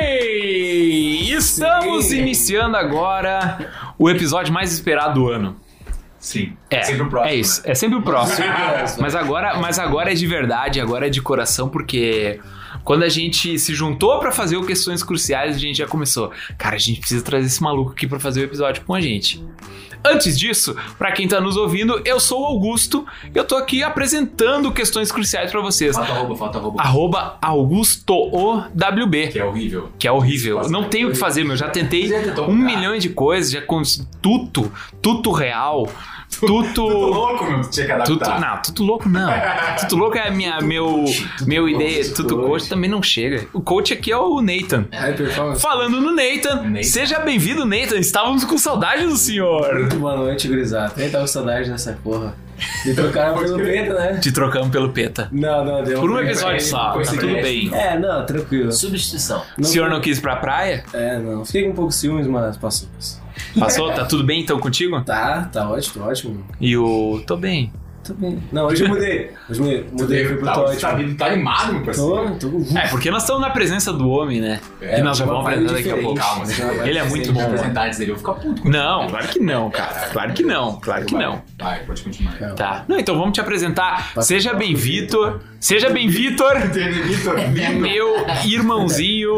Sim! Estamos Sim. iniciando agora o episódio mais esperado do ano. Sim. É, Sempre o próximo. né? é isso, é sempre o próximo. próximo. mas agora, mas agora é de verdade, agora é de coração, porque quando a gente se juntou pra fazer o questões cruciais, a gente já começou. Cara, a gente precisa trazer esse maluco aqui pra fazer o episódio com a gente. Antes disso, pra quem tá nos ouvindo, eu sou o Augusto e eu tô aqui apresentando questões cruciais pra vocês. Falta arroba, falta arroba. Ah, Arroba AugustoOWB, Que é horrível. que é horrível. Nossa, Não mas tenho o que foi- fazer, meu. Já tentei é Já tentou um mudar. milhão de coisas, já cons... tudo, tudo real, Tudo tudo. louco, meu. Tinha que Tudo, Tá. adaptar. não, tudo louco não. Tudo louco é a minha, meu, meu ideia. coach, Tudo coach coach. também não chega. O coach aqui é o Nathan. High Performance. Falando no Nathan, Nathan. seja bem-vindo, Nathan. Estávamos com saudade do senhor. Muito boa noite, gurizada. Nem tava com saudade dessa porra. Me trocaram pelo peito, né? Te trocamos pelo PETA. Não, não, deu. Por um episódio só, tá coisa tudo que bem. É, não, tranquilo. Substituição. O senhor não quis ir pra praia? É, não. Fiquei com um pouco de ciúmes, mas passou. Passou? Tá tudo bem então contigo? Tá, tá ótimo, ótimo. E o. Tô bem. Tô bem. Não, hoje eu mudei. Hoje eu mudei, mudei fui pro tá, Todd. tá, vindo- tá animado, meu parceiro. Tô, tô com É, porque nós estamos na presença do homem, né? e nós já É, uma vamos vibe aprender daqui a diferente. pouco. Calma, Uma vibe Ele é muito diferente, bom, né? As entidades dele, eu vou ficar puto. com Não, claro que não, cara. Claro que não, claro que ele. não. Vai, pode continuar. Calma. Tá. Não, então vamos te apresentar. Seja bem-vindo. Seja bem-vitor. Entende, Vitor? Meu irmãozinho,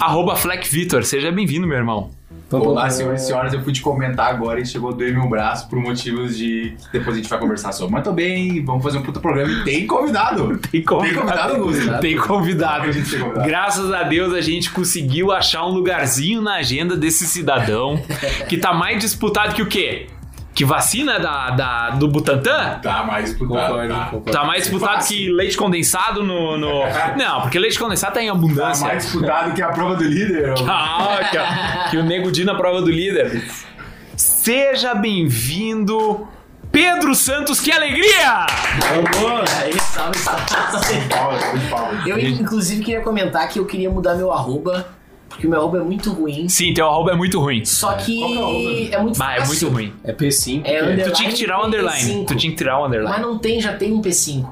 arroba Fleck Vitor. Seja bem-vindo, meu irmão. Pô, pô, Olá, pô. senhoras e senhores. Eu fui te comentar agora e chegou a doer meu braço por motivos de. que Depois a gente vai conversar sobre. Mas tô bem, vamos fazer um puta programa e tem convidado. Tem convidado, Augusto? tá? Tem convidado. A gente tem convidado. Graças a Deus a gente conseguiu achar um lugarzinho na agenda desse cidadão que tá mais disputado que o quê? Que vacina da, da- do Butantan? Tá mais disputado. Concordo, Tá. concordo. Tá mais disputado Fácil. que leite condensado no, no- Não, porque leite condensado tá em Tá abundância. mais disputado que a prova do líder. ó. Ah, que, a- que o Nego Di na prova do líder. Seja bem-vindo, Pedro Santos, que alegria! Aí, salve, salve. Palmas, foi de palmas. Eu, inclusive, queria comentar que eu queria mudar meu arroba, porque o meu arroba é muito ruim. Sim, teu arroba é muito ruim. Só que Qual que é o arroba? é muito Bah, é muito fácil. ruim. É P5. É que under- Tu tinha que tirar o underline. Tu tinha que tirar o Mas underline. não tem, já tem um P5.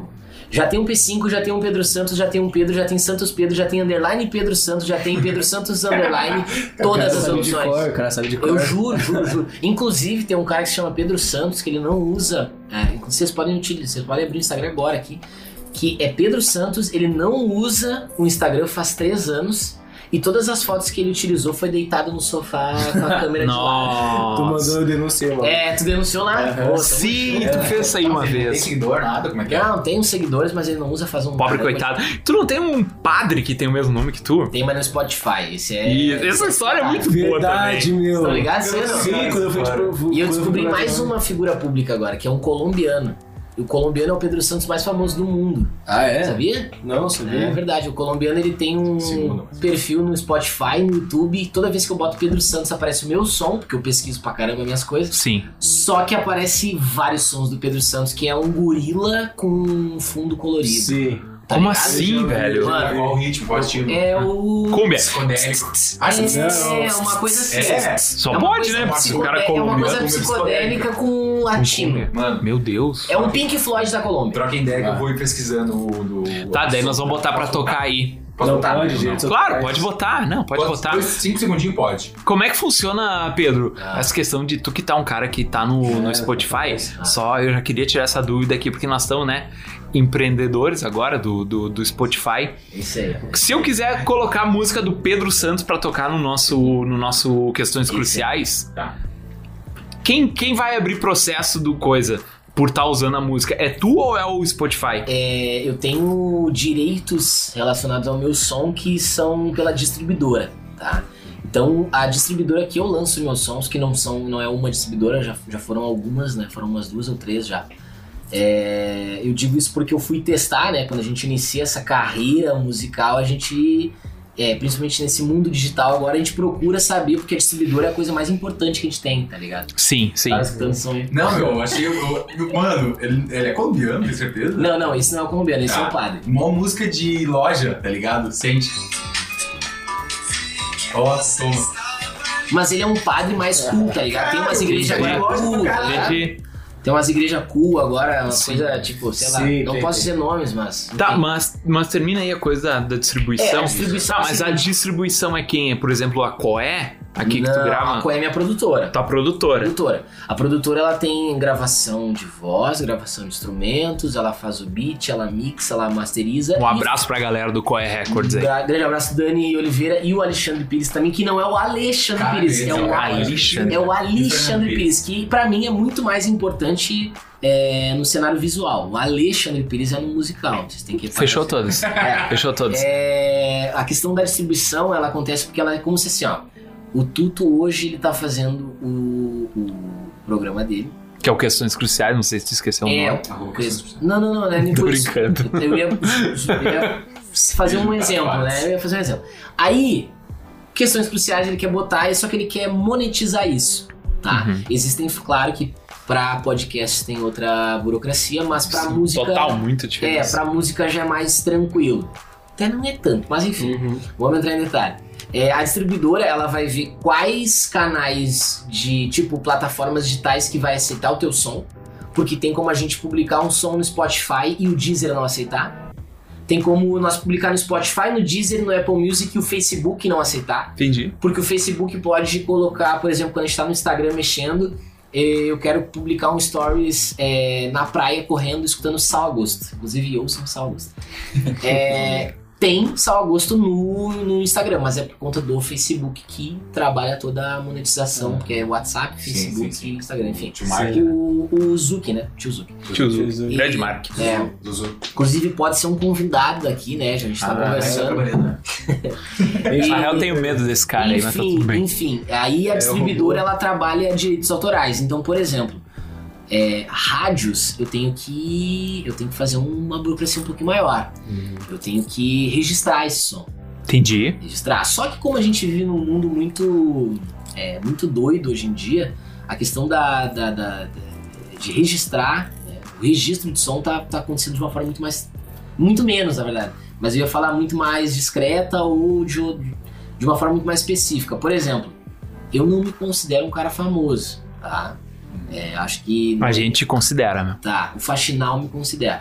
Já tem um P5, já tem um Pedro Santos, já tem um Pedro, já tem Santos Pedro, já tem underline Pedro Santos, já tem Pedro Santos underline, O cara todas as sabe um de cor, opções. O cara sabe de cor. É. Eu juro, juro, juro. Inclusive, tem um cara que se chama Pedro Santos, que ele não usa. é, vocês podem utilizar, vocês podem abrir o Instagram agora aqui. Que é Pedro Santos, ele não usa o Instagram faz três anos. E todas as fotos que ele utilizou foi deitado no sofá com a câmera de lado. Tu mandou Nossa. eu denunciei, mano. É, tu denunciou lá? Pô, tamo Sim, junto. tu fez isso aí uma Ele não vez. Tem seguidor, nada, como é que é? Não, tem uns seguidores, mas ele não usa faz um. Pobre caramba. coitado. Tu não tem um padre que tem o mesmo nome que tu? Tem, mas no Spotify. Esse é. E essa história é muito boa Verdade, também. meu. Tá ligado? Sim, Sim, quando eu fui Cara. tipo. E eu descobri mais uma figura pública agora, que é um colombiano. E o colombiano é o Pedro Santos mais famoso do mundo. Ah, é? Sabia? Não, É sabia? verdade, o colombiano ele tem um Segundo, mas- perfil no Spotify, no YouTube, e toda vez que eu boto Pedro Santos aparece o meu som, porque eu pesquiso pra caramba minhas coisas. Sim. Só que aparece vários sons do Pedro Santos, que é um gorila com um fundo colorido. Sim. tá Como ligado? assim, velho? Mano, Qual é o ritmo, qual o estilo? É o. Cúmbia. Psicodélico. Ah, sim. É, uma coisa assim. É. Só É uma pode, coisa né? Porque o cara psicodé- É uma coisa colombiano. psicodélica com latino. Mano, Meu Deus. É um Pink Floyd da Colômbia. troca ideia que eu Ah. vou ir pesquisando o do. Tá, daí nós vamos botar pra tocar aí. Posso Não botar? pode, gente, só- Claro, pode botar. Não, pode Pode botar. Dois, cinco segundinhos pode. Como é que funciona, Pedro, Ah. essa questão de tu que tá um cara que tá no, no É, Spotify? ah. Só eu já queria tirar essa dúvida aqui, porque nós estamos, né, empreendedores agora do, do, do Spotify. É Isso aí. Se eu quiser colocar a música do Pedro Santos pra tocar no nosso, no nosso Questões Cruciais, Tá. quem, quem vai abrir processo do coisa por estar usando a música? É tu ou é o Spotify? É, eu tenho direitos relacionados ao meu som que são pela distribuidora, tá? Então, a distribuidora que eu lanço meus sons, que não são, não é uma distribuidora, já, já foram algumas, né? Foram umas duas ou três já. É, eu digo isso porque eu fui testar, né? Quando a gente inicia essa carreira musical, a gente, é, principalmente nesse mundo digital agora, a gente procura saber porque a distribuidora é a coisa mais importante que a gente tem, tá ligado? Sim, sim. Tá escutando som aí? Não, meu, eu achei. eu- eu- mano, ele, ele é colombiano, tenho certeza. Não, não, esse não é o colombiano, esse Ah. é o padre. Mó música de loja, tá ligado? Sente. Ó, toma. Mas ele é um padre mais cool, tá ligado? Tem umas Caralho, igrejas entendi. agora cool, tá ligado? Entendi. Tem umas igrejas cool agora, uma Sim. coisa tipo, sei lá, Sim, não tem, posso tem. dizer nomes, mas. Tá, enfim. mas, mas termina aí a coisa da, da distribuição. É, a distribuição, Tá, mas a assim- distribuição é quem? É, por exemplo, a Coé? Aqui que tu Não, grava? Tá. A Coé é minha produtora. Tua produtora. produtora. A produtora ela tem gravação de voz, gravação de instrumentos, ela faz o beat, ela mixa, ela masteriza. Um e- abraço pra galera do Coé Records aí. Gra- grande abraço, Dani Oliveira e o Alexandre Pires também, que não é o Alexandre Cara, Pires, esse é o cara, Alexandre. Alexandre. É o Alexandre Fernando Pires, que pra mim é muito mais importante é, no cenário visual. O Alexandre Pires é no musical, vocês têm que reparar. Fechou todas. Fechou todas. É, a questão da distribuição ela acontece porque ela é como se assim, ó. O Tuto hoje ele tá fazendo o, o programa dele. Que é o Questões Cruciais, não sei se tu esqueceu o É, nome. Arroba Coisa- Não, não, não, não é nem Tô por isso. brincando. Eu ia, eu ia fazer um exemplo, né? Eu ia fazer um exemplo. Aí, questões cruciais ele quer botar, é só que ele quer monetizar isso, tá? Uhum. Existem, claro que pra podcast tem outra burocracia, mas pra Sim, música... Total, né? muito É, diferente. pra música já é mais tranquilo. Até não é tanto, mas enfim. Vamos entrar em detalhe. É, a distribuidora ela vai ver quais canais de tipo plataformas digitais que vai aceitar o teu som, porque tem como a gente publicar um som no Spotify e o Deezer não aceitar. Tem como nós publicar no Spotify, no Deezer, no Apple Music e o Facebook não aceitar. Entendi. Porque o Facebook pode colocar, por exemplo, quando a gente tá no Instagram mexendo, eh, eu quero publicar um stories eh, na praia correndo, escutando Sal Augusto. Inclusive, ouçam Sal Augusto. Eh, tem Sal Augusto no, no Instagram, mas é por conta do Facebook que trabalha toda a monetização, que é WhatsApp, Ah. Sim, Facebook, sim, sim. Instagram, enfim. Tio Mark. O, o Zuki, né? Tio Zuki. Tio Zu. Tio Zu. Grande Mark. É, Zuzu. inclusive, pode ser um convidado aqui, né? A gente Ah, tá é, conversando. E- Na real, eu tenho medo desse cara aí, mas tá enfim, tudo bem. enfim, aí a É, distribuidora ela trabalha direitos autorais. Então, por exemplo, é, rádios, eu tenho que eu tenho que fazer uma burocracia um pouquinho maior. Eu tenho que registrar esse som, Entendi. registrar. Só que como a gente vive num mundo muito é, muito doido hoje em dia, a questão da, da- da- da- de registrar, né, o registro de som tá, tá acontecendo de uma forma muito mais muito menos, na verdade. Mas eu ia falar muito mais discreta ou de, o- de uma forma muito mais específica. Por exemplo, eu não me considero um cara famoso, tá? É, acho que. A gente considera, né? Tá, o Faxinal me considera.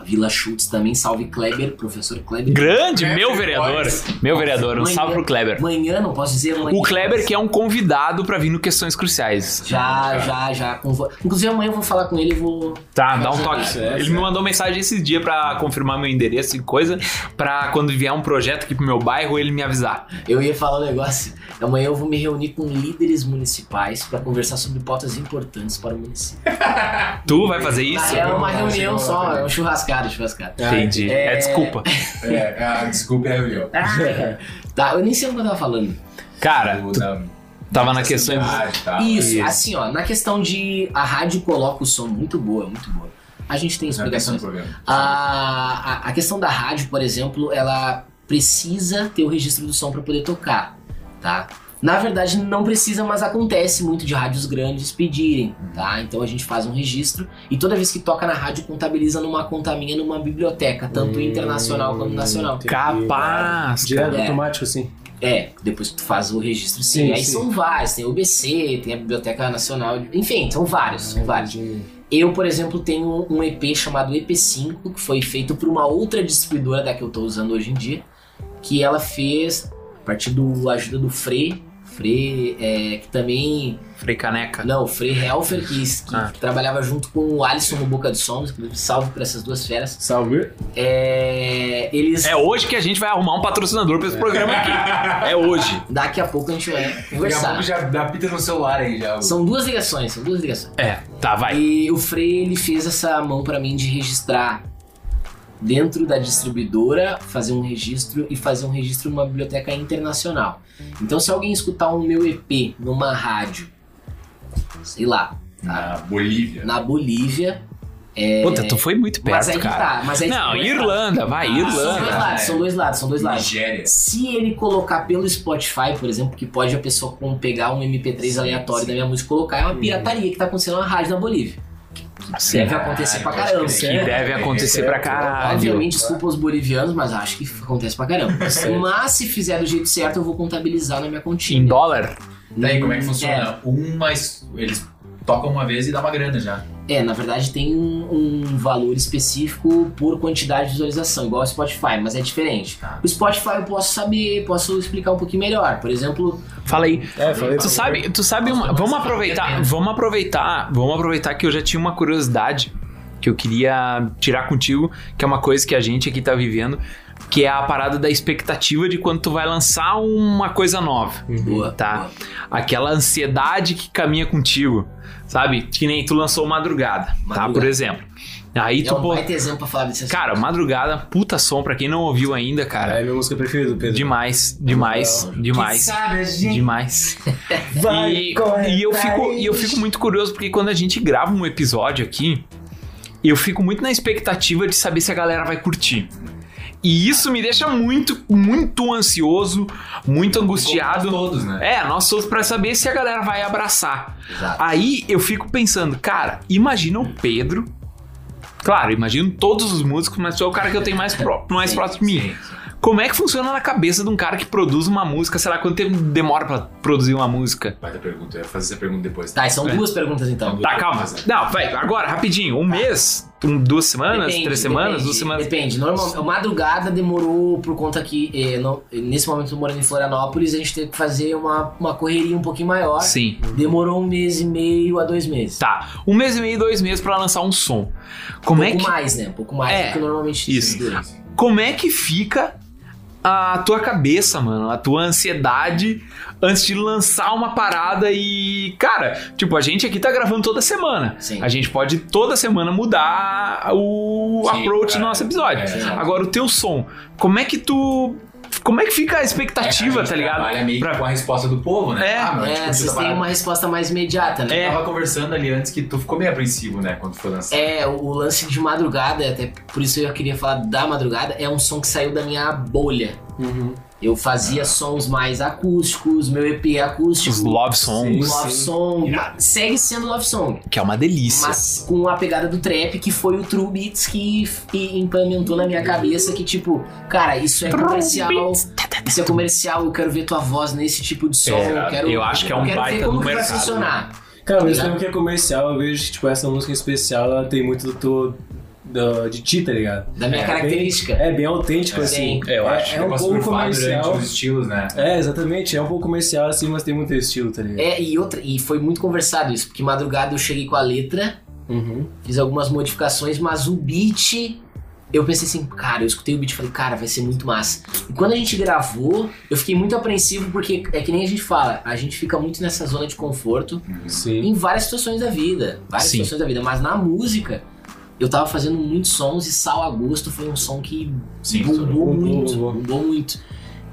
A Vila Schultz também, salve Kleber, professor Kleber. Grande, meu vereador. Meu vereador, um Amanhã- salve pro Kleber. Amanhã, não posso dizer amanhã. O Kleber que é um convidado pra vir no Questões Cruciais. Já, já, já. convo- Inclusive amanhã eu vou falar com ele e vou. Tá, dá um toque. Isso, é, Ele isso, me mandou mensagem esse dia pra confirmar meu endereço e coisa, pra quando vier um projeto aqui pro meu bairro, ele me avisar. Eu ia falar um negócio. Amanhã eu vou me reunir com líderes municipais pra conversar sobre pautas importantes para o município. Tu vai fazer Ah, isso? é uma Ah, reunião sim, só, bacana. é um churrascado, churrascado. Entendi. É, É. desculpa. É, é, a desculpa é a reunião. tá, eu nem sei o que eu tava falando. Cara, O tu da- tava na da questão. cidade, tá? isso, isso. assim, ó, na questão de a rádio coloca o som muito boa, muito boa. A gente tem Não é questão do explicações. programa. Ah, A, a, a questão da rádio, por exemplo, ela precisa ter o registro do som para poder tocar, tá? Na verdade, não precisa, mas acontece muito de rádios grandes pedirem, tá? Então a gente faz um registro e toda vez que toca na rádio, contabiliza numa conta minha numa biblioteca, tanto Hum, internacional quanto nacional. entendi. Capaz, cara. Direto É. automático, assim. É, depois que tu faz o registro, sim. Sim, Aí sim. são vários, tem o BC, tem a Biblioteca Nacional, enfim, são vários, são É. vários. Eu, por exemplo, tenho um EP chamado EP5, que foi feito por uma outra distribuidora da que eu tô usando hoje em dia, que ela fez a partir da ajuda do Fre, Fre, é, que também. Frei Caneca. Não, o Fre Helfer, que, que Ah. trabalhava junto com o Alisson no Boca dos Somos, inclusive, salve pra essas duas feras. Salve. É, eles. É hoje que a gente vai arrumar um patrocinador pra esse programa aqui. É hoje. Daqui a pouco a gente vai Daqui a pouco conversar. já dá pita no celular aí já. São duas ligações, são duas ligações. É, tá, vai. E o Frei, ele fez essa mão pra mim de registrar dentro da distribuidora, fazer um registro e fazer um registro numa biblioteca internacional. Então, se alguém escutar um meu EP numa rádio, sei lá, Na Bolívia. na Bolívia, Puta, tu foi muito É. mas aí perto, que cara. tá, Ah, mas aí Não, são dois Irlanda, vai, lados. São dois Irlanda. lados, são dois lados, são dois lados. Nigéria. Se ele colocar pelo Spotify, por exemplo, que pode a pessoa com- pegar um MP3 Sim, aleatório sim. da minha música e colocar, é Uhum. uma pirataria que tá acontecendo na rádio na Bolívia. Sim. Deve acontecer pra pode caramba. crer. Que deve acontecer pra caralho. Obviamente, desculpa os bolivianos, mas acho que acontece pra caramba. É mas se fizer do jeito certo, eu vou contabilizar na minha Em continha. Tá dólar? Daí, como é que é funciona? É. Uma. es- Eles toca uma vez e dá uma grana já. É, na verdade tem um, um valor específico por quantidade de visualização, igual ao Spotify, mas é diferente. Tá. O Spotify eu posso saber, posso explicar um pouquinho melhor. Por exemplo, Fala aí. É, falei Tu sabe, tu sabe uma. Nossa, Vamos mas vale a aproveitar, pena. vamos aproveitar, vamos aproveitar que eu já tinha uma curiosidade que eu queria tirar contigo, que é uma coisa que a gente aqui tá vivendo, que é a parada da expectativa de quando tu vai lançar uma coisa nova. boa, Tá. boa. Aquela ansiedade que caminha contigo, sabe? Que nem tu lançou madrugada, tá? Madrugada. Por exemplo. Aí É tu um pô, baita exemplo pra falar desse assunto. cara, madrugada, puta som pra quem não ouviu ainda, cara. É minha música preferida, Pedro. Demais, demais, demais. Demais. E, e eu fico, e eu fico muito curioso porque quando a gente grava um episódio aqui, eu fico muito na expectativa de saber se a galera vai curtir. E isso me deixa muito, muito ansioso, muito Como angustiado. Todos, né? É, nós todos pra saber se a galera vai abraçar. É. Exato. Aí eu fico pensando, cara, imagina o Pedro. Claro, imagino todos os músicos, mas tu é o cara que eu tenho mais, pró- mais Sim, próximo de mim. Como é que funciona na cabeça de um cara que produz uma música? Sei lá quanto tempo demora pra produzir uma música? Vai ter pergunta, eu ia fazer essa pergunta depois. Tá, e É. são duas perguntas então. Tá, calma. Não, vai, agora, rapidinho. Um mês? Um- duas semanas? Tá. Depende, três semanas? depende, duas semanas? Depende. Normal, madrugada demorou por conta que eh, no- nesse momento eu tô morando em Florianópolis, a gente teve que fazer uma, uma correria um pouquinho maior. Sim. Demorou um mês e meio a dois meses. Tá. Um mês e meio, dois meses pra lançar um som. Como um é pouco que, mais, né? Um pouco mais É, do que normalmente isso. dura. como é que fica a tua cabeça, mano? A tua ansiedade antes de lançar uma parada e. Cara, tipo, a gente aqui tá gravando toda semana. Sim. A gente pode toda semana mudar o Sim, approach cara. do nosso episódio. É, exato. Agora, o teu som, como é que tu. Como é que fica a expectativa, É, a gente tá ligado? Trabalha meio que Pra- com a resposta do povo, né? É, ah, meu, a gente É, curtiu vocês essa têm parada. uma resposta mais imediata, né? É. Tava conversando ali antes que tu ficou meio apreensivo, né? Quando foi lançado. É, o o lance de madrugada, até por isso eu queria falar da madrugada, é um som que saiu da minha bolha. Uhum. Eu fazia sons mais acústicos, meu EP é acústico. Os love songs, Sim. Love Song. Irado. Segue sendo Love Song. que é uma delícia. Mas com a pegada do trap, que foi o True Beats que f- que implementou na minha cabeça que, tipo, cara, isso é comercial. Isso é comercial, eu quero ver tua voz nesse tipo de som. É, eu, quero, eu acho que é um eu quero baita ver como do que mercado, vai funcionar. Cara, mas Tá mesmo que é comercial, eu vejo que tipo, essa música em especial ela tem muito do teu. do- de ti, tá ligado? Da minha É, característica. Bem, é bem autêntico, É, assim. sim. É, eu é, acho. É um pouco comercial. os estilos, né? É, exatamente. É um pouco comercial, assim, mas tem muito estilo, tá ligado? É, e outra, e foi muito conversado isso, porque madrugada eu cheguei com a letra, Uhum. fiz algumas modificações, mas o beat. Eu pensei assim, cara, eu escutei o beat e falei, cara, vai ser muito massa. E quando a gente gravou, eu fiquei muito apreensivo, porque é que nem a gente fala, a gente fica muito nessa zona de conforto Sim. em várias situações da vida. Várias Sim. situações da vida. Mas na música, eu tava fazendo muitos sons e Sal a Gosto foi um som que Sim, bombou bombou, muito, bombou. bombou muito.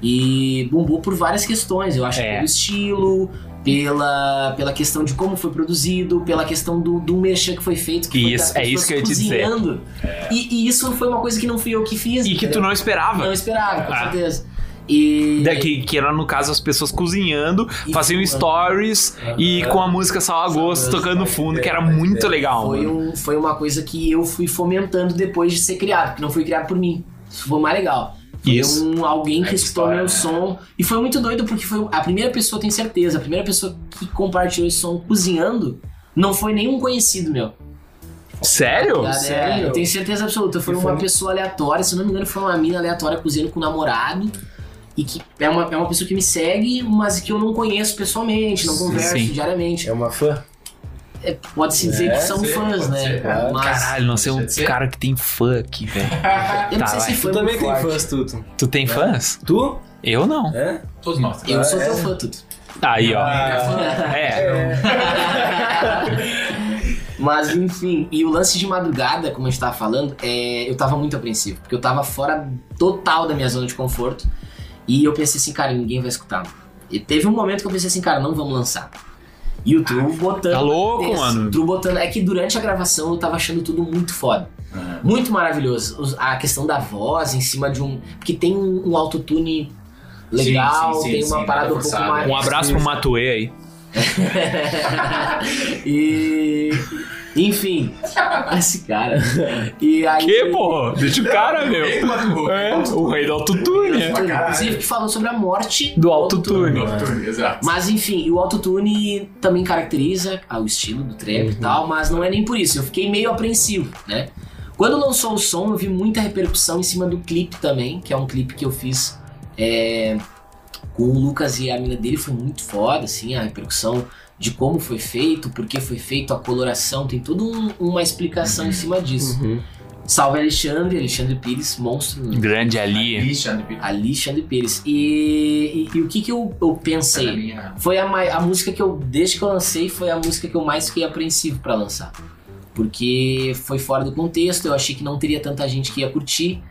E bombou por várias questões, eu acho, É. pelo estilo, pela, pela questão de como foi produzido, pela questão do, do merchan que foi feito. Que foi isso- das é isso pessoas que eu ia te dizer. cozinhando. E, e isso foi uma coisa que não fui eu que fiz. E que tu entendeu? não esperava. não esperava, com Ah. certeza. E, Da- Que, que era, no caso, as pessoas cozinhando, e É. faziam foi- stories e Aham. com a música Sal a Gosto Essa tocando no música fundo, é que era ideia, muito ideia. legal. Foi, né? mano. um- foi uma coisa que eu fui fomentando depois de ser criado, que não foi criado por mim. Isso foi mais legal. Foi Isso. um, alguém É que escutou história, meu né? som. E foi muito doido, porque foi a primeira pessoa, tenho certeza, a primeira pessoa que compartilhou esse som cozinhando não foi nenhum conhecido meu. Sério? Tá ligado? É, sério? eu tenho certeza absoluta. Foi E foi uma um- pessoa aleatória, se eu não me engano, foi uma mina aleatória cozinhando com o namorado. E que é uma, é uma pessoa que me segue, mas que eu não conheço pessoalmente, não Sim, converso sim. diariamente. É uma fã? É, Pode-se dizer É, que são sim, fãs, pode né? ser, claro. Mas- Caralho, não sei um Deixa de ser. cara que tem fã aqui, velho. Eu Tá, não sei vai. se foi tu também muito tem forte. fãs, Tuto. Tu É. tem fãs? Tu? Eu não. É? Todos nós. Eu sou Ah, é? teu fã, Tuto. Aí, ó. Ah, É. É. Mas enfim, e o lance de madrugada, como a gente tava falando, é, eu tava muito apreensivo, porque eu tava fora total da minha zona de conforto. E eu pensei assim, cara, ninguém vai escutar. E teve um momento que eu pensei assim, cara, não vamos lançar. E o Tru botando. Tá um louco, Esse, mano. o Tru botando. É que durante a gravação eu tava achando tudo muito foda. Aham. Muito maravilhoso. Os- A questão da voz em cima de um. Porque tem um, um autotune legal, Sim, sim, sim, tem uma sim, nada parada um pouco forçado. é. mais. Um abraço pro Matuê aí. e, Enfim, esse cara. E aí. Que, porra? Deixa o cara, meu. É, o rei do autotune, né? Pra caralho. Inclusive, que falou sobre a morte Do autotune. Exato. Mas enfim, o autotune também caracteriza ah, o estilo do trap e tal, mas não é nem por isso. Eu fiquei meio apreensivo, né? Quando lançou o som, eu vi muita repercussão em cima do clipe também, que é um clipe que eu fiz é, com o Lucas e a mina dele. Foi muito foda, assim, a repercussão de como foi feito, por que foi feito, a coloração, tem toda um- uma explicação em cima disso. Uhum. Salve Alexandre, Alexandre Pires, monstro, né? Grande ali. Christian, do Pito, Alexandre Pires. E, e- e o que, que eu, eu tá na pensei? minha- Foi a, mai- a música que eu, desde que eu lancei, foi a música que eu mais fiquei apreensivo pra lançar. Porque foi fora do contexto, eu achei que não teria tanta gente que ia curtir.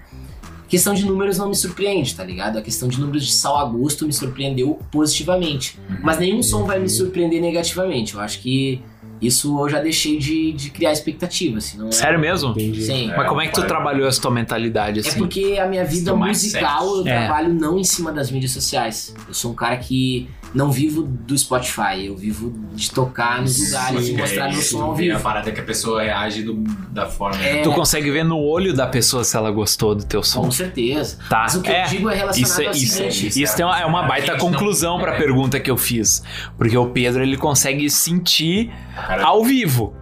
Questão de números não me surpreende, tá ligado? A questão de números de sal a gosto me surpreendeu positivamente. Mas nenhum som vai me surpreender negativamente. Eu acho que isso eu já deixei de, de criar expectativa, assim. Não é... Sério mesmo? Entendi. Sim. Mas como é que tu trabalhou essa tua mentalidade É assim? porque a minha vida Do musical eu mindset. É. trabalho não em cima das mídias sociais. Eu sou um cara que não vivo do Spotify, eu vivo de tocar nos lugares, de Sim, mostrar é meu isso, som ao ver A vivo. parada que a pessoa reage do- da forma. É, Tu consegue ver no olho da pessoa se ela gostou do teu som. com certeza. Tá. Mas o que é. eu digo é relacionado Isso, é, ao isso, é, seguinte. isso, é uma, é uma baita Não, conclusão pra é. pergunta que eu fiz. Porque o Pedro ele consegue sentir Cara, ao vivo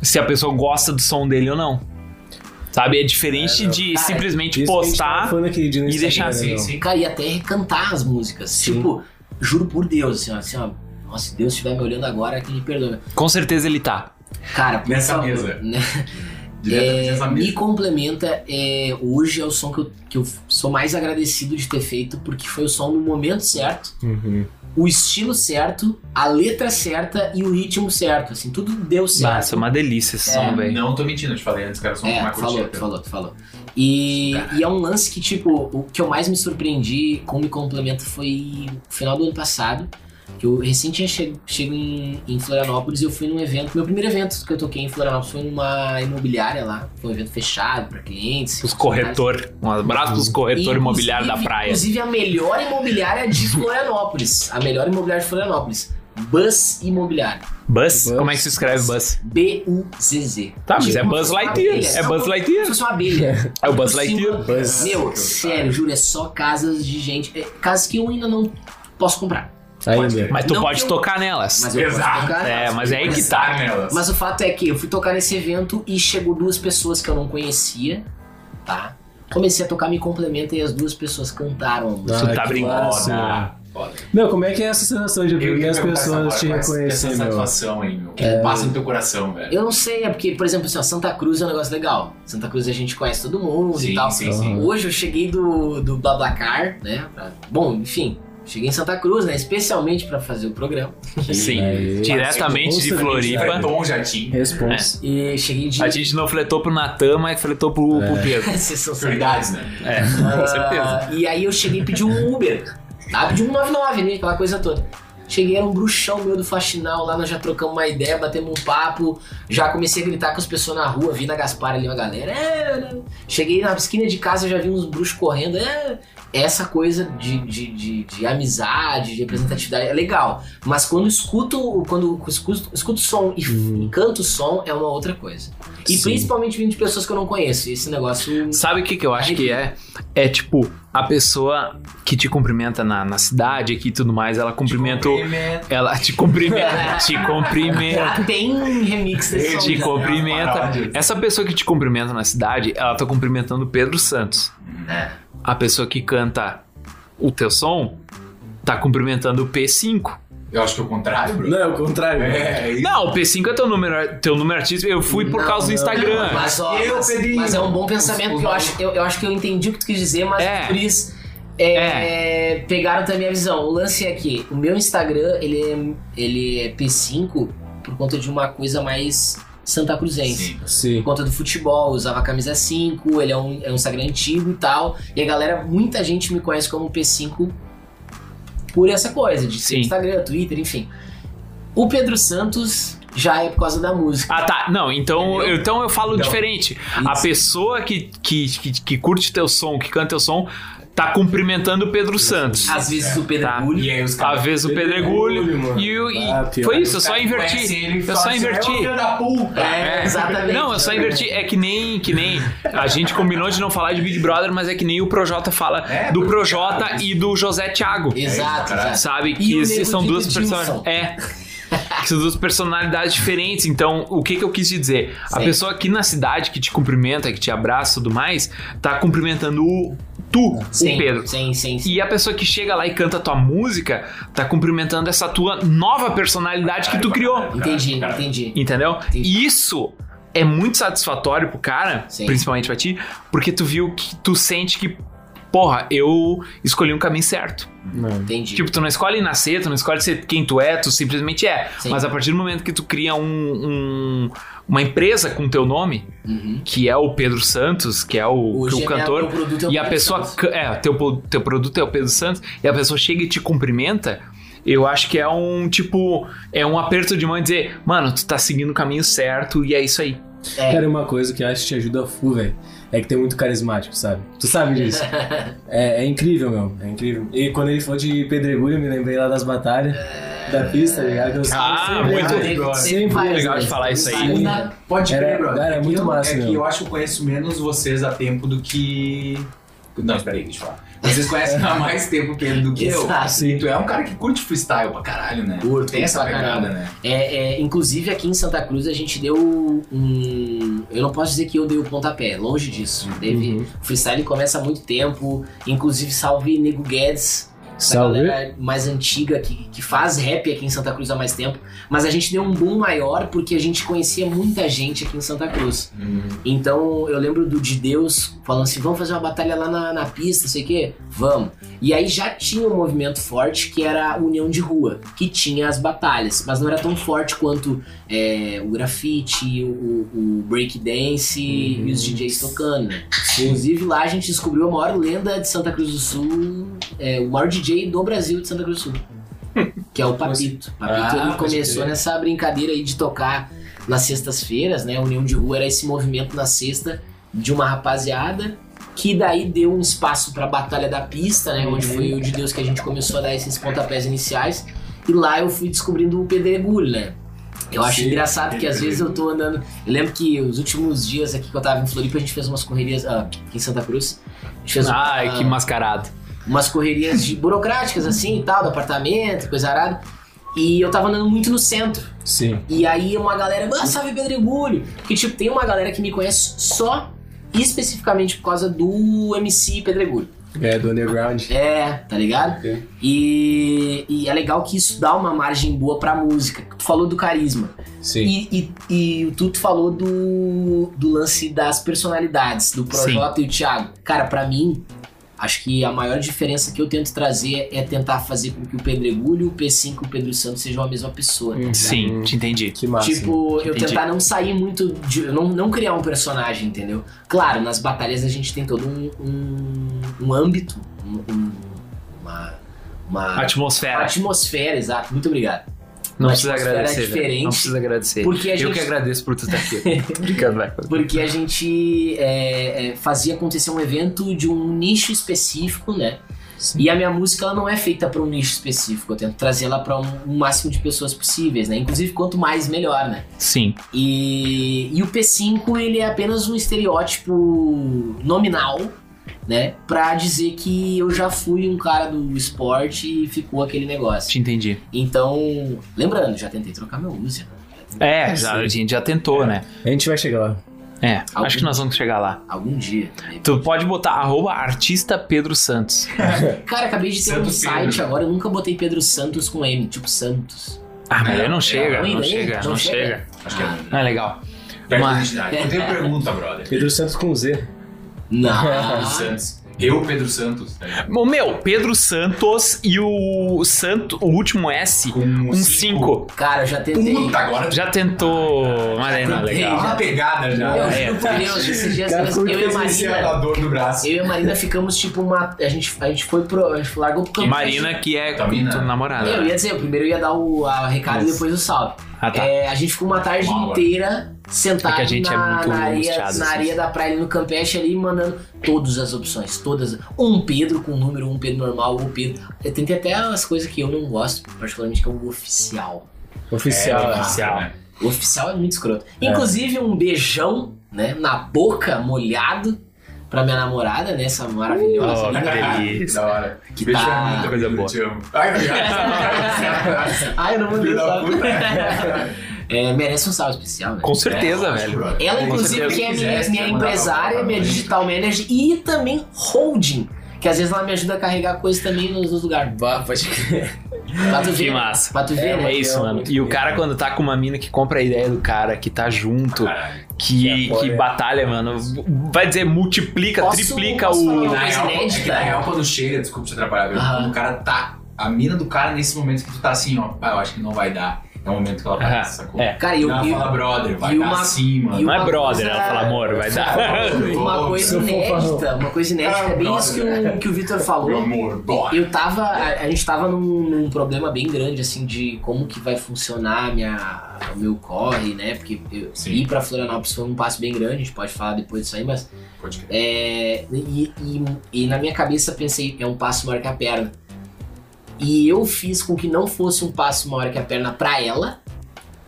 se a pessoa gosta do som dele ou não. Sabe? É diferente de cara, simplesmente Isso que a gente tava postar. falando aquele dia e no Instagram, deixar né, assim, meu? sim, sim. Cara, e até recantar as músicas. Sim. Tipo, juro por Deus, assim, ó, assim, ó. Nossa, se Deus estiver me olhando agora, que me perdoa. Com certeza ele tá. Cara, por Nessa favor, mesa. né? Diretamente É, nessa me mesa. complementa, é, hoje é o som que eu, que eu sou mais agradecido de ter feito, porque foi o som no momento certo, Uhum. o estilo certo, a letra certa e o ritmo certo. Assim, tudo deu certo. Nossa, é uma delícia esse É, som, velho. Não tô mentindo, eu te falei antes que era só um É, uma tu falou, curtida. tu falou, tu falou. E, e é um lance que, tipo, o que eu mais me surpreendi com Me Complementa foi no final do ano passado, que eu recém tinha che- chego em, em Florianópolis e eu fui num evento. Meu primeiro evento que eu toquei em Florianópolis foi numa imobiliária lá, foi um evento fechado pra clientes. Os corretor. Um abraço pros corretor Inclusive- imobiliário da praia. Inclusive a melhor imobiliária de Florianópolis. a melhor imobiliária de Florianópolis. Buzz Imobiliária. Buzz? Buzz. Como é que se escreve Buzz? B-U-Z-Z. Tá, mas Tipo, é Buzz uma Lightyear. abelha. É Buzz Não, como Se Lightyear. fosse uma abelha. É o Buzz Por cima- Lightyear. Buzz. Meu, sério, juro, é só casas de gente. é, casas que eu ainda não posso comprar. Ainda. Mas tu Não um pode que eu- tocar nelas. Mas eu posso Exato, tocar. é, mas é aí que tá. Estar nelas. Mas o fato é que eu fui tocar nesse evento e chegou duas pessoas que eu não conhecia, tá? Comecei a tocar, me complementa e as duas pessoas cantaram a música. Tu Ai, tá é que brincando. massa. Foda. Meu, como é que é essa sensação de assim, né? Eu ver ia as perguntar pessoas essa assim, te agora, mas reconhecerem, Essa meu? satisfação, hein, meu? O que passa no teu coração, velho? Eu não sei, é porque, por exemplo, assim, ó, Santa Cruz é um negócio legal. Santa Cruz a gente conhece todo mundo e Sim, tal. sim, sim. Hoje eu cheguei do, do Blablacar, né? pra- Bom, enfim, cheguei em Santa Cruz, né? Especialmente pra fazer o programa. Sim. né? Aí. Diretamente de Nossa, Floripa. Tom Jatim. Responsa. E cheguei de. A gente não fletou pro Natan, mas fletou pro, pro Pedro. Vocês são Prioridades, né? É, com certeza. Ah, E aí eu cheguei e pedi um Uber. Tá? Pedi um 99, né? Aquela coisa toda. Cheguei, era um bruxão meu do faxinal lá, nós já trocamos uma ideia, batemos um papo, já comecei a gritar com as pessoas na rua, vi na Gaspar ali uma galera. "É, né?" Cheguei na esquina de casa, já vi uns bruxos correndo. "É." Essa coisa de, de, de, de amizade, de representatividade é legal. Mas quando escuto, quando escuto, escuto som e, e canto som, é uma outra coisa. E Sim. principalmente vindo de pessoas que eu não conheço. Esse negócio. Sabe o que, que eu acho que é? É tipo, a pessoa que te cumprimenta na, na cidade aqui e tudo mais, ela cumprimenta. o- Cumprimento. Ela te cumprimenta. te cumprimenta. Ah, tem remix desse som. Te né? cumprimenta. Paródia. Essa pessoa que te cumprimenta na cidade, ela tá cumprimentando o Pedro Santos. É. A pessoa que canta o teu som tá cumprimentando o P5. Eu acho que é o contrário, bro. Não, é o contrário. É, isso. Não, o P5 é teu número, teu número artístico. Eu fui por Não, causa do não, Instagram. Mas, ó, Eu, mas, Pedrinho. mas é um bom pensamento que eu acho, eu, eu acho que eu entendi o que tu quis dizer, mas É. por isso. é, Pegaram também a visão. O lance é que o meu Instagram, ele é, ele é P5 por conta de uma coisa mais Santa Cruzense. Sim. Sim. Por conta do futebol, eu usava a camisa 5, ele é um, é um Instagram antigo e tal. E a galera, muita gente me conhece como P5 por essa coisa, de ser Sim. Instagram, Twitter, enfim. O Pedro Santos já é por causa da música. Ah, tá. Não, então, Entendeu? então eu falo Não. diferente. A Isso. pessoa que, que, que, que curte teu som, que canta teu som, tá cumprimentando o Pedro Santos. Às vezes o é Tá. Pedregulho. E aí os Às caras. vezes o Pedregulho. mano. E, o- e- Ah, pior. foi isso, eu os só caras que conhecem inverti. ele Eu falam só assim, "É o inverti. filho da puta." É, exatamente. Não, eu só inverti. É que nem, que nem. A gente combinou de não falar de Big Brother, mas é que nem o Projota fala É, do porque- Projota e do José Thiago. Exato, É, cara. exato. Sabe? E Que o esses Nego são Di duas Didilson. personalidades. É. Que são duas personalidades diferentes. Então, o que, que eu quis te dizer? A Sim. pessoa aqui na cidade que te cumprimenta, que te abraça e tudo mais, tá cumprimentando o tu, o Sim, Pedro. sim, sim, sim. E a pessoa que chega lá e canta a tua música tá cumprimentando essa tua nova personalidade que tu criou. Entendi, Cara, cara. entendi. Entendeu? Entendi. E isso é muito satisfatório pro cara, Sim. principalmente pra ti, porque tu viu que tu sente que, porra, eu escolhi um caminho certo. Entendi. Tipo, tu não escolhe nascer, tu não escolhe ser quem tu é, tu simplesmente é. Sim. Mas a partir do momento que tu cria um- um- uma empresa com teu nome, Uhum. que que é o Pedro Santos, que é o, que o é cantor, meu produto é o e a Pedro pessoa. Santos. ca- É, teu, po- teu produto é o Pedro Santos, e a pessoa chega e te cumprimenta. Eu acho que é um tipo. É um aperto de mão e dizer, mano, tu tá seguindo o caminho certo e é isso aí. É. Cara, uma coisa que eu acho que te ajuda full, velho, é que tem muito carismático, sabe? Tu sabe disso. é, é incrível, meu. É incrível. E quando ele falou de pedregulho, eu me lembrei lá das batalhas da pista, tá ligado? Que eu Ah, sempre- muito sempre- legal. Sempre Legal de velho. falar isso aí. Sim. né? Pode Era- crer, brother. era que muito eu- massa, É meu. que eu acho que eu conheço menos vocês há tempo do que. Não, espera aí, deixa eu falar. Vocês conhecem há mais tempo Pedro do que eu. Exato. E tu é um cara que curte freestyle pra caralho, né? Curto, Tem essa pra pegada, caralho. né? É, é, inclusive aqui em Santa Cruz a gente deu um. Eu não posso dizer que eu dei o pontapé, longe disso. Teve, O freestyle começa há muito tempo, inclusive salve Nego Guedes, essa Salve. galera mais antiga que, que faz rap aqui em Santa Cruz há mais tempo. Mas a gente deu um boom maior porque a gente conhecia muita gente aqui em Santa Cruz. Hum, Então eu lembro do De Deus falando assim: vamos fazer uma batalha lá na, na pista, não sei o quê? Vamos. E aí já tinha um movimento forte que era a União de Rua, que tinha as batalhas, mas não era tão forte quanto é, o grafite, o, o breakdance e os DJs tocando. né? Inclusive lá a gente descobriu a maior lenda de Santa Cruz do Sul, é, o maior DJ do Brasil de Santa Cruz do Sul, que é o Papito. Papito Ah, ele pode começou crer. nessa brincadeira aí de tocar nas sextas-feiras, né? A União de Rua era esse movimento na sexta de uma rapaziada que daí deu um espaço pra Batalha da Pista, né? Onde foi Uhum. o de Deus que a gente começou a dar esses pontapés iniciais. E lá eu fui descobrindo o pedregulho, né? Eu acho Sim, engraçado que às vezes eu tô andando. Eu lembro que os últimos dias aqui que eu tava em Floripa, a gente fez umas correrias ah, aqui em Santa Cruz. A gente fez Ai, ah, que mascarado. umas correrias de burocráticas assim e tal, do apartamento, coisa arada. E eu tava andando muito no centro. Sim. E aí uma galera, ah, salve Pedregulho. Porque, tipo, tem uma galera que me conhece só especificamente por causa do MC Pedregulho. É, do underground. É, tá ligado? Ok. E, e é legal que isso dá uma margem boa pra música. Tu falou do carisma. Sim. E, e, e o Tuto falou do, do lance das personalidades, do Projota e o Thiago. Cara, pra mim, acho que a maior diferença que eu tento trazer é tentar fazer com que o Pedregulho, o P5 e o Pedro Santos sejam a mesma pessoa. tá ligado? Sim, te entendi. Que massa. Tipo, eu Hum, Entendi. tentar não sair muito de. eu Não, não criar um personagem, entendeu? Claro, nas batalhas a gente tem todo um, um, um âmbito, um- um- uma. Uma uma Atmosfera. atmosfera, exato. Muito obrigado. Não uma precisa atmosfera agradecer. velho. diferente. Não precisa agradecer. Porque a Eu gente- que agradeço por tu estar aqui. Obrigado, vai. Porque a gente é, é, fazia acontecer um evento de um nicho específico, né? Sim. E a minha música ela não é feita pra um nicho específico. Eu tento trazer ela pra um, um máximo de pessoas possíveis, né? Inclusive, quanto mais, melhor, né? Sim. E, e o P5 ele é apenas um estereótipo nominal, né? Pra dizer que eu já fui um cara do esporte e ficou aquele negócio. Te entendi. Então, lembrando, já tentei trocar meu user. É, É, já, sim. a gente já tentou, né? A gente vai chegar lá. É, Algum- acho que nós vamos chegar lá. Algum dia. né? Tu pode botar arroba artista Pedro Santos. Cara, acabei de ter um Santo site Pedro. agora, eu nunca botei Pedro Santos com M, tipo Santos. Ah, mas É, aí não é, chega, ruim não daí? chega, Não não chega. chega. Acho que é. Ah, legal. Perde Mas- a identidade. Eu tenho pergunta, brother. Pedro Santos com Z. Não. Pedro Santos. Eu, Pedro Santos. tá ligado? O meu, Pedro Santos e o Santo, o último S, Com um 5. Cara, eu já tentei. Puta, agora Já tentou, mas aí não é Dá legal. uma pegada já. Eu É, juro por Deus, esses dias Cara, eu por e a Marina. dor do braço. Eu e a Marina ficamos tipo uma. A gente, a gente foi pro. A gente largou pro campo. né? Marina, que é Tua mina? tua Eu namorada. ia dizer, primeiro eu ia dar o a- o recado e Isso. depois o salve. Ah, tá. É, a gente ficou uma tarde Uma hora. inteira sentado É que a gente é na, muito na areia, angustiado, na assim. areia da praia, ali no Campeche, ali, mandando todas as opções, todas. Um Pedro com número, um Pedro normal, um Pedro... Tem até as coisas que eu não gosto, particularmente, que é o oficial. Oficial. É, Oficial, Oficial. né? O oficial é muito escroto. Inclusive, um beijão, né, na boca, molhado, pra minha namorada, né, essa maravilhosa. Oh, linda. que delícia. Da hora. Que Beijo tá- muito, amigo, Coisa boa. Te amo. Ai, obrigado. Ai, eu não mandei Filho da salve. puta. É, merece um salve especial, né? Com certeza, É, velho. brother. Ela, Com inclusive, certeza. que é Quem minha, quisesse, minha ia mandar pra empresária, ela minha também. digital manager e também holding. Que às vezes ela me ajuda a carregar coisas também nos, nos lugares. Bah, pode crer. Pra tu Que ver. massa. Pra tu ver, É, né? É isso, mano. E o cara, quando tá com uma mina que compra a ideia do cara, que tá junto, Caralho. que, Que apoia. que batalha, mano, vai dizer, multiplica, Posso- triplica posso o. falar Na Coisa real, inédita. é que na real, quando chega, desculpa te atrapalhar, velho. né? Aham. Quando o cara tá. A mina do cara, nesse momento que tu tá assim, ó, "Ah, eu acho que não vai dar. É o momento que ela Aham, faz, sacou? é. Cara, e eu, Ela eu- fala, brother, vai e dar uma- sim, e mano. Não é uma brother, coisa- ela fala, amor, vai dar. uma coisa Seu inédita, fofarrão. uma coisa inédita, é bem isso que o, que o Vitor Ah, Meu falou. amor, bora. Eu tava. A, a gente tava num, num problema bem grande, assim, de como que vai funcionar a minha, o meu corre, né? Porque eu- Sim. ir pra Florianópolis foi um passo bem grande, a gente pode falar depois disso aí, mas Pode crer. É, e, e- e na minha cabeça pensei, é um passo maior que a perna. E eu fiz com que não fosse um passo maior que a perna pra ela.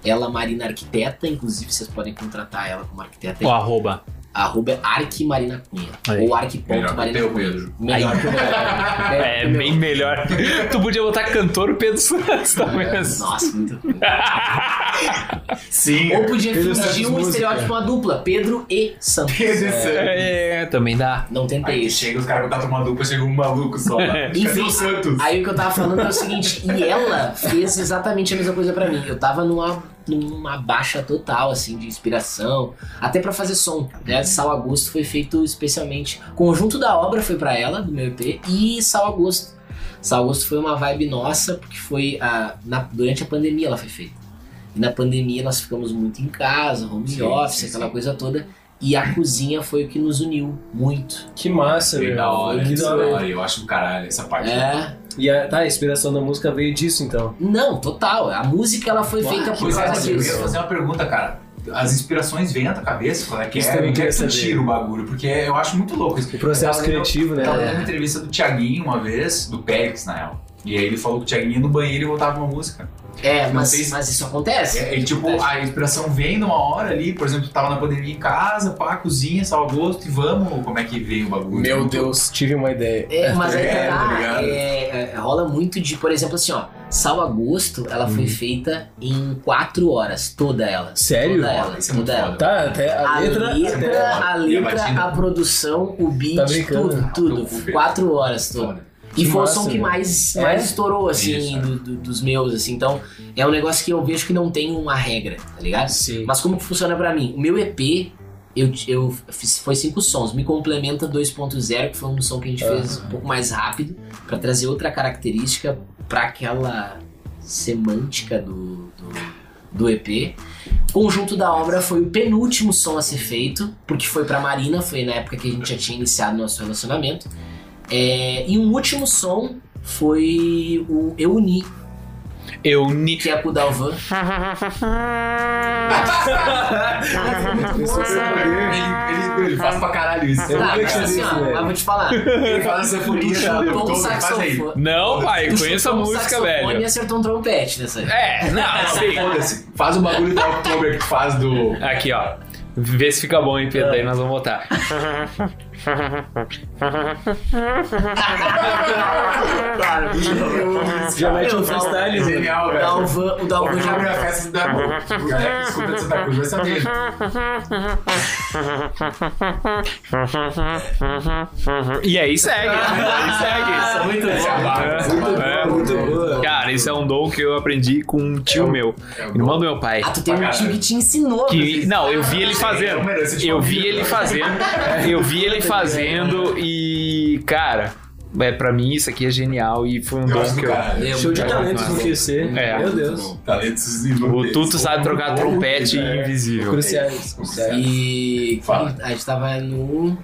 Ela, Marina Arquiteta, inclusive vocês podem contratar ela como arquiteta. O arroba. Arroba é Arquimarina Cunha. Aí. Ou arquiponto Melhor que o Marina teu, Cunha. Pedro. Melhor que o meu. É que o meu. bem melhor. tu podia botar cantor Pedro Santos, talvez. Nossa, muito. Sim. Ou podia Pedro fingir Santos um música. estereótipo, uma dupla. Pedro e Santos. Pedro Santos. É, também dá. Não tentei É Aí isso. chega os caras que tá tomando dupla, chega um maluco só. lá. Enfim, Cadê o Santos? Aí o que eu tava falando é o seguinte, e ela fez exatamente a mesma coisa pra mim. Eu tava numa, numa baixa total, assim, de inspiração, até pra fazer som. Né? Sal Agosto foi feito especialmente. O conjunto da obra foi pra ela, do meu EP, e Sal Agosto. Sal Agosto foi uma vibe nossa, porque foi a, na- durante a pandemia ela foi feita. E na pandemia nós ficamos muito em casa, home Sim, office, sim, aquela sim. coisa toda. E a cozinha foi o que nos uniu muito. Que massa, Que velho. da hora, Que que da hora. da hora. Eu acho do caralho essa parte. É. E a, tá, a inspiração da música veio disso, então. Não, total. A música ela foi Uau, feita Que por massa, causa é, eu disso. queria fazer uma pergunta, cara. As inspirações vêm na tua cabeça? Qual é que Isso é? também Onde é queria que tu saber. tira o bagulho? Porque eu acho muito louco isso. O processo Eu tava criativo, né? Eu tava vendo uma entrevista do Thiaguinho uma vez, do Périx na real. E aí ele falou que o Thiaguinho ia no banheiro e voltava uma música. É, Não sei mas, se- mas isso acontece. É, é tipo, a inspiração vem numa hora ali, por exemplo, tu tava na pandemia em casa, pá, cozinha, sal a gosto e vamos. Como é que veio o bagulho? Meu Deus, Tipo, tive uma ideia. É, mas aí que É, tá tá, ligado? é, é, rola muito de, por exemplo, assim, ó, Sal Agosto, ela foi Uhum. feita em quatro horas, toda ela. Sério? Toda ela, Isso é muito toda ela. foda. Tá, até a, A letra, letra. até- a, E a letra, batida? a produção, o beat, Tá brincando? tudo, Ah, tô com tudo. medo. Quatro horas toda. Foda. E Que foi o massa, som que velho. mais, É? mais estourou, assim, Isso, é. do- do- dos meus, assim. Então, é um negócio que eu vejo que não tem uma regra, tá ligado? Sim. Mas como que funciona pra mim? O meu EP, eu, eu fiz, foi cinco sons. Me complementa 2.0, que foi um som que a gente fez um pouco mais rápido, pra trazer outra característica pra aquela semântica do, do, do EP. Conjunto da obra foi o penúltimo som a ser feito, porque foi pra Marina, foi na época que a gente já tinha iniciado nosso relacionamento. É, e um último som foi o Eu Uni, Eu ni. que é com o Dalvan. Pessoa sem poder. Ele, ele, ele faz pra caralho isso. Eu nunca Ah, mas tinha assim, visto, ó, velho. mas vou te falar. Ele faz essa futura. chutou um Faz aí. saxofone. Não, pai, Tu conheço a chutou um música, saxofone E velho. acertou um trompete nessa aí. É, não, sim. Ah, Foda-se. Faz o bagulho da October que tu faz do. Aqui, ó. Vê se fica bom, hein, Pedro? Aí nós vamos voltar. Claro. Já mete Eu um falo- freestyle, velho. É Genial, O velho. um- Dalvan, o Dalvan Abre já. a festa da O galera que escuta de Santa Cruz vai saber. E aí segue. Aí segue. muito Muito É, Muito boa. Cara, isso é um dom que eu aprendi com um tio meu, É irmão do meu pai. É Ah, tu tem um tio que te ensinou. É, Que, Brasil. não, eu vi ele fazendo. Eu vi ele fazendo. É. Eu vi ele fazendo e, cara, é, pra mim isso aqui é genial e foi um Eu dom acho que do eu. caralho. É Show de muito bom. talentos no QC. É. Meu Deus. Talentos O inúteis. Tuto sabe trocar trompete É. invisível. Cruciais. Cruciais. E Fala. a gente tava no.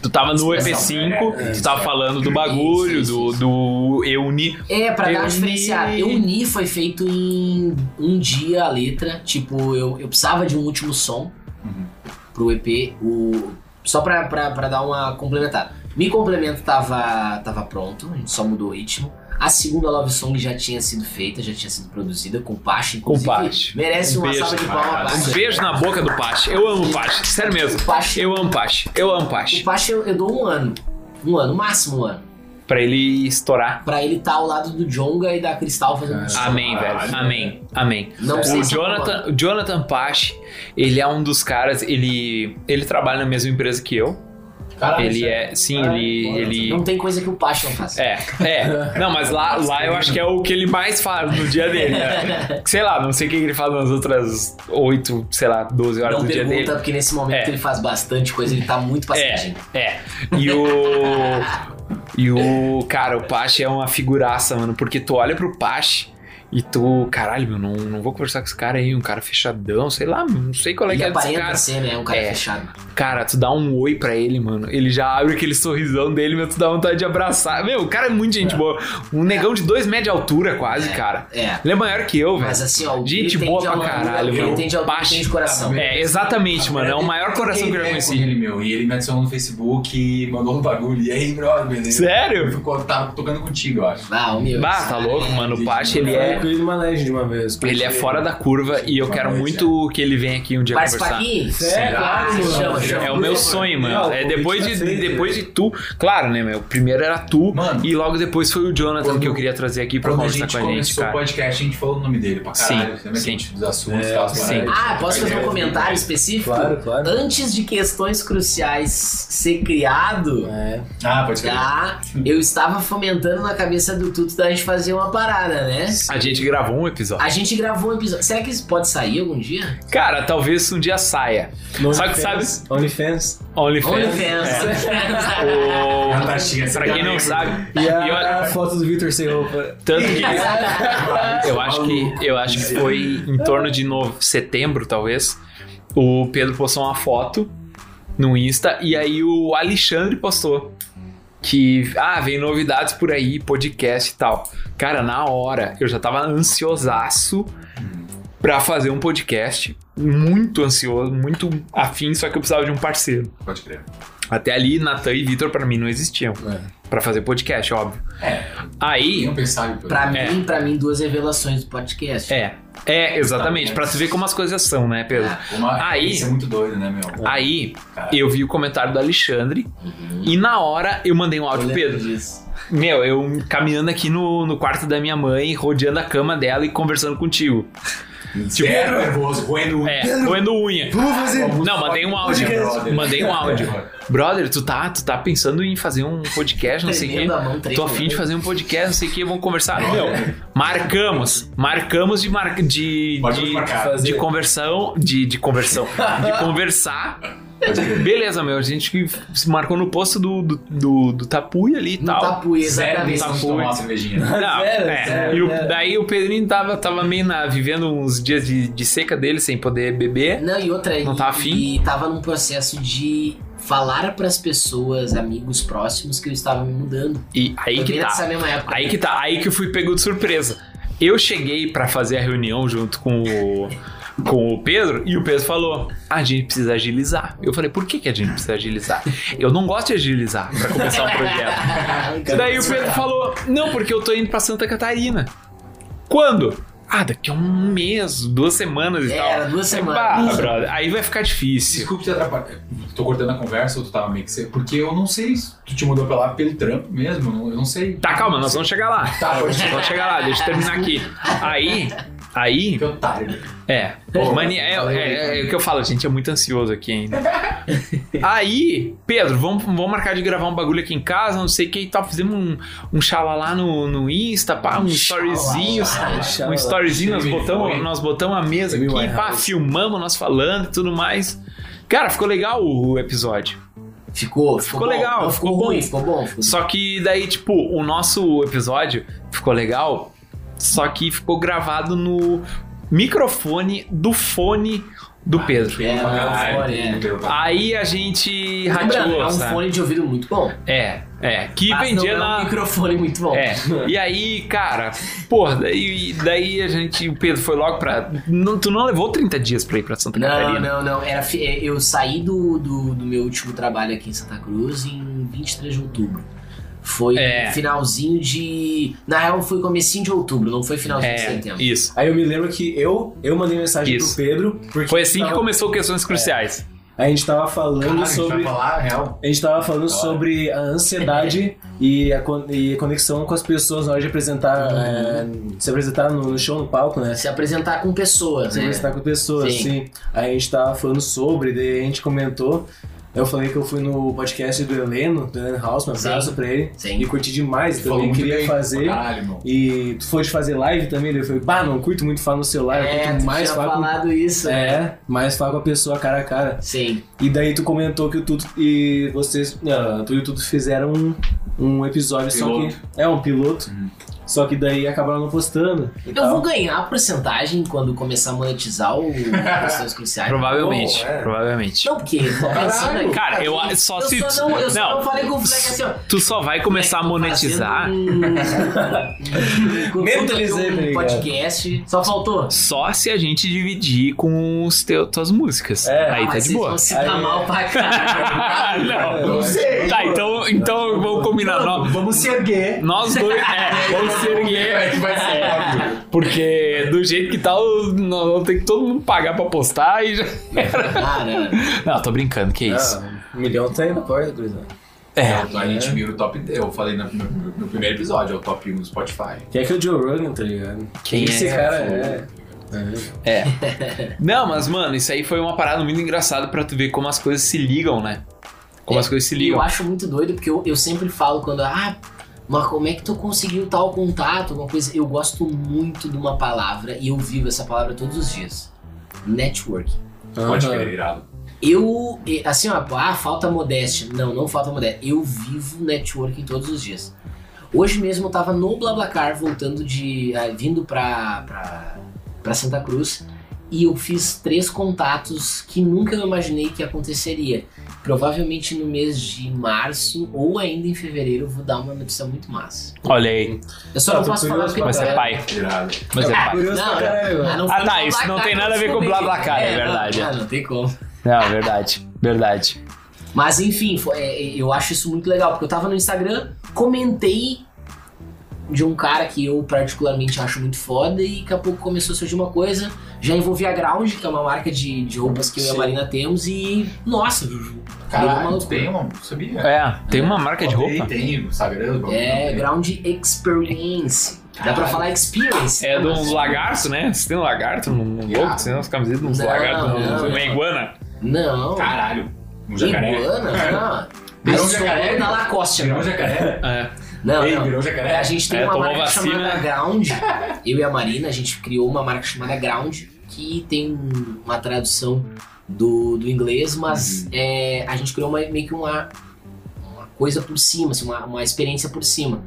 Tu tava no EP5, Expressão. tu tava falando do bagulho, Isso, do, isso, do Euni. É, pra dar Eu uma ni- diferenciada. Eu uni foi feito em um dia a letra. Tipo, eu, eu precisava de um último som Uhum. pro EP. O, só pra, pra, pra dar uma complementada. Me complemento tava, tava pronto, a gente só mudou o ritmo. A segunda Love Song já tinha sido feita, já tinha sido produzida, com Pache, inclusive. Pache. Merece Um uma beijo, salva de palmas, Um Pache. beijo na boca do Pache. Eu amo o Pache, sério mesmo. O Pache, Eu amo Pache, eu amo o Pache. Pache eu, eu dou um ano. Um ano, máximo um ano. Pra ele estourar. Pra ele estar ao lado do Jonga e da Cristal fazendo um som. Amém, Caralho, velho. né? Amém, amém. Não sei O se é uma Jonathan, o Jonathan Pache, ele é um dos caras, ele, ele trabalha na mesma empresa que eu. Caralho, Ele é, sim, Ah, ele, foda. ele Não tem coisa que o Pacho não faça. É, é. Não, mas lá, lá eu acho que é o que ele mais faz no dia dele. Né? Sei lá, não sei o que ele faz nas outras 8, sei lá, 12 horas não do dia pergunta, dele. porque nesse momento É. ele faz bastante coisa, ele tá muito passadinho. É. E o. E o. Cara, o Pache é uma figuraça, mano, porque tu olha pro Pache. E tu, caralho, meu, não, não vou conversar com esse cara aí, um cara fechadão, sei lá, não sei qual é Ele que é desse aparenta cara. ser, né? Um cara É. fechado. Cara, tu dá um oi pra ele, mano. Ele já abre aquele sorrisão dele, meu, tu dá vontade de abraçar. Meu, o cara é muito gente boa. Um negão de dois metros de altura, quase, cara. É. Ele é maior que eu, velho. Mas assim, ó, o que Gente ele tem boa de pra altura, caralho, o que mano. Ele tem de altura, Baixo. tem de coração. É, exatamente, mano. É o maior coração que eu já Troquei ideia com conheci. Ele, meu, e ele me adicionou no Facebook e mandou um bagulho. E aí, brother, beleza? Eu Sério? fico- tava tá tocando contigo, eu acho. Ah, o meu. Bah, tá louco, mano. O Pache, ele Eu falei é. com ele numa legend uma vez. Ele é fora da curva e eu quero muito é. que ele venha aqui um dia Participar conversar. aqui? Sério? Ah, Claro, chama, mano. chama. É o meu sonho, mano. É depois de, depois de tu. Claro, né, meu? Primeiro era tu né? Mano, e logo depois foi o Jonathan que eu queria trazer aqui pra quando a conversar gente com a gente, começou o cara. podcast, a gente falou o nome dele pra caralho. Sim, Lembra que sim. a gente dos assuntos É, e tal, as sim. paradas? Ah, posso fazer um comentário específico? Claro, claro. Antes de questões cruciais ser criado, É. Ah, pode ser. tá? Eu estava fomentando na cabeça do Tuto da gente fazer uma parada, né? A gente gravou um episódio. A gente gravou um episódio. Será que isso pode sair algum dia? Cara, talvez um dia saia. No Só que OnlyFans, OnlyFans. OnlyFans. OnlyFans. É. O- Ah, tá, tinha essa Pra quem galera. não sabe, E E a, olha- a foto do Victor sem roupa. tanto que é eu acho que eu acho que foi em torno de nove- setembro, talvez. O Pedro postou uma foto no Insta e aí o Alexandre postou que ah, vem novidades por aí, podcast e tal. Cara, na hora eu já tava ansiosaço pra fazer um podcast, muito ansioso, muito afim, só que eu precisava de um parceiro. Pode crer. Até ali, Natan e Vitor, pra mim, não existiam. É. Pra fazer podcast, óbvio. É. Aí. Quem pensava pô? pra É. mim, pra mim, duas revelações do podcast. É. É, exatamente. Pra tu ver como as coisas são, né, Pedro? Uma Aí- Isso é muito doido, né, meu? Aí, Cara. eu vi o comentário do Alexandre. E na hora, eu mandei um Eu áudio, lembro Pedro. disso. Meu, eu caminhando aqui no, no quarto da minha mãe, rodeando a cama dela e conversando contigo. Tipo, Zero nervoso, roendo um. É, roendo unha. Vamos fazer. Não, mandei um áudio. Mandei um áudio. Brother, tu tá, tu tá pensando em fazer um podcast, não sei o quê. Tremendo a mão, tremendo. Tô afim de fazer um podcast, não sei o que, vamos conversar. Meu, marcamos. Marcamos de, mar... de, Pode de, marcar. de Fazer. conversão. De, de conversão. De conversar. Beleza, meu. A gente que se marcou no posto do, do, do, do Tapuia ali e No tal. tá Tapu, Zero tá exatamente. intenção de tomar uma cervejinha. Não, Zero, é. zero, e o- zero. daí o Pedrinho tava, tava meio na, vivendo uns dias de, de seca dele sem poder beber. Não, e outra. Não e, tá afim? E tava num processo de falar pras pessoas, amigos próximos, que eu estava me mudando. E aí Foi que bem tá. nessa mesma época. Aí que tá, aí que eu fui pego de surpresa. Eu cheguei pra fazer a reunião junto com o, com o Pedro e o Pedro falou: a gente precisa agilizar. Eu falei: por que, que a gente precisa agilizar? Eu não gosto de agilizar pra começar um projeto. E daí o Pedro falou: não, porque eu tô indo pra Santa Catarina. Quando? Ah, daqui a um mês, duas semanas e É, tal. era duas Bah, semanas. brother, aí vai ficar difícil. Desculpe te atrapalhar. Tô cortando a conversa ou tu tava meio que. se- Porque eu não sei se tu te mudou pra lá pelo trampo mesmo. eu não- Eu não sei. Tá, calma, nós vamos chegar lá. Tá, pode Nós vamos chegar lá, deixa eu terminar aqui. Aí, aí. Que otário. É. Pô, Mani- é, é- é o que eu falo, a gente é muito ansioso aqui ainda. Aí, Pedro, vamos, vamos marcar de gravar um bagulho aqui em casa, não sei o que e tal. Fizemos um, um xalalá no, no Insta, pá, um storyzinho. Um storyzinho, nós botamos, nós botamos a mesa Amy aqui, pá, Winehouse. filmamos nós falando e tudo mais. Cara, ficou legal o, o episódio. Ficou, ficou, bom. legal, Não, ficou ruim, bom. ficou bom. Ficou Só que daí, tipo, o nosso episódio ficou legal, só que ficou gravado no microfone do fone do Pedro. É, Ah, é um fone, entendi, é. meu, tá. Aí a gente Lembrando, rateou, é um sabe? fone de ouvido muito bom. É, é. Que mas vendia não é um na. microfone muito bom. É. E aí, cara, porra, daí, daí a gente. O Pedro foi logo pra. Não, tu não levou 30 dias pra ir pra Santa Não, Catarina? não, não. Era, fi- é, eu saí do, do, do meu último trabalho aqui em Santa Cruz em 23 de outubro. Foi É. finalzinho de. Na real, foi comecinho de outubro, não foi finalzinho de É, setembro. isso. Aí eu me lembro que eu, eu mandei mensagem Isso. pro Pedro, porque Foi assim Tá que tava- começou Questões Cruciais. a gente tava Caralho, falando a gente vai sobre. falar a real. A gente tava falando Bora. sobre a ansiedade e, a, con- e a conexão com as pessoas na hora de apresentar, é, se apresentar no, no show, no palco, né? Se apresentar com pessoas, Se né? apresentar com pessoas, Sim. sim. Aí a gente tava falando sobre, daí a gente comentou. Eu falei que eu fui no podcast do Heleno, do Heleno House, um Sim. abraço pra ele. Sim. E curti demais, Falou também muito queria bem. fazer. Caralho, meu. E tu foi de fazer live também, daí eu falei, bah, não curto muito falar no celular, eu é, curto tu mais tinha falar com falado isso. é, mas fala com a pessoa cara a cara. Sim. E daí tu comentou que o Tuto e vocês. ah, tu e o Tuto fizeram um, um episódio Piloto. Uhum. só que. É, um piloto. Só que daí acabaram não postando. e Eu tal. vou ganhar a porcentagem quando começar a monetizar o Questões Cruciais. Provavelmente. Pô, é. Provavelmente. Não, porque tô pensando aqui. Cara, eu a- só eu se- Só não, eu só não. não falei com o Fleck assim, ó. Tu só vai começar É, a monetizar Fazendo um- Mentalizei, tá um ligado? podcast. Só faltou. só se a gente dividir com os teu, tuas músicas. É. Aí Ah, tá mas de vocês boa. vão se dar Aí- mal pra caralho. não. Não sei. Tá, então, então vamos combinar. Nós, Vamos se erguer. nós dois. É, vamos se erguer. Vai ser É. óbvio. Porque do jeito que tá, nós vamos ter que todo mundo pagar pra postar e já. Cara, Não, tô brincando, que isso. Ah, um milhão tá aí na porta, gurizada. É. Então a gente vira o top. Eu falei no, no- no primeiro episódio, é o top 1 do Spotify. Quem é que é o Joe Rogan, tá ligado? Quem Esse é? cara é. É. Não, mas, mano, isso aí foi uma parada muito engraçada pra tu ver como as coisas se ligam, né? Como as coisas se e eu ligam. acho muito doido porque eu, eu sempre falo quando. Ah, mas como é que tu conseguiu tal contato? Alguma coisa. Eu gosto muito de uma palavra e eu vivo essa palavra todos os dias: networking. Pode Aham. crer, é irado. Eu, eh, assim, ó, ah, falta modéstia. Não, não falta modéstia. Eu vivo networking todos os dias. Hoje mesmo eu tava no BlaBlaCar voltando de. ah, vindo pra, pra, pra Santa Cruz e eu fiz três contatos que nunca eu imaginei que aconteceria. Provavelmente no mês de março ou ainda em fevereiro eu vou dar uma notícia muito massa. Olha aí. Eu só Ah, não tô posso falar curioso porque pra Mas é tá- pai. Irado. Mas é pai. Curioso Não, pra caralho, não, mano. não Ah, foi tá, no isso não BlaBlaCar, tem nada a ver com o descobri. BlaBlaCar, é não, verdade, é. Não, não tem como. Não, verdade. Verdade. Mas enfim, foi- é, é, eu acho isso muito legal, porque eu tava no Instagram, comentei de um cara que eu particularmente acho muito foda e daqui a pouco começou a surgir uma coisa. Já envolvi a Ground, que é uma marca de, de roupas que eu e a Sim. Marina temos, e. Nossa, Juju. virou uma Caralho, loucura. tem um uma, sabia? É, tem uma marca de roupa. Tem, tem Sagrado. bagulho. É, Ground Experience. Dá pra Caralho. falar Experience. É de um uns lagartos, né? Você tem um lagarto num num Ah. logo? Você tem umas camisetas de uns Não, lagartos, não, num- não. uma iguana? Não. Caralho. Um jacaré. Iguana? Não. Virou Eu um sou jacaré. da Lacoste. Virou um agora. jacaré. É. Não, Ei, não. virou um É, a jacaré. gente tem É, uma tomou marca vacina. chamada Ground. Eu e a Marina, a gente criou uma marca chamada Ground, que tem um- uma tradução do, do inglês, mas Uhum. é, a gente criou uma- meio que uma, uma coisa por cima, assim, uma, uma experiência por cima.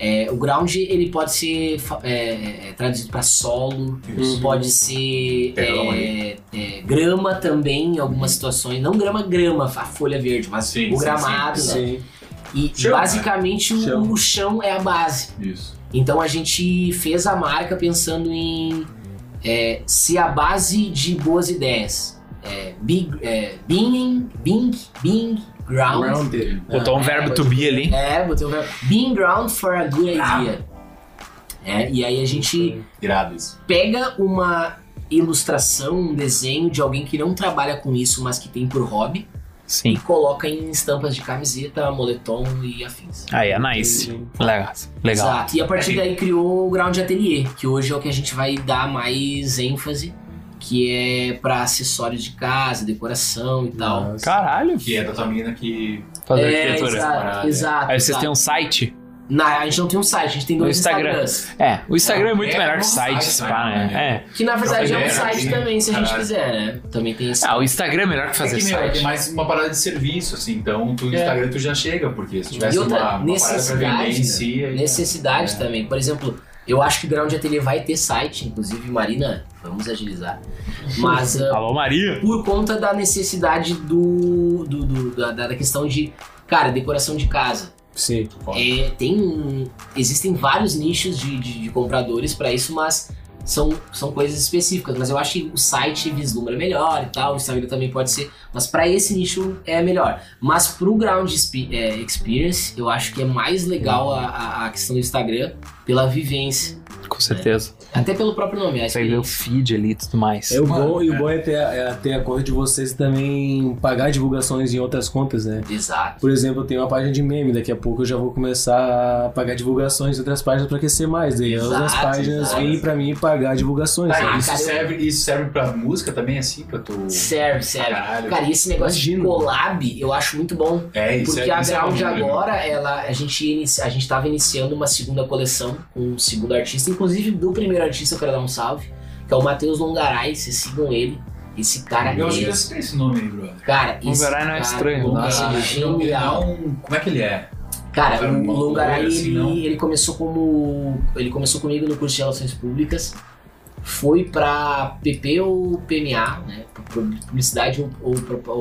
É, o ground ele pode ser fa- é, é, traduzido para solo, Isso. pode ser Terrão é, é, grama também em algumas situações. Não grama, grama, a folha verde, mas Sim, o sim, gramado. né? Sim. E Chão, né? basicamente o- Chão. o chão é a base. Isso. Então a gente fez a marca pensando em é, se a base de boas ideias é, big, é, being, being, being, ground. Grounded. Botou um é, verbo mas- to be ali. É, botei o verbo. Being ground for a good idea. É, e aí a gente Irado isso. pega uma ilustração, um desenho de alguém que não trabalha com isso, mas que tem por hobby, e Sim. coloca em estampas de camiseta, moletom e afins. Aí, é nice. Legal. Legal. Exato. E a partir daí criou o Ground Atelier, que hoje é o que a gente vai dar mais ênfase, que é pra acessórios de casa, decoração e tal. Nossa. Caralho. Que é né? da tua menina que. Ah, Fazer é, arquitetura. exato, exato. Aí vocês exato. têm um site? Não, a gente não tem um site, a gente tem dois No Instagram. Instagrams. É, o Instagram é, É, muito é melhor um que site, site, pá, né? né? É. Que na verdade é um Ideia, site né? também, se a gente Caralho. quiser, né? Também tem esse. Ah, o Instagram é melhor que É fazer que, meu, site. é mais uma parada de serviço, assim. Então, tu no É. Instagram tu já chega, porque se E tivesse outra uma, uma parada pra necessidade, vender tá. né? em si. aí- necessidade É. também. Por exemplo, Eu acho que o Ground Atelier vai ter site, inclusive, Marina, vamos agilizar. Mas ah, Alô, Maria? por conta da necessidade do, do- do- da, da questão de, cara, decoração de casa. Sim. É, tem um- existem vários nichos de, de- de compradores pra isso, mas são, são coisas específicas. Mas eu acho que o site vislumbra melhor e tal, o Instagram também pode ser, mas pra esse nicho é melhor. Mas pro Ground Expe- é, Experience, eu acho que é mais legal a, a- a questão do Instagram pela vivência, Com certeza. até pelo próprio nome. a É Consegue ver o experiência. feed ali e tudo mais. É o Mano, bom, e o bom é ter, a- é ter a conta de vocês e também pagar divulgações em outras contas, né? Exato. Por exemplo, eu tenho uma página de meme, daqui a pouco eu já vou começar a pagar divulgações em outras páginas pra crescer mais. Daí as outras Exato, páginas exato. vêm pra mim pagar divulgações. né? Tá, sabe? isso, cara, eu- serve, isso serve pra música também, assim? Pra tu. Serve, serve. Caralho. Cara, e esse negócio de Imagino. collab, eu acho muito bom. É, isso Porque é, a isso é Ground bom, né? agora, ela, a gente inici- a gente estava iniciando uma segunda coleção com um segundo artista, inclusive do primeiro artista eu quero dar um salve, que é o Matheus Longaray, vocês sigam ele. Esse cara Eu acho que é, já citei esse nome aí, brother. cara, esse Longaray não é cara- estranho, Vamos Longaray lá, é ele não- ele genial. não- Como é que ele é? Cara, Cara, o uma Longaray, coisa assim, não. ele, ele começou como. Ele começou comigo no curso de Relações Públicas, foi pra PP ou PMA, né? Publicidade ou, ou,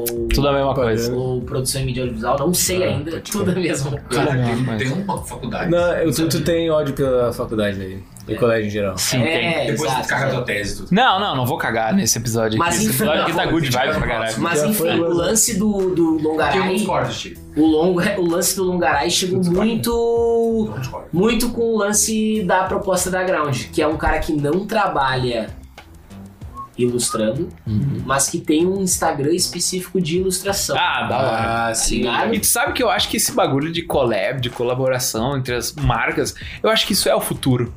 ou- Tudo a mesma coisa. ou produção em mídia audiovisual, não sei Ah, ainda, pode tudo é a mesma coisa. Cara, Não, ele mas- tem uma faculdade. Não, eu, tu, tu tem ódio pela faculdade aí, e colégio em geral. Sim, tem. É, Depois exato, tu caga a exato. tua tese. Tu... Não, não, não vou cagar nesse episódio aqui. Mas Esse enfim, episódio aqui não, tá good vibes vamos pra continuar caralho. Mas Já enfim, foi, o mas- lance do, do Tem um Longaray, discord, Chico. o, longo, o lance do Longaray chegou muito, Tem um discord. muito com o lance da proposta da Ground, que é um cara que não trabalha ilustrando, mas que tem um Instagram específico de ilustração. Ah, da hora. Ah, tá sim. ligado? E tu sabe que eu acho que esse bagulho de collab, de colaboração entre as marcas, eu acho que isso é o futuro.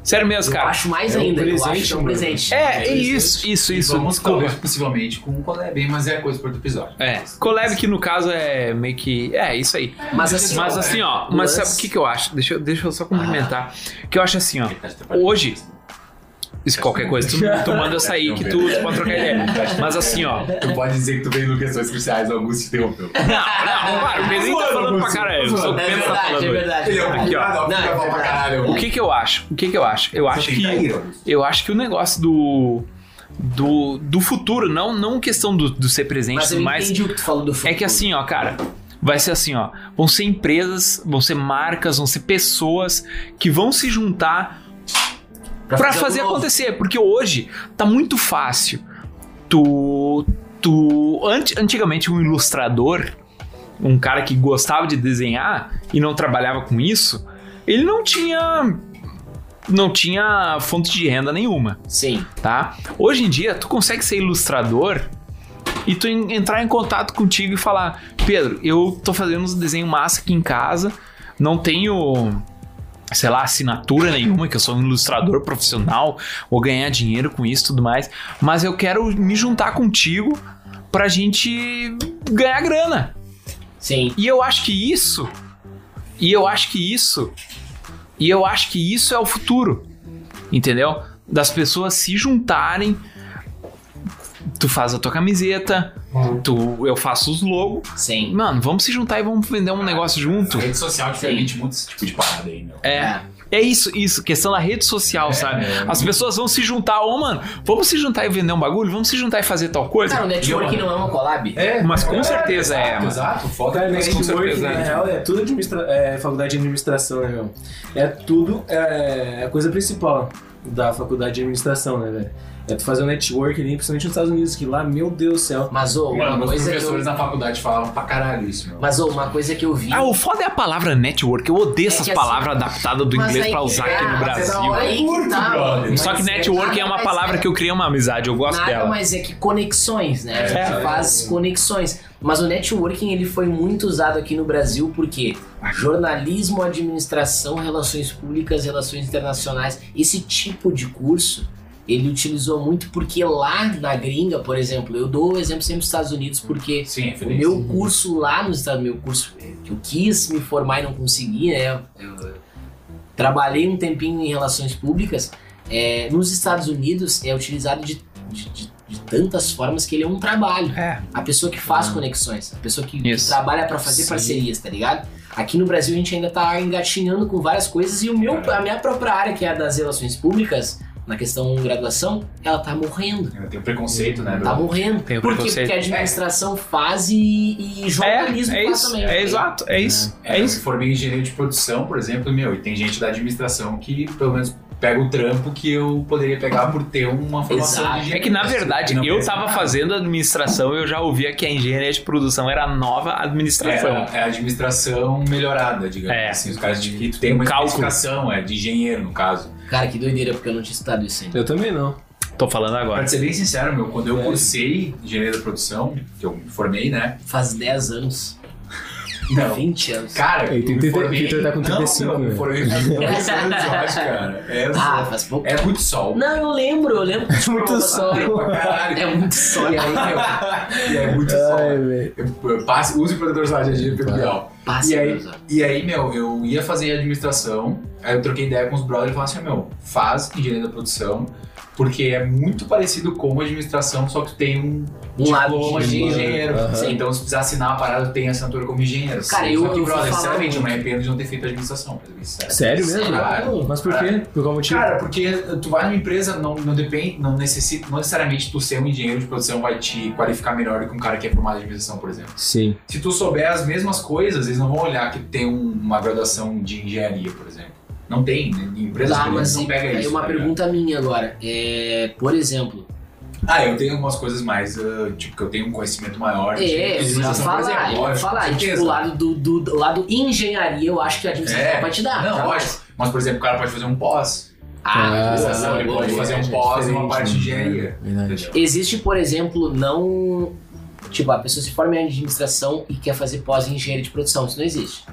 Sério mesmo, Eu cara. acho mais é um ainda, eu acho presente, que é um mano. presente. É, é isso, isso, E isso. Vamos, Desculpa. talvez, possivelmente, com um colega bem, mas é coisa para outro episódio. É, collab que no caso é meio que. É, isso aí. Mas assim, Mas ó, assim, ó, mas Lance. sabe o que, que eu acho? Deixa, eu- deixa eu só complementar. Que eu acho assim, ó. Ele tá te atrapalhando. Hoje, Isso, qualquer coisa, tu, tu manda eu sair que tu, tu pode trocar ideia. Mas assim, ó. Tu pode dizer que tu veio no Questões Cruciais, o Augusto te interrompeu. Não, não, para, o Pedrinho tá falando pra caralho. Só o É Pedro tá verdade, é falando. verdade. Ele é um Aqui, ó. cara, Não, fica é bom pra verdade. caralho. O que que eu acho? O que que eu acho? Eu acho que. Eu acho que o negócio do. Do, do futuro, não, não questão do, do ser presente, Mas eu mas entendi o que tu falou do futuro. é que assim, ó, cara, vai ser assim, ó. Vão ser empresas, vão ser marcas, vão ser pessoas que vão se juntar pra fazer algo novo. acontecer. Porque hoje tá muito fácil. Tu. tu ant- antigamente, um ilustrador, um cara que gostava de desenhar e não trabalhava com isso, ele não tinha. Não tinha fonte de renda nenhuma Sim, tá? Hoje em dia, tu consegue ser ilustrador e tu en- entrar em contato contigo e falar: Pedro, eu tô fazendo uns desenhos massa aqui em casa, não tenho, sei lá, assinatura nenhuma, que eu sou um ilustrador profissional, vou ganhar dinheiro com isso e tudo mais, mas eu quero me juntar contigo pra gente ganhar grana. sim. E eu acho que isso. E eu acho que isso. E eu acho que isso é o futuro. Entendeu? Das pessoas se juntarem. Tu faz a tua camiseta, Hum. tu, eu faço os logos. Sim. Mano, vamos se juntar e vamos vender um negócio junto. A rede social te permite muito esse tipo de parada aí, meu. É. É isso, isso, questão da rede social, sabe? é. As pessoas vão se juntar, ô mano, vamos se juntar e vender um bagulho, vamos se juntar e fazer tal coisa. Cara, o network não é uma collab. É, mas com certeza é, mano. Exato, ah, foda Cara, Mas com network, certeza, na né? real, é tudo administra- é, faculdade de administração, né, meu? É tudo, é, é a coisa principal da faculdade de administração, né, velho? É tu fazer um network ali, principalmente nos Estados Unidos, que lá, meu Deus do céu. Mas, ô, Mano, uma meus coisa que é, eu... professores na faculdade falavam pra caralho isso, meu. Mas, ô, uma coisa que eu vi... Ah, o foda é a palavra network. Eu odeio É essas que assim- palavras adaptadas do Mas inglês aí pra que usar tá, aqui no mas é Brasil. da hora aí que Curto, tá, brother. mano. Só que Mas é network nada é uma mais palavra que eu criei uma amizade, eu gosto Nada, dela. mas é que conexões, né? A gente É. faz conexões. Mas o networking ele foi muito usado aqui no Brasil porque jornalismo, administração, relações públicas, relações internacionais, esse tipo de curso ele utilizou muito porque lá na gringa, por exemplo, eu dou o exemplo sempre dos Estados Unidos porque Sim, é o feliz. meu curso lá nos Estados meu curso eh, que eu quis me formar e não consegui, né? Eu, eu trabalhei um tempinho em relações públicas. eh, nos Estados Unidos é utilizado de, de, de- de tantas formas que ele é um trabalho. É. A pessoa que faz conexões, a pessoa que, que Isso. trabalha para fazer Sim. parcerias, tá ligado? Aqui no Brasil a gente ainda tá engatinhando com várias coisas e o meu, a minha própria área, que é a das relações públicas, na questão graduação, ela tá morrendo. Tem um preconceito, né? Tá morrendo. Tem o Por quê? preconceito. Porque a administração faz e, e jornalismo é faz isso, também. é exato, é isso, é eu isso. me formei em engenharia de produção, por exemplo, meu, e tem gente da administração que pelo menos pega o trampo que eu poderia pegar por ter uma formação Exato. de engenharia. Assim, É que na verdade Não eu precisa. tava fazendo administração e eu já ouvia que a engenharia de produção era a nova administração. É, é a administração melhorada, digamos É. assim. Os caras de que tem uma Cálculo. especificação, é, de engenheiro, no caso. Cara, que doideira, porque eu não tinha estudado isso ainda. Eu também não. Tô falando agora. Pra ser bem sincero, meu, quando eu É. cursei engenharia da produção, que eu me formei, né? Faz 10 anos, Não. 20 anos. Cara, Ele tem eu me 30 formei... ele tem- tá com 35, não, meu, eu me né? formei com 10 anos, eu acho, cara. É, eu Ah, sou- faz pouco. é muito sol. Não, eu lembro, eu lembro. que tinha uma Muito sol. rotatória. Pra caralho. É muito sol. E aí, meu, e é muito Ai, sol. velho. Eu, eu passe, use o protetor solar de agente PPL. Passa, E aí? Deus, ó. E aí, meu, eu ia fazer administração, aí eu troquei ideia com os brothers e falei assim, meu, faz engenharia da produção, porque é muito parecido com administração, só que tu tem um Um lado diploma de engenheiro. engenheiro. Aham. Sim, Então, se precisar assinar a parada, tu tem assinatura como engenheiro. Cara, Sim, eu- só que, eu vou brother, falar sinceramente, eu muito. me arrependo de não ter feito administração. pra ser bem sincero. Sério mesmo? Sério? Mas por quê? Por qual motivo? Cara, porque tu vai numa empresa, não, não depende, não necessita, não necessariamente tu ser um engenheiro de produção vai te qualificar melhor do que um cara que é formado em administração, por exemplo. Sim. Se tu souber as mesmas coisas, eles não vão olhar que tem um- uma graduação de engenharia, por exemplo. Não tem, né? Em Empresas Tá, grandes mas não e- pega aí isso. uma tá ligado? pergunta minha agora. É, por exemplo, Ah, eu tenho algumas coisas mais, ah, tipo, que eu tenho um conhecimento maior. de é, eu ia administração, por falar, exemplo, eu ia lógico, com falar, e, tipo, certeza. o lado do, do, do lado engenharia, eu acho que a administração É. vai te dar. Não, tá? lógico. Mas, por exemplo, o cara pode fazer um pós. Ah, Ah, administração, ele boa, pode boa, fazer boa. um pós e uma Diferente, parte de né? engenharia. Verdade. Entendeu? Existe, por exemplo, não. Tipo, a pessoa se forma em administração e quer fazer pós em engenharia de produção. Isso não existe.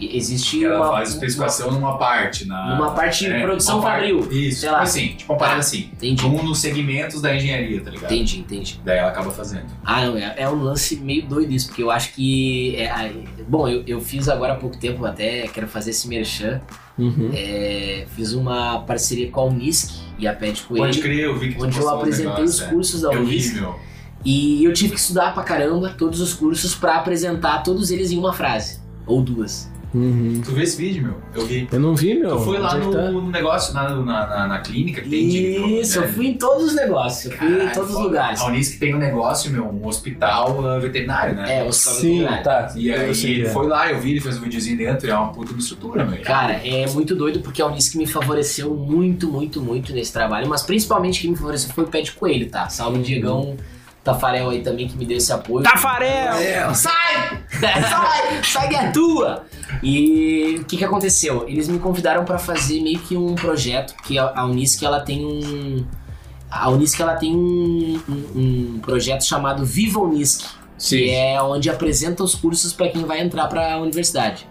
E existe E ela uma. faz especificação numa parte. Na, é, Numa parte de produção uma parte- fabril, Isso, sei tipo lá. assim, tipo uma parada assim. Entendi, Um nos segmentos da engenharia, tá ligado? entendi, entendi. Daí ela acaba fazendo. Ah, não, é, é um lance meio doido isso, porque eu acho que. é- ah, bom, eu, eu fiz agora há pouco tempo, até quero fazer esse merchan. Uhum. é, fiz uma parceria com a Unisc e a Pet Pode Coelho, crer, eu vi que tu onde eu postou um apresentei os negócio, é. cursos da Eu vi, Unisc. meu. E eu tive que estudar pra caramba todos os cursos pra apresentar todos eles em uma frase. Ou duas. Uhum. Tu viu esse vídeo, meu? Eu vi. Eu não vi, meu. Tu foi lá Onde é no, que tá? no negócio, na, na, na, na clínica que tem de- Isso, eu fui em todos os negócios, eu fui Caralho, em todos os foda. lugares. A Unisc tem um negócio, meu, um hospital ah, veterinário, né? É, o Sim, tá. E aí Eu sei ele que é. foi lá, eu vi, ele fez um videozinho dentro, e é uma puta uma estrutura, meu. Cara, é muito doido porque a Unisc me favoreceu muito, muito, muito nesse trabalho, mas principalmente quem me favoreceu foi o Pé de Coelho, tá? Salve o Diegão Tafarel aí também que me deu esse apoio. Tafarel! Sai! Sai! Sai que é tua! E o que, que aconteceu? Eles me convidaram pra fazer meio que um projeto, porque a a Unisc ela tem um. A Unisc ela tem um, um- um projeto chamado Viva Unisc, que é onde apresenta os cursos pra quem vai entrar pra universidade.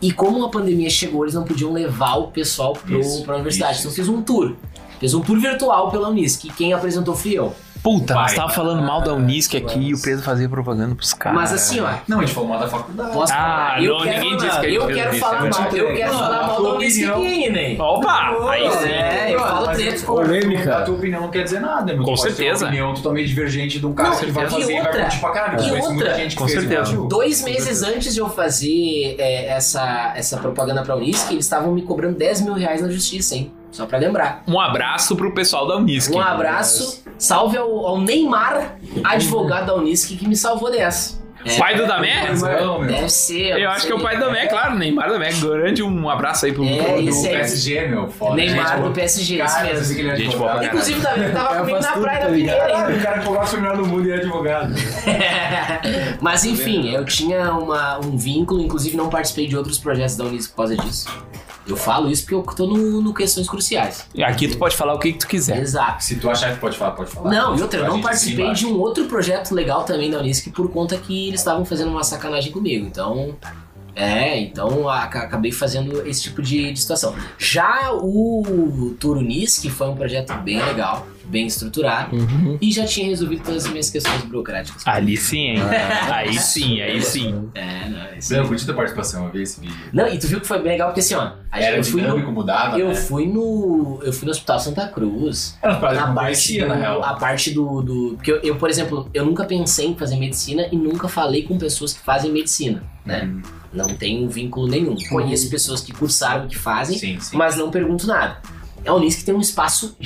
E como a pandemia chegou, eles não podiam levar o pessoal pro, Isso, pra universidade. isso, então fiz um tour. Fiz um tour virtual pela Unisc. E quem apresentou fui eu. Puta, nós Vai. tava falando mal da Unisc aqui e o Pedro fazia propaganda pros caras. Mas assim, ó, Não, a gente falou mal da faculdade. Posso Ah, falar? Eu não, quero ninguém falar, disse que a gente eu fez quero isso, falar né? mal, eu quero Não, falar a mal tua da Unisc opinião. aqui, né? Opa! Aí Pois sim. é, eu falo mas treta. tu- Polêmica. A tua opinião não quer dizer nada, meu. Com Tu pode ter certeza. Uma opinião totalmente divergente de um cara Não, que ele vai e fazer e vai outra, curtir pra caralho. e Eu conheço muita outra. gente que Com fez e certeza. curtiu. Dois meses antes de eu fazer é, essa, essa propaganda pra Unisc, eles estavam me cobrando 10 mil reais na justiça, hein? Só pra lembrar. Um abraço pro pessoal da Unisc. Um abraço, salve ao, ao Neymar, advogado da Unisc, que me salvou dessa. É, Pai do Damé? Mas não, meu. Deve ser. Eu não acho sei. que é o pai do Damé, claro. Neymar Damé. Grande um abraço aí pro É, pro- isso do aí. PSG, meu. Foda. Neymar Gente, do PSG, isso Cara, mesmo. que ele é Gente, advogado. boa pra Inclusive, tava, tava cara comigo faz na tudo, praia da tá ligado? Pinheira, hein? Caralho, o cara advogado foi o melhor do mundo e é advogado. Mas enfim, eu tinha uma- um vínculo, inclusive não participei de outros projetos da Unisc por causa disso. Eu falo isso porque eu tô no, no Questões Cruciais. Aqui tu pode falar o que, que tu quiser. Exato. Se tu achar que pode falar, pode falar. Não, e outra, eu A não gente assim participei se de um outro projeto legal também da Unisc por conta que eles estavam fazendo uma sacanagem comigo. Então, é, então a- ca- acabei fazendo esse tipo de, de situação. Já o Tour Unisc foi um projeto bem legal. bem estruturado Uhum. e já tinha resolvido todas as minhas questões burocráticas. Ali sim, hein? Ah. Aí sim, aí sim. É, não, é isso. Não, eu curti tua participação, eu vi esse vídeo. Não, e tu viu que foi bem legal, porque assim, ó, a gente, Era um eu fui no. dinâmico, mudava, Eu né? fui no. Eu fui no Hospital Santa Cruz. Era uma parada que A não parte, conhecia, do, na real. a parte do. do- porque eu, eu, por exemplo, eu nunca pensei em fazer medicina e nunca falei com pessoas que fazem medicina, né? Hum, Não tenho vínculo nenhum. Conheço pessoas que cursaram e que fazem, Sim, sim. mas não pergunto nada. É o Unis que tem um espaço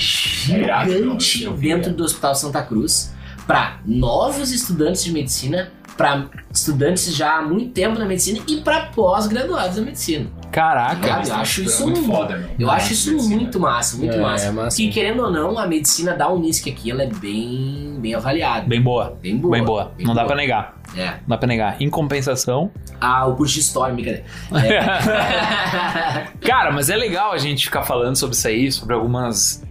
irado, É não, gigante eu vi, dentro é. do Hospital Santa Cruz para novos estudantes de medicina, para estudantes já há muito tempo na medicina e para pós-graduados da medicina. Caraca. Cara, eu acho isso é muito um- foda, meu. Eu acho isso Medicina. muito massa, muito é, massa. É massa. assim. Que querendo ou não, a medicina da Unisc aqui ela é bem, bem avaliada. Bem boa. Bem boa. Bem boa. bem Não dá boa. pra negar. É. Não dá pra negar. Em compensação. Ah, o curso de história, brincadeira. É. Cara, mas é legal a gente ficar falando sobre isso aí, sobre algumas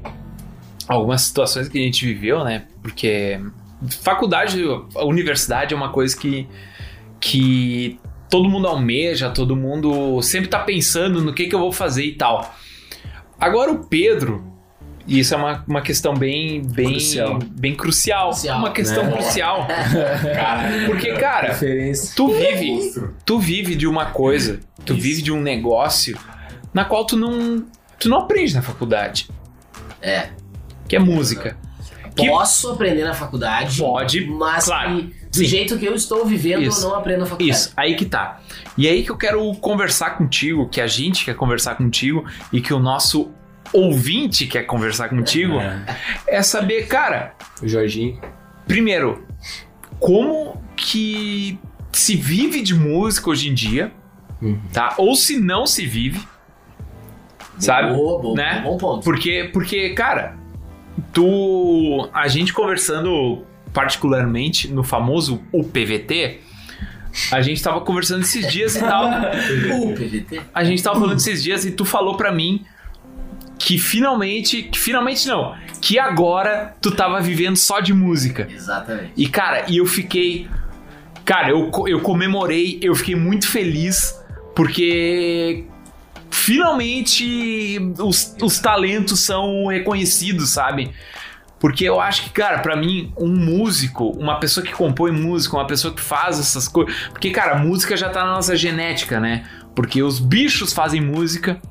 algumas situações que a gente viveu, né? Porque faculdade, a universidade é uma coisa que que todo mundo almeja, todo mundo sempre tá pensando no que que eu vou fazer e tal. Agora o Pedro, e isso é uma, uma questão bem bem Crucial. bem crucial, Crucial, uma questão né? crucial, Cara, porque cara, Referência. tu vive Monstro. tu vive de uma coisa, tu Isso. vive de um negócio na qual tu não tu não aprende na faculdade, É. que é música. Que- Posso aprender na faculdade. Pode, mas claro. que do Sim. jeito que eu estou vivendo, Isso. eu não aprendo na faculdade. Isso, aí que tá. E aí que eu quero conversar contigo, que a gente quer conversar contigo e que o nosso ouvinte quer conversar contigo, É. é saber, cara, O Jorginho. primeiro, como que se vive de música hoje em dia, Uhum. tá? Ou se não se vive, sabe? Boa, boa, Né? Bom ponto. Porque, porque, cara, tu. A gente conversando particularmente no famoso UPVT, a gente tava conversando esses dias e tal. O PVT. A gente tava falando esses dias e tu falou pra mim que finalmente. Que finalmente não. Que agora tu tava vivendo só de música. Exatamente. E, cara, e eu fiquei. Cara, eu, co- eu comemorei, eu fiquei muito feliz, porque finalmente os, os talentos são reconhecidos, sabe? Porque eu acho que, cara, pra mim, um músico, uma pessoa que compõe música, uma pessoa que faz essas coisas. Porque, cara, a música já tá na nossa genética, né? Porque os bichos fazem música,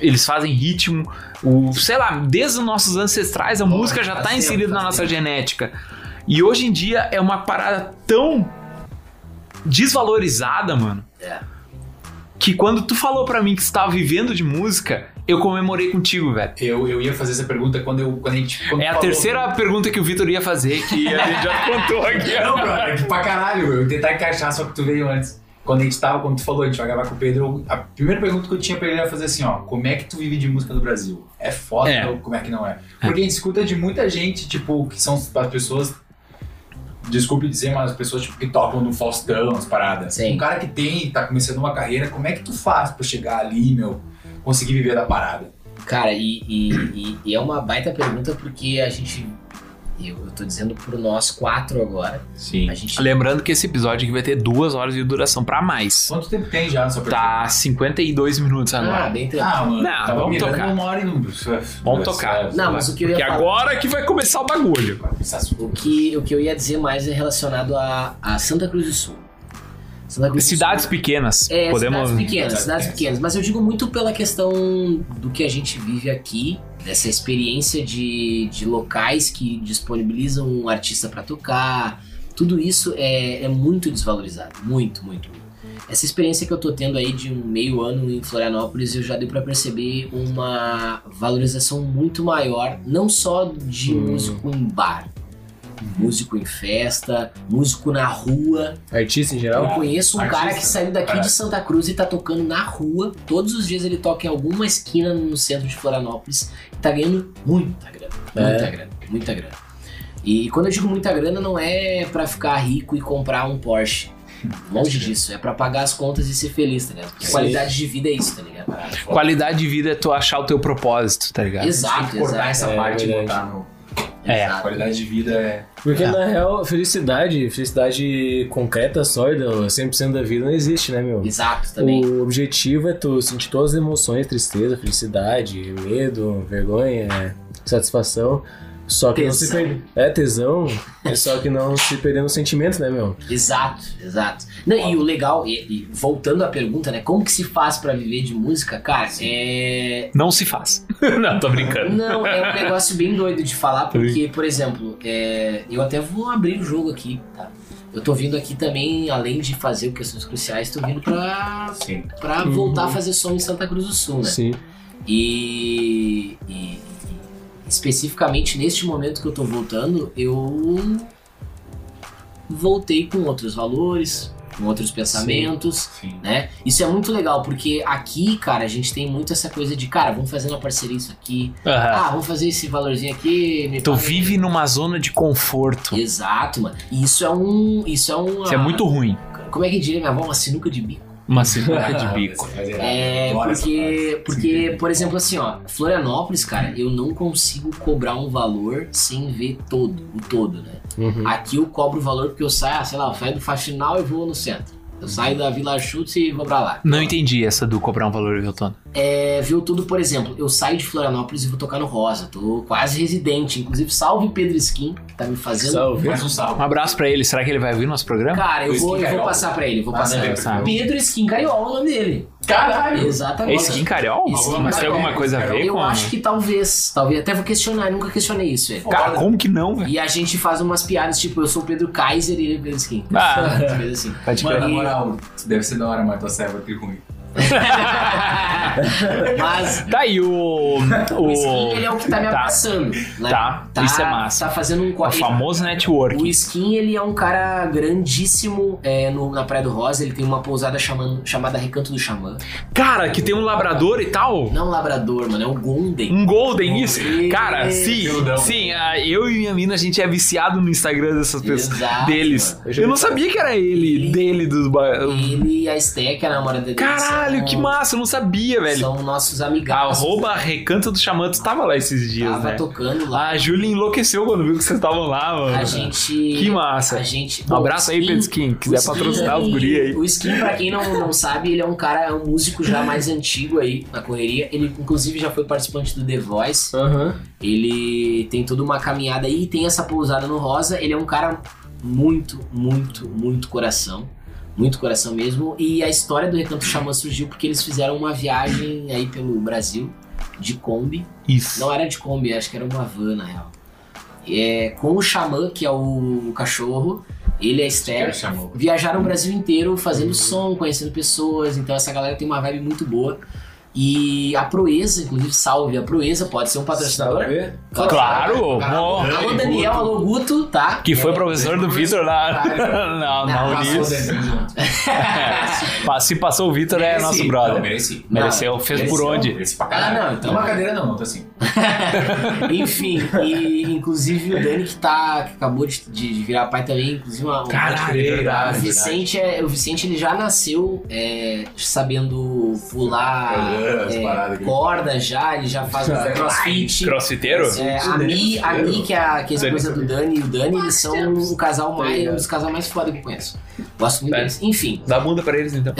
eles fazem ritmo, o, sei lá, desde os nossos ancestrais a Porra, música já faz tá tempo, inserida na faz nossa tempo. genética. E hoje em dia é uma parada tão desvalorizada, mano, É. que quando tu falou pra mim que você tava vivendo de música, eu comemorei contigo, velho. Eu, eu ia fazer essa pergunta quando, eu, quando a gente. quando É a falou. terceira pergunta que o Vitor ia fazer, que a gente já contou aqui. Não, brother, que pra caralho, meu. eu tentar encaixar, só que tu veio antes. Quando a gente tava, quando tu falou, a gente vai gravar com o Pedro, a primeira pergunta que eu tinha pra ele era fazer assim, ó, como é que tu vive de música no Brasil? É foda É. ou como é que não é? Porque a gente escuta de muita gente, tipo, que são as pessoas, desculpe dizer, mas as pessoas tipo, que tocam no Faustão, as paradas. Sim. Um cara que tem, tá começando uma carreira, como é que tu faz pra chegar ali, meu, conseguir viver da parada? Cara, e, e- e- e é uma baita pergunta porque a gente. Eu, eu tô dizendo pro nós quatro agora. Sim. A gente Lembrando que esse episódio aqui vai ter duas horas de duração pra mais. Quanto tempo tem já nessa Tá 52 minutos Ah, agora. bem tranquilo. Ah, mano, Não, tava vamos mirando tocar. uma hora e não... Vamos tocar. Não, mas o que eu ia Porque falar- agora que vai começar o bagulho. Esse assunto. O que, o que eu ia dizer mais é relacionado a, a Santa Cruz do Sul. Santa Cruz do Cidades Sul. pequenas. É, Podemos. cidades pequenas, Cidades cidades pequenas. Mas eu digo muito pela questão do que a gente vive aqui, dessa experiência de, de locais que disponibilizam um artista pra tocar. Tudo isso é, é muito desvalorizado. Muito, muito, muito. Essa experiência que eu tô tendo aí de um meio ano em Florianópolis, eu já deu pra perceber uma valorização muito maior, não só de Hum. músico em bar, músico em festa, músico na rua. Artista em Eu geral? conheço um cara Artista. que saiu daqui É. de Santa Cruz e tá tocando na rua. Todos os dias ele toca em alguma esquina no centro de Florianópolis e tá ganhando muita grana. Muita É. grana, muita grana. E quando eu digo muita grana, não é pra ficar rico e comprar um Porsche. Longe disso, é pra pagar as contas e ser feliz, tá ligado? Porque Sim. qualidade de vida é isso, tá ligado? Qualidade de vida é tu achar o teu propósito, tá ligado? Tem Exato, que cortar exato. essa É parte e verdade. botar no. É. A exato. qualidade de vida é. Porque É. na real, felicidade, felicidade concreta, sólida, 100% da vida não existe, né, meu? Exato também. O objetivo é tu sentir todas as emoções, tristeza, felicidade, medo, vergonha, satisfação. Só que não se Tesão. perder. É, tesão. É só que não se perder no sentimento, né, meu? Exato, exato. Não, e o legal, e, e voltando à pergunta, né? Como que se faz pra viver de música, cara? É, Não se faz. não, tô brincando. Não, é um negócio bem doido de falar, porque, por exemplo, é, eu até vou abrir o jogo aqui, tá? Eu tô vindo aqui também, além de fazer questões cruciais, tô vindo pra, Sim. pra Uhum. voltar a fazer som em Santa Cruz do Sul, né? Sim. E, e- e especificamente neste momento que eu tô voltando, eu voltei com outros valores, com outros pensamentos, Sim. né? Isso é muito legal, porque aqui, cara, a gente tem muito essa coisa de, cara, vamos fazer uma parceria isso aqui, Aham. ah, vou fazer esse valorzinho aqui. Me Tu paga. vive numa zona de conforto. Exato, mano. E Isso é um. Isso é um. Isso é muito ruim. Como é que diria minha avó? Uma sinuca de bico. Uma sinuca de Ah, bico. essa frase errada. É, Adoro essa porque. frase. Porque, por exemplo, assim, ó, Florianópolis, cara, eu não consigo cobrar um valor sem ver todo, o todo, né? Hum. Uhum. Aqui eu cobro o valor porque eu saio, ah, sei lá, eu saio do faxinal e vou no centro. Eu saio da Vila Chutes e vou pra lá. Não entendi essa do cobrar um valor, Viltona. É, viu tudo, por exemplo, eu saio de Florianópolis e vou tocar no Rosa. Tô quase residente. Inclusive, salve Pedro Skin, que tá me fazendo Salve. Mais um Um salve. abraço pra ele. Será que ele vai ouvir nosso programa? Cara, eu Skin vou, eu vou Carioca. passar pra ele, vou Ah, passar. não, ele. sabe. Pedro Skin Cariola é o nome dele. Caralho! É Exatamente. skin cariola? Skin Mas tem cariola. alguma coisa a ver é Eu com... acho que talvez, talvez, até vou questionar, nunca questionei isso. velho. Cara, como que não, velho? E a gente faz umas piadas, tipo, eu sou o Pedro Kaiser e ele é Pedro Skin. Ah. Umas coisas assim. Pode Mano, crer. Tipo, na moral, deve ser da hora, é mas tua serva aqui ruim. Mas Tá aí o... o Skin, ele o... é o que tá me Tá. abraçando. né? Tá, isso é massa. Tá fazendo um O corte. famoso network. O Skin, ele é um cara grandíssimo é, no- na Praia do Rosa. Ele tem uma pousada chamando- chamada Recanto do Xamã. Cara, que tem um labrador e tal? Não labrador, mano, é o Golden. Um golden, isso? Cara, sim, Peludão. sim. ah, Eu e minha mina, a gente é viciado no Instagram dessas pessoas. Exato, Deles. mano. Eu já Eu não vi. sabia que era ele, Ele- dele dos... ba- Ele e a Steck, a namorada dele. Caralho, são- que massa, eu não sabia, velho. São nossos amigaços. Arroba Recanto do Xamã, tu tava lá esses dias, Tava né? tocando lá. A Júlia enlouqueceu quando viu que vocês estavam lá, mano. A gente. Que massa. A gente. Um abraço aí, Pedro Skin. Quiser patrocinar os guri aí. O Skin, pra quem não, não sabe, ele é um cara, é um músico já mais antigo aí na correria. Ele, inclusive, já foi participante do The Voice. Aham. Ele tem toda uma caminhada aí, tem essa pousada no Rosa. Ele é um cara muito, muito, muito coração. Muito coração mesmo. E a história do Recanto Xamã surgiu porque eles fizeram uma viagem aí pelo Brasil de Kombi. Isso. Não era de Kombi, acho que era uma van, na real. É, com o Xamã, que é o cachorro, ele Quero é Esther. chamou. Viajaram o Brasil inteiro fazendo som, conhecendo pessoas. Então essa galera tem uma vibe muito boa. E a Proeza, inclusive, salve. A Proeza pode ser um patrocinador. Salve. Claro, bom. Alô, Daniel, alô, Guto, tá? Que foi professor do Vitor lá na, na Não, Passou o Unis. desenho junto. Pa- Se passou o Vitor, é Mereci. nosso Não, brother. mereci. Mereceu, fez por Mereceu, onde? Mereci pra caralho. Ah, não, então- Uma cadeira não, tá assim. Enfim, e inclusive o Dani que tá. Que acabou de, de- de virar pai também, inclusive uma. uma- Caralho, é crer, o verdade. verdade. Vicente, é, o Vicente ele já nasceu é, sabendo pular Ah, as é, paradas que ele- corda já, ele já faz Já é crossfit. Crossfiteiro? É, a Dani Mi, a Cruzeiro. Mi, que é a, que é a Dani esposa do Dani e o Dani, eles são um casal mais, ligado. um dos casais mais foda que eu conheço. Gosto muito Tá. deles. Enfim. Dá bunda pra eles então.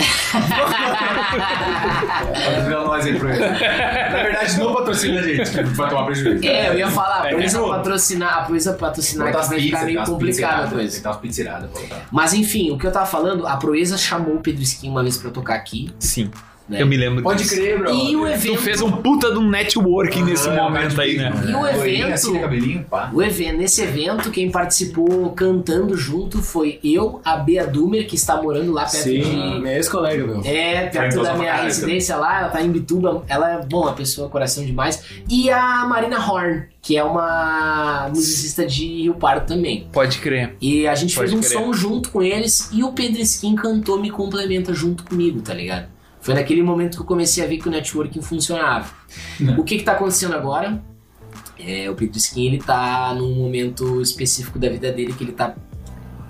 Pode virar nós aí pra ele. Na verdade, não patrocina a gente, que vai tomar prejuízo. É, eu ia falar, a É, coisa jogo. patrocinar, a coisa patrocinar Botar aqui as vai ficar pizzas, meio tá as complicada a pizzas coisa. iradas, tá as pizzas iradas, pô, tá. Mas enfim, o que eu tava falando, a Proeza chamou o Pedro Skin uma vez pra tocar aqui. Sim. Né? Eu me lembro Pode disso. crer, Ah, bro. E o Tu evento. fez um puta de um networking nesse momento aí, né? E o evento? Assim, né, cabelinho, pá. O evento, nesse evento, quem participou cantando junto foi eu, a Bea Dumer, que está morando lá perto Sim. de. Minha ex-colega, meu. É, perto Talentosa da pra minha caralho residência lá, ela tá em Bituba. Ela é, bom, uma pessoa, coração demais. E a Marina Horn, que é uma musicista de Rio Pardo também. Pode crer. E a gente Pode fez um crer. som junto com eles e o Pedro Skin cantou Me Complementa junto comigo, tá ligado? Foi naquele momento que eu comecei a ver que o networking funcionava. Né. O que que tá acontecendo agora? É, o Pedro Skin, ele tá num momento específico da vida dele que ele tá,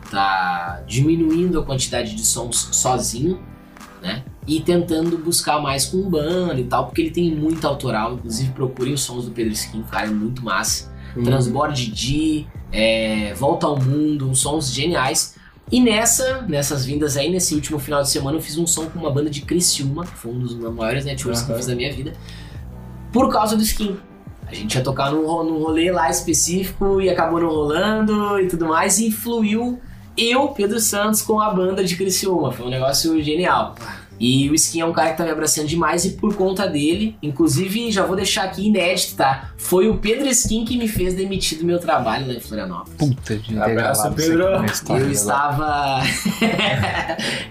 tá diminuindo a quantidade de sons sozinho, né? E tentando buscar mais com banda e tal, porque ele tem muito autoral. Inclusive, procurem os sons do Pedro Skin, cara, é muito massa. É, Uhum. Transborde D, é, Volta ao Mundo, uns sons geniais. E nessa, nessas vindas aí, nesse último final de semana, eu fiz um som com uma banda de Criciúma, né, que foi um dos maiores networks que eu Aham. fiz da minha vida, por causa do Skin. A gente ia tocar num, ro- num rolê lá específico e acabou não rolando e tudo mais, e fluiu eu, Pedro Santos, com a banda de Criciúma. Foi um negócio genial. E o Skin é um cara que tá me abraçando demais e por conta dele, inclusive já vou deixar aqui inédito, tá? Foi o Pedro Skin que me fez demitir do meu trabalho lá em Florianópolis. Puta, de Abraço, Pedro. é. Eu estava.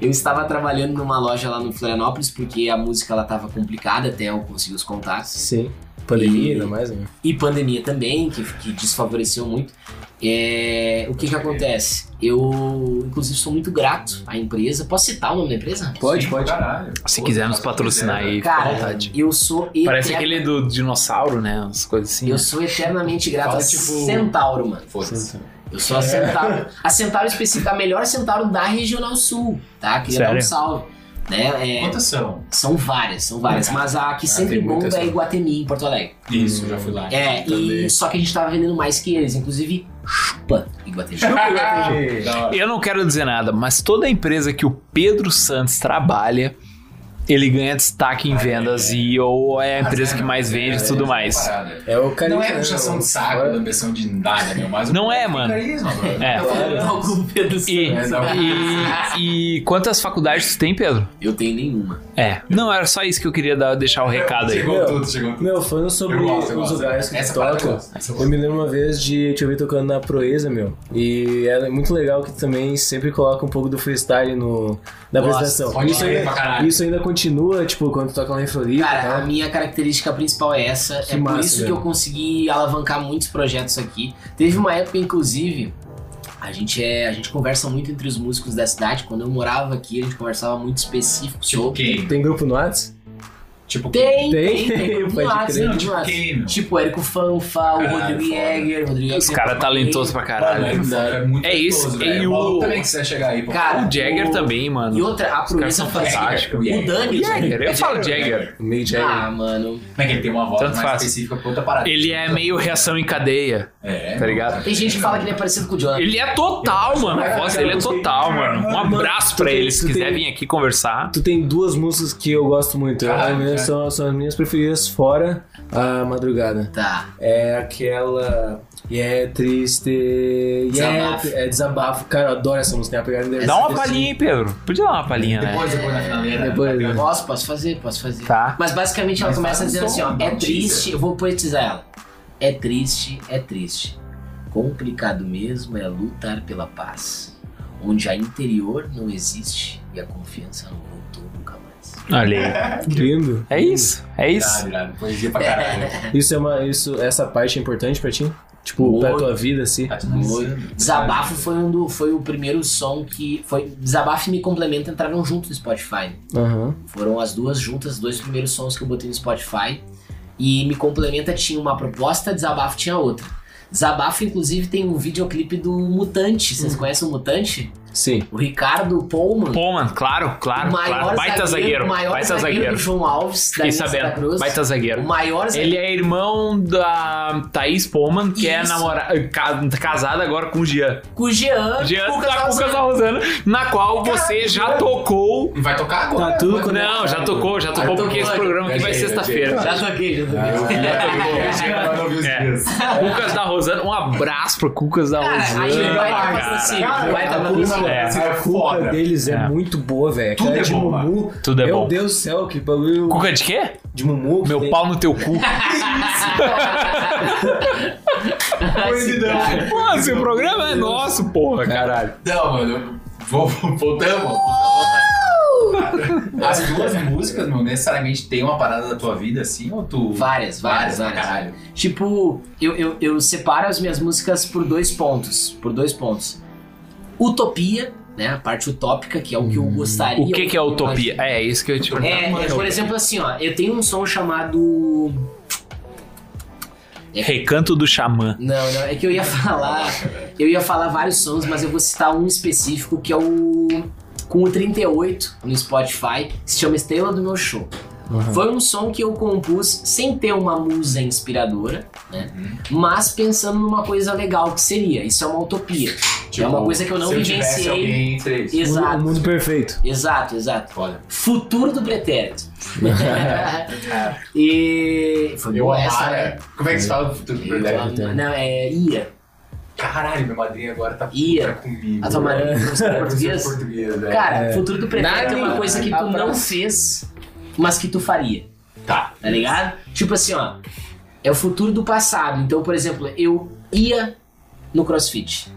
eu estava trabalhando numa loja lá no Florianópolis, porque a música ela tava complicada até eu conseguir os contatos. Sim. Pandemia, E- ainda mais, né? E pandemia também, que, que desfavoreceu muito. É, o que que acontece? Eu, inclusive, sou muito grato à empresa. Posso citar o nome da empresa? Pode, Sim, pode. Caralho. Se Pô, quiser nos se quiser, patrocinar né? aí, fica à Cara, vontade. eu sou Parece eterna- aquele do dinossauro, né? As coisas assim. Eu sou eternamente grato Fala, a tipo, Centauro, mano. Foda-se. Eu sou a Centauro. A Centauro específica, a melhor Centauro da Regional Sul, tá? Queria dar Sério? um salve. Né? É, Quantas são? são várias, são várias. Mas a que sempre tem bomba muitas, é né? Iguatemi, em Porto Alegre. Isso, já fui lá. É, e Também. só que a gente tava vendendo mais que eles, inclusive chupa Iguatemi. Da hora. Eu não quero dizer nada, mas toda empresa que o Pedro Santos trabalha, ele ganha destaque em vendas e ou é a empresa que mais vende e tudo mais. Parada. É o carisma. Não é né, puxação mano? de saco, Fora- não é ambição de nada, meu. Mas o Não cara é, tem mano. Carisma, mano. É. Tá falando. Algum Pedro E, Santos. e- e quantas faculdades tu tem, Pedro? Eu tenho nenhuma. É. Não, era só isso que eu queria dar- deixar o recado aí. Chegou Meu. tudo, chegou tudo. Meu, falando sobre Eu gosto, eu os gosto. lugares que Essa tu parada eu toca, gosto, essa eu eu me lembro uma vez de te ouvir tocando na Proeza, meu. E é muito legal que tu também sempre coloca um pouco do freestyle no, na Nossa, apresentação. pode Isso crer pra ainda, caralho. isso ainda continua, tipo, quando tu toca lá em Floripa e Cara, tal. a minha característica principal é essa. Que é por massa, isso que velho. eu consegui alavancar muitos projetos aqui. Teve uma época, inclusive, a gente é, a gente conversa muito entre os músicos da cidade. Quando eu morava aqui, a gente conversava muito específico Tipo sobre. quem? Tem grupo no Whats? Tipo quem? Tem, tem, Tem? tem. Pode Nossa, crer. não, Tipo nossa. quem, meu? Tipo, o Érico Fanfa, o Caralho, Rodrigo foda. Jäger, é o Rodrigo Os cara talentoso pra caralho. Mano, é muito É isso, gostoso, e velho. o- maluco também quiser chegar aí, pô. Cara, O Jagger o- também, E mano. outra, a Os caras proeza são foi fantásticos. é O Dani, Jagger, eu falo Jagger. O Mick Jagger. Ah, mano. Como é que ele tem uma voz Tanto mais faz. específica pra outra parada? Ele é meio reação em cadeia. É. Tá ligado? Tem gente que fala que ele é parecido com o Jonathan. Ele é total, mano. A voz dele é total, mano. Um abraço pra ele se quiser vir aqui conversar. Tu tem duas músicas que eu gosto muito. Caralho, As minhas cara. são, são as minhas preferidas fora a madrugada. Tá. É aquela. E é triste. E é, Desabafo. é desabafo. Cara, eu adoro essa música. né? Tem uma pegada dessa- Dá uma desse- palhinha aí, Pedro. Podia dar uma palhinha, né? Depois, É. depois na finaleira. Depois, né? Posso, posso fazer, posso fazer. Tá. Mas basicamente ela Mas começa faz um dizendo assim, som, ó, dá é um triste, teaser. eu vou poetizar ela. É triste, é triste. Complicado mesmo é lutar pela paz, onde a interior não existe e a confiança não voltou nunca mais. Olha aí. Lindo. É isso, é isso. Irado, irado. Poesia pra caralho. Isso é uma. Isso, essa parte é importante pra ti? Tipo, Muito. pra tua vida, assim. Tá tudo Foi. insano. Desabafo foi um do, foi o primeiro som que foi Desabafo e Me Complementa entraram juntos no Spotify. Aham. Foram as duas juntas, os dois primeiros sons que eu botei no Spotify. E Me Complementa tinha uma proposta, Desabafo tinha outra. Desabafo, inclusive, tem um videoclipe do Mutante. Vocês Hum. conhecem o Mutante? Sim. O Ricardo Polman. Pô, mano, claro, claro, o claro. Baita zagueiro, o maior baita do zagueiro. João Alves, da Fiquei Aliança da sabendo, Cruz. baita O zagueiro. maior zagueiro. Ele é irmão da Thaís Poman, que é Isso. namora... ca- casada agora com o Jean. Com o Jean, Jean com o tá com o Casal- Casal Rosana, na qual você já tocou. Vai tocar agora? Tá tudo Vai- conectado. Não, já tocou, já né? Já tocou, porque tocou, esse programa aqui vai já- já- sexta-feira. Já toquei, já toquei. Eu vi, eu vi, eu não vi os É. dias. Cucas da Rosana, um abraço pro Cucas da Cara, Rosana. aí ele vai cara. dar patrocínio. Vai dar a culpa, patrocínio. É a culpa foda. deles é, É. muito boa, velho. Tudo Aquela é de bom, Mumu. Tudo é Meu bom. Deus do céu, que bagulho Cuca é de quê? de Mumu. que Meu tem- pau no teu cu. Mano, esse programa é nosso, porra, caralho. Não, mano, eu- vou- vou- voltamos. As duas músicas, não necessariamente tem uma parada da tua vida assim, ou tu. Várias, várias, pra várias. Caralho. Tipo, eu, eu, eu separo as minhas músicas por dois pontos. Por dois pontos. Utopia, né? A parte utópica, que é o que eu gostaria. O que que é eu utopia? imagino. É isso que eu te pergunto. É, é, por exemplo, assim, ó, eu tenho um som chamado. Recanto do Xamã. Não, não, é que eu ia falar. Eu ia falar vários sons, mas eu vou citar um específico que é o. Com o 38 no Spotify, que se chama Estrela do Meu Show. Aham. Foi um som que eu compus sem ter uma musa inspiradora, né? Uhum. Mas pensando numa coisa legal que seria. Isso é uma utopia. é uma coisa que eu não Tipo, se eu tivesse vivenciei. alguém entre eles. Exato. O mundo perfeito. Exato, exato. Foda. Futuro do pretérito. e. Foi Eu boa É, essa, amar, né? é. Como é que se fala do futuro do Eu Bernardo? am- Não, é Ia. Caralho, minha madrinha agora tá Ia. puta comigo. A tua madrinha não sabe português? português? português, é. Cara, É. futuro do prefeito é uma Nada, coisa que a tu não pra- fez, mas que tu faria. Tá. tá ligado? Tipo assim, ó, é o futuro do passado. Então, por exemplo, eu ia no crossfit,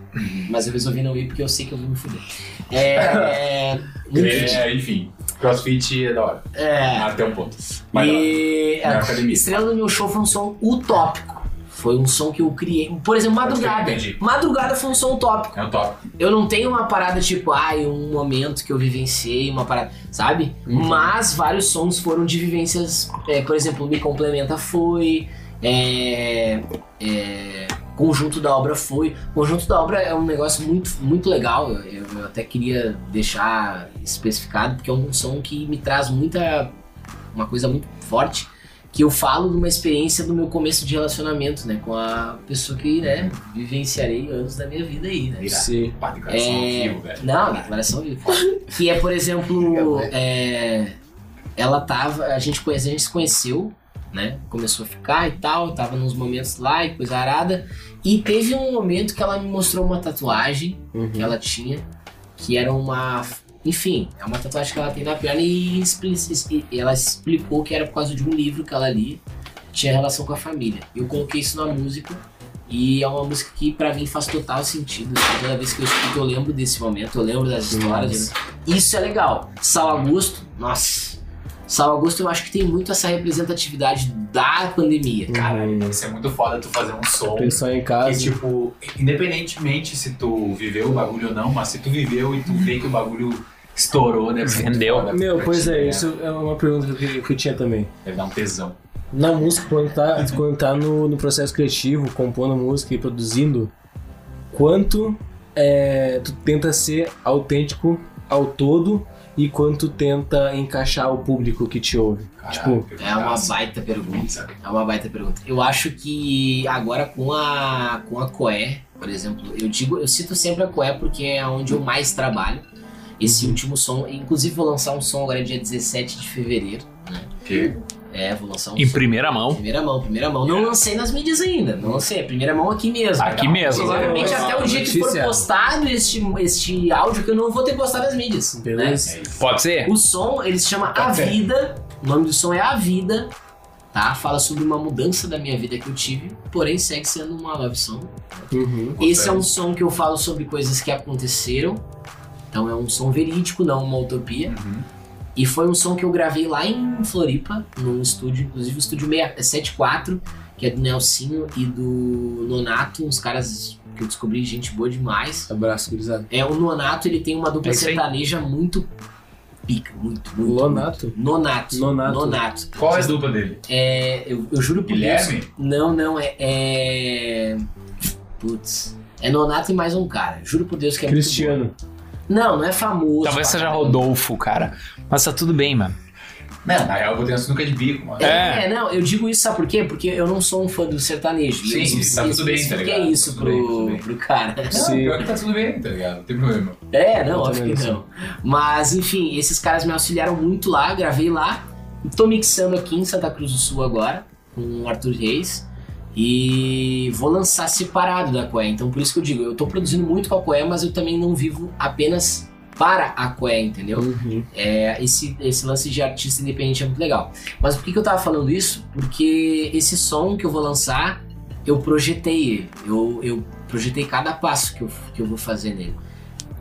mas eu resolvi não ir porque eu sei que eu vou me fuder. É. é, enfim, É, enfim, crossfit é da hora. é. Até um ponto. Mas E Na a academia. estrela do meu show foi um som utópico. Foi um som que eu criei. Por exemplo, madrugada. Entendi. Madrugada foi um som utópico. é um top. Eu não tenho uma parada tipo, ai, um momento que eu vivenciei, uma parada, sabe? Mas vários sons foram de vivências. é, por exemplo, Me Complementa foi. é, é, Conjunto da obra foi. Conjunto da obra é um negócio muito, muito legal. Eu, eu até queria deixar especificado, porque é um som que me traz muita. uma coisa muito forte. Que eu falo de uma experiência do meu começo de relacionamento, né? Com a pessoa que, né, vivenciarei anos da minha vida aí, né? Tá. Sim. Pá, tem cara só um É... fio, velho. Não, declaração ao vivo. Que é, por exemplo, é, ela tava. A gente, conhece, a gente se conheceu, né? Começou a ficar e tal, tava nos momentos lá e coisa arada. E teve um momento que ela me mostrou uma tatuagem que Uhum. ela tinha, que era uma. Enfim, é uma tatuagem que ela tem na perna e expli- e ela explicou que era por causa de um livro que ela lia, que tinha relação com a família. Eu coloquei isso na música e é uma música que pra mim faz total sentido. assim, Toda vez que eu escuto, eu lembro desse momento, eu lembro das histórias. Isso é legal. Sal Augusto, nossa. Sal Augusto eu acho que tem muito essa representatividade da pandemia. Caralho, isso é muito foda tu fazer um som. Pessoal em Que, casa. tipo, independentemente se tu viveu o bagulho ou não, mas se tu viveu e tu vê que o bagulho estourou, né? Vendeu. Meu, pois é, isso. isso é uma pergunta que eu, que eu tinha também. Deve dar um tesão. Na música, quando tá, quando tá no, no processo criativo, compondo música e produzindo, quanto é, tu tenta ser autêntico ao todo e quanto tenta encaixar o público que te ouve? Caralho, Tipo, É uma baita pergunta. sabe? É uma baita pergunta. Eu acho que agora com a com a Coé, por exemplo, eu digo, eu cito sempre a Coé porque é onde eu mais trabalho. Esse último som, inclusive vou lançar um som agora dia 17 de fevereiro. Que É, vou lançar um Em som. primeira mão. Primeira mão, primeira mão. Não lancei nas mídias ainda. Não lancei. é Primeira mão aqui mesmo. Então, Aqui mesmo. né? Provavelmente é até uma o dia que for notícia. postado este, este áudio que eu não vou ter postado nas mídias. né? beleza? é isso. Pode ser? O som, ele se chama A Vida. O nome do som é A Vida, tá? Fala sobre uma mudança da minha vida que eu tive, porém segue sendo uma love song. Uhum. Esse é um som que eu falo sobre coisas que aconteceram. Então é um som verídico, não uma utopia. Uhum. E foi um som que eu gravei lá em Floripa, num estúdio, inclusive o estúdio 674, que é do Nelsinho e do Nonato, uns caras que eu descobri gente boa demais. Abraço, gurizada. É, o Nonato, ele tem uma dupla É isso aí. sertaneja muito pica, muito, muito. Lonato? muito. Nonato. Nonato. Nonato. Qual é a dupla dele? É, eu, eu juro por Deus. Guilherme? Não, não, é, é. Putz. É Nonato e mais um cara. Juro por Deus que é muito Cristiano. bom. Não, não é famoso. Talvez pra seja caramba. Rodolfo, cara. Mas tá tudo bem, mano. Não, na real eu botei uma sinuca de bico, mano. É. não, eu digo isso, sabe por quê? Porque eu não sou um fã do sertanejo. Sim, isso, tá tudo bem, tá porque ligado? é isso Tá pro, tudo bem, tudo bem. pro cara. Não, Sim. pior que tá tudo bem, tá ligado? Não tem problema. É, não, Eu óbvio também que não não. Mas, enfim, esses caras me auxiliaram muito lá, gravei lá. Tô mixando aqui em Santa Cruz do Sul agora, com o Arthur Reis. E vou lançar separado da Coé. Então, por isso que eu digo, eu tô produzindo muito com a Coé, mas eu também não vivo apenas para a Coé, entendeu? Uhum. É, esse, esse lance de artista independente é muito legal. Mas por que, que eu tava falando isso? Porque esse som que eu vou lançar, eu projetei ele. Eu, eu projetei cada passo que eu, que eu vou fazer nele.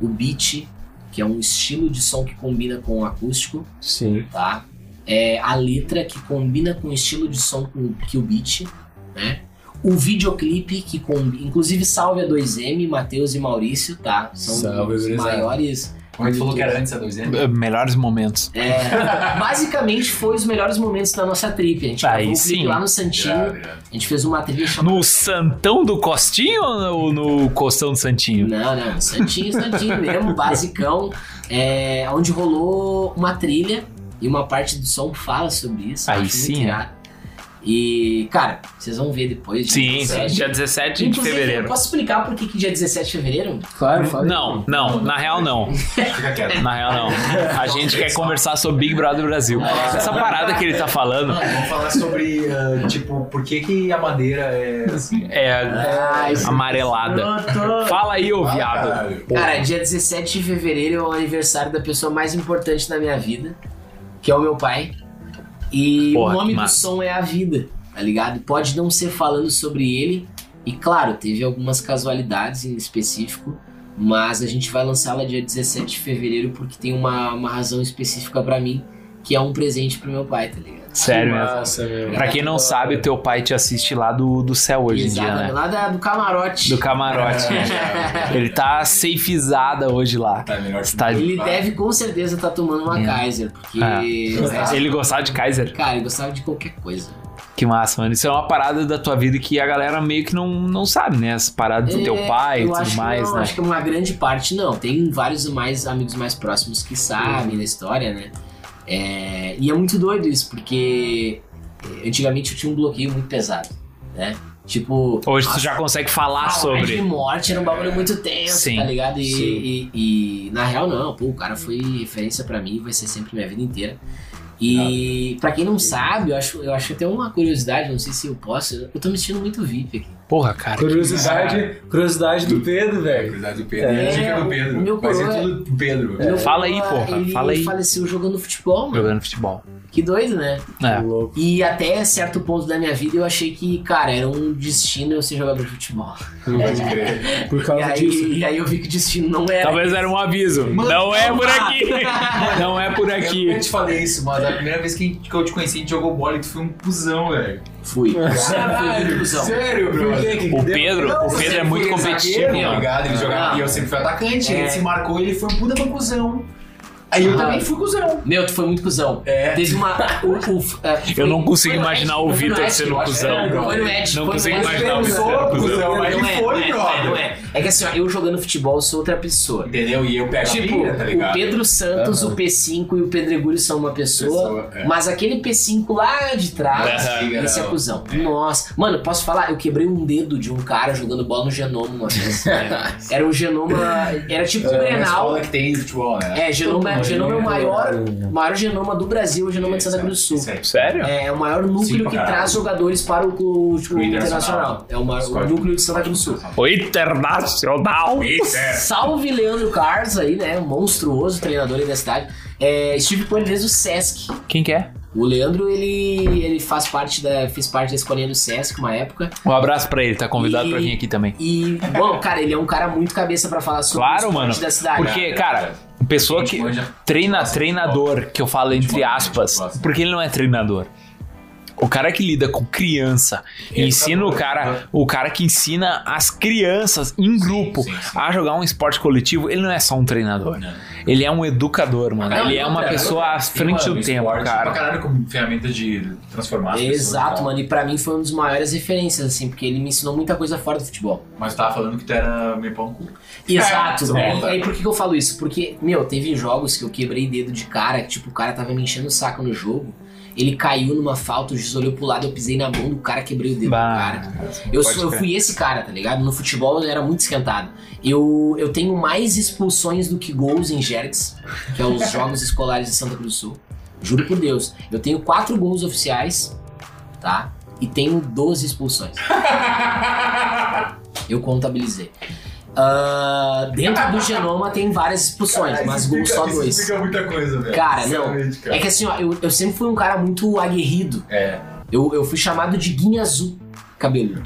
O beat, que é um estilo de som que combina com o acústico, Sim. tá? É a letra que combina com o estilo de som com- que o beat, né? O videoclipe que combina. Inclusive, salve a 2M, Matheus e Maurício, tá? São Salve, os gurizada. maiores Como é que tu falou que era antes a 2 anos? Eh, Melhores momentos. é, basicamente foi os melhores momentos da nossa trip. A gente Aí gravou um sim. clipe lá no Santinho. A gente fez uma trilha chamada. No Santão do Costinho ou no Costão do Santinho? Não, não, Santinho, Santinho mesmo, basicão. É, onde rolou uma trilha e uma parte do som fala sobre isso. Aí acho muito sim, é. irado. E, cara, vocês vão ver depois. dia Sim, 17. sim, dia 17 de Inclusive, fevereiro. Posso explicar por que, que dia 17 de fevereiro? Claro, fala. aí. Não, não, na real não. Fica quieto. Na real não. A gente quer conversar sobre Big Brother Brasil. Essa parada que ele tá falando Vamos falar sobre, ah, tipo, por que, que a madeira é assim. é Ah, isso. amarelada. Fala aí, ô Ah, viado. caralho. Cara, é dia 17 de fevereiro é o aniversário da pessoa mais importante da minha vida, que é o meu pai. E Porra, o nome que do massa. som é A Vida, tá ligado? Pode não ser falando sobre ele, e claro, teve algumas casualidades em específico, mas a gente vai lançá-la dia 17 de fevereiro porque tem uma, uma razão específica pra mim, que é um presente pro meu pai, tá ligado? Sério mesmo. Massa, meu. Pra quem não sabe, o teu pai te assiste lá do, do céu hoje em dia, Exato, né? lá da- do camarote. Do Ah, camarote. Ele tá safezada hoje lá. Tá melhor que Tá- Ele Ah. deve com certeza estar tomando uma É. Kaiser, porque Ah. o resto- Ele gostava de Kaiser. Cara, ele gostava de qualquer coisa. Que massa, mano. Isso é uma parada da tua vida que a galera meio que não, não sabe, né? As paradas do É, teu pai e eu tudo acho mais, que não, né? Acho que uma grande parte não. Tem vários mais amigos mais próximos que sabem da história, né? É, e é muito doido isso, porque antigamente eu tinha um bloqueio muito pesado, né? Tipo. Hoje tu nossa, já consegue falar falar de sobre. morte era um bagulho muito tenso, Sim, tá ligado? E, sim. e- e, na real não, pô, o cara foi referência pra mim, vai ser sempre minha vida inteira. E pra quem não sabe, eu acho, eu acho até uma curiosidade, não sei se eu posso, eu tô me sentindo muito VIP aqui. Porra, cara. Curiosidade, curiosidade do Pedro, velho. Curiosidade do Pedro. É, Dica do o Pedro. meu Vai ser coroa é- tudo do Pedro. Meu Fala aí, avô, porra, Ah, Ele fala aí. faleceu jogando futebol, mano. Jogando futebol. Que doido, né? É. Louco. E até certo ponto da minha vida eu achei que, cara, era um destino eu ser jogador de futebol. Pode crer. Por e causa aí, disso. né? e aí eu vi que o destino não era. Talvez era um aviso. Mano, não é por não. aqui. Não é por Eu aqui. nunca te falei isso, mas a primeira vez que que eu te conheci, a gente jogou bola e tu foi um cuzão, velho. Fui. Fui muito Caralho, cuzão. sério, bro. O Pedro, o Pedro é muito competitivo, Tá mano. ligado? Ele jogava Ah. e eu sempre fui atacante. É. Ele se marcou ele foi um puta pra cuzão. Aí eu Ah. também fui cuzão. Meu, tu foi muito cuzão. É. Teve uma. o- o- é, foi- Eu não consigo foi no imaginar Ed, o foi no Vitor Ed, sendo eu acho. cuzão, É, bro. Foi no Ed, Não foi no consigo Ed. imaginar o Não Vitor sendo cuzão. mas ele é, foi, não é, não é, brother. não é. É que assim, ó, eu jogando futebol eu sou outra pessoa. Entendeu? E eu pego a Tipo, pilha, tá o ligado? Pedro Santos, Aham. o P5 e o Pedregulho são uma pessoa, Pessoa, é. mas aquele P5 lá de trás, Aham. esse é cuzão. Nossa, mano, posso falar? Eu quebrei um dedo de um cara jogando bola no genoma uma vez. era um genoma. Era tipo um É uma Grenal. escola que tem futebol, né? É, genoma, genoma é o maior, maior genoma do Brasil, o genoma de Santa Cruz do Sul. Isso aí. Sério? É, é o maior núcleo pra que caralho. traz jogadores para o, o, o Internacional. internacional. É o maior o Escolhe. núcleo de Santa Cruz do Sul. O Internacional. é Salve Leandro Carlos aí, né? Um monstruoso treinador aí da cidade. É, estive com ele desde o Sesc. Quem que é? O Leandro, ele, ele faz parte da, fez parte da escolinha do Sesc uma época. Um abraço pra ele, tá convidado E- pra vir aqui também. E, bom, cara, ele é um cara muito cabeça pra falar sobre Claro, o esporte mano. da cidade. Porque, cara, pessoa que Manja. treina treinador, que eu falo entre Futebol, aspas, futebol. porque ele não é treinador. O cara que lida com criança, e Ele ensina o tá cara, o cara que ensina as crianças em grupo sim, sim. a jogar um esporte coletivo, ele não é só um treinador. Não. Ele é um educador, mano. Não, ele e é outra, uma pessoa à Sim, frente mano, do tempo, esporte Pra cara. caralho, como ferramenta de transformar as pessoas né? e Exato, tal. mano. E pra mim foi um dos maiores referências, assim, porque ele me ensinou muita coisa fora do futebol. Mas tu tava falando que tu era meio pão cu. Exato, É, né? tá bom, E tá. aí, por que, que eu falo isso? Porque, meu, teve jogos que eu quebrei dedo de cara, que tipo, o cara tava me enchendo o saco no jogo. Ele caiu numa falta, o juiz olhou pro lado, eu pisei na mão do cara, quebrei o dedo Bah, do cara. Eu, pode sou- eu crer. fui esse cara, tá ligado? No futebol eu era muito esquentado. Eu, eu tenho mais expulsões do que gols em Jerks, que é os Jogos Escolares de Santa Cruz do Sul. Juro por Deus. Eu tenho quatro gols oficiais, tá? E tenho 12 expulsões. Eu contabilizei. Ah, dentro do genoma tem várias expulsões, Caralho, mas isso gols explica- só isso dois. explica muita coisa, velho. Cara, não. Sinceramente, cara. É que assim, ó, eu, eu sempre fui um cara muito aguerrido. É. Eu, eu fui chamado de guinha azul cabeludo.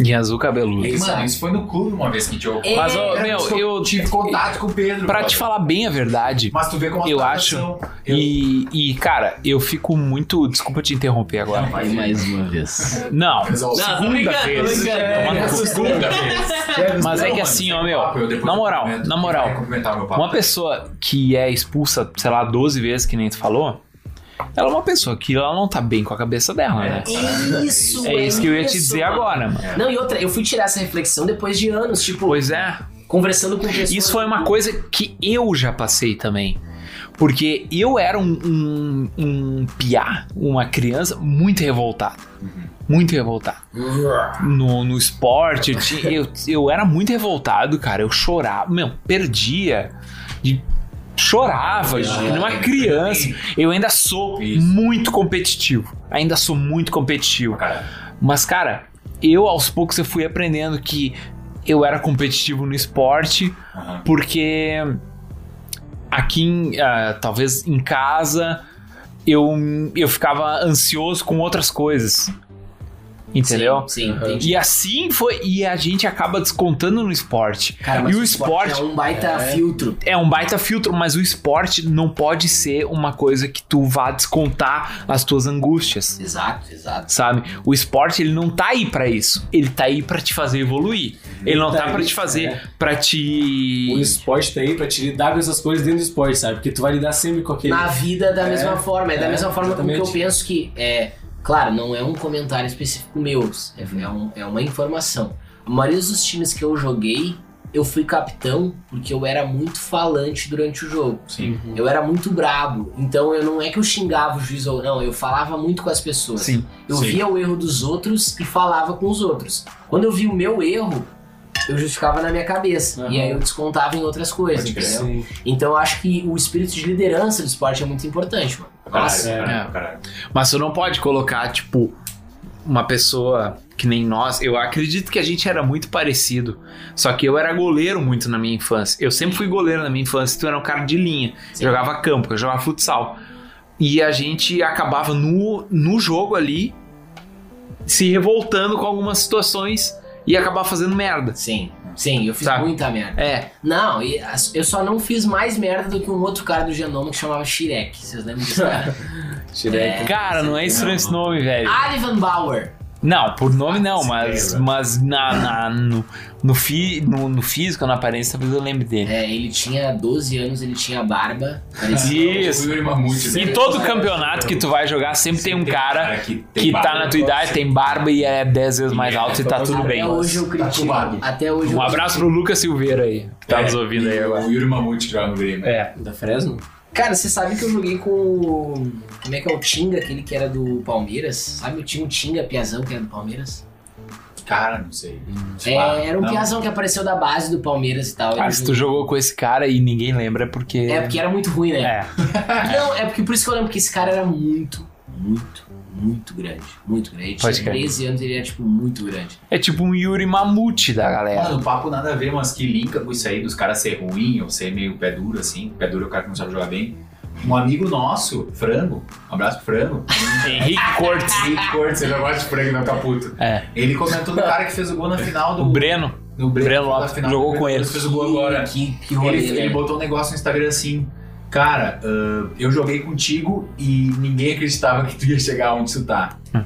Em azul cabeludo. É Mano, Exato. isso foi no clube uma vez que a gente jogou. É, Mas, ô, Cara, meu, eu eu. tive contato com o Pedro. Pra brother. te falar bem a verdade, Mas tu vê como Eu a acho- E, e, cara, eu fico muito. Desculpa te interromper agora. Vai mais uma vez. Não, Não, tô segunda brincando, tô vez. É brincando. é Tomando cu. segunda vez. Mas é Não, que mano, assim, sem ó, meu, papo, eu depois na eu moral, cumprimento, na quem moral, vai cumprimentar meu papo. uma pessoa que é expulsa, sei lá, 12 vezes, que nem tu falou, ela é uma pessoa que ela não tá bem com a cabeça dela, né? Isso, É isso que eu ia te isso, dizer mano. agora, mano. Não, e outra, eu fui tirar essa reflexão depois de anos, tipo, Pois é. conversando com pessoas. Isso foi uma coisa que eu já passei também. Porque eu era um, um, um piá, uma criança muito revoltada. Muito revoltada. No, no esporte, eu, tinha- eu, eu era muito revoltado, cara. Eu chorava, meu, perdia. E chorava, gente, que nem uma criança. Eu ainda sou Isso. muito competitivo. Ainda sou muito competitivo. Cara, Mas, cara, eu aos poucos eu fui aprendendo que eu era competitivo no esporte, aham. porque aqui, em, ah, talvez em casa, eu, eu ficava ansioso com outras coisas. Entendeu? Sim, sim, Aham. entendi. E assim foi. E a gente acaba descontando no esporte. Cara, mas e o esporte é um baita É. filtro. é um baita filtro, mas o esporte não pode ser uma coisa que tu vá descontar as tuas angústias Exato, exato. sabe? O esporte ele não tá aí pra isso. Ele tá aí pra te fazer evoluir. Ele não Tá tá aí, pra te é. fazer pra O te esporte tá aí pra te lidar com essas coisas dentro do esporte, sabe? Porque tu vai lidar sempre com aquele. Na vida da É, mesma forma, é da é, mesma forma com que eu exatamente. penso que é, claro, não é um comentário específico meu, é, é um- é uma informação. A maioria dos times que eu joguei, eu fui capitão porque eu era muito falante durante o jogo. Sim. Eu era muito brabo, então eu não é que eu xingava o juiz ou não, eu falava muito com as pessoas. Sim. Eu Sim. via o erro dos outros e falava com os outros. Quando eu vi o meu erro, eu justificava na minha cabeça. Aham. E aí eu descontava em outras coisas, Pode crer. entendeu? Sim. Então eu acho que o espírito de liderança do esporte é muito importante, mano. Nossa, Nossa, é. caralho, caralho. Mas tu não pode colocar, tipo, uma pessoa que nem nós. Eu acredito que a gente era muito parecido. Só que eu era goleiro muito na minha infância. Eu sempre fui goleiro na minha infância, tu era um cara de linha. Sim. Jogava campo, eu jogava futsal. E a gente acabava no, no jogo ali se revoltando com algumas situações e acabar fazendo merda. sim, sim, eu fiz Tá. muita merda. É, Não, e as- eu só não fiz mais merda do que um outro cara do genoma que chamava Shirek. Vocês lembram disso, cara? Shirek. Cara, não é estranho esse nome, velho. Ah, Ivan Bauer. Não, por nome não, mas, Lembra. mas na, na- no, no, fi, no, no físico, na aparência, talvez eu lembre dele. É, ele tinha 12 anos, ele tinha barba. Parecia... um- Tipo o Isso. Yuri Mamute, né? Em todo campeonato que tu vai jogar, É. sempre tem um cara que, tem que tá barba. na tua idade, tem barba e é 10 vezes mais E é, alto e tá tudo Até bem. hoje eu Tá critico. acumulado. Até hoje Um eu abraço pro Lucas Silveira aí, que tá É, nos ouvindo aí e agora. O Yuri Mamute que joga no Grêmio. É. Da Fresno? Cara, você sabe que eu joguei com. o- Como é que é o Tinga, aquele que era do Palmeiras? Sabe, eu tinha um Tinga Piazão que era do Palmeiras? Cara, não sei. Sei lá, É, era um não. Piazão que apareceu da base do Palmeiras e tal. Cara, Ele Ah, se jogou- tu jogou com esse cara e ninguém lembra é porque. É porque era muito ruim, né? É. Não, é porque por isso que eu lembro que esse cara era muito, muito, muito grande. Muito grande. Ele tinha Pode crer. 13 anos ele era, tipo, muito grande. É tipo um Yuri Mamute da galera. Mano, o papo nada a ver, mas que linka com isso aí dos caras ser ruim ou ser meio pé duro, assim. Pé duro é o cara que não sabe jogar bem. Um amigo nosso, Frango, um abraço pro Frango. Henrique Cortes. Henrique Cortes, ele não gosta de frango, não, caputo. É. Ele comentou do cara que fez o gol na final do. O Breno. do Breno na Lopes final do jogou com Libertadores, ele. Fez o gol agora. Que, que Ele, rolê, ele né? botou um negócio no Instagram assim. Cara, ah, eu joguei contigo e ninguém acreditava que tu ia chegar onde tu tá. É.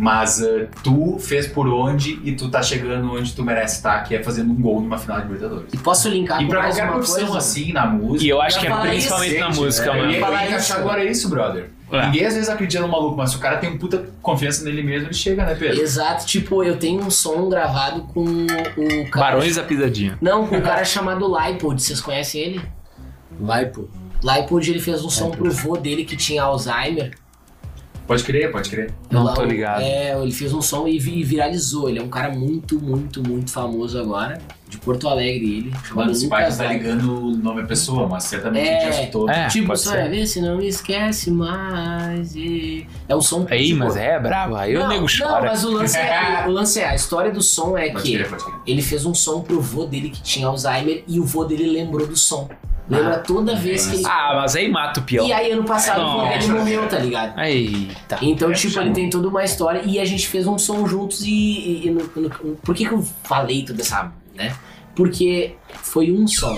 Mas ah, tu fez por onde e tu tá chegando onde tu merece estar, que é fazendo um gol numa final de Libertadores. E posso linkar E Tá com pra mais qualquer uma profissão coisa? assim, na música. é, E eu acho que é ia falar principalmente isso, na música, Eu mano. ia ia falar encaixar isso. agora isso, brother. É. Ninguém às vezes acredita no maluco, mas se o cara tem um puta confiança nele mesmo, ele chega, né, Pedro? Exato, tipo, eu tenho um som gravado com o cara. Barões da Pisadinha. Não, com um cara chamado Lipod, vocês conhecem ele? Laipo. Lipod, ele fez um som pro vô dele que tinha Alzheimer. Pode crer, pode crer. Não Lá, tô o- ligado. É, ele fez um som e vi- viralizou. Ele é um cara muito, muito, muito famoso agora. De Porto Alegre, ele. Chamado Mano, esse pai Lucas tá Laipo. ligando o nome da pessoa, mas certamente É. a gente já escutou. É, tipo, pode só ser. é ver se não me esquece mais. e- É um som. Aí, tipo, mas é brabo, aí o não, nego Não, chora. mas o lance, é, o lance é, a história do som é Pode que crer, pode crer. ele fez um som pro vô dele que tinha Alzheimer e o vô dele lembrou do som. Lembra toda vez que ele. Ah, É, mas aí mata o e peão. aí ano passado o vô Não. dele morreu, tá ligado? Aí, tá. Então, É, tipo, ele tem toda uma história e a gente fez um som juntos e. e- e no- no- por que, que eu falei tudo essa. né? Porque foi um som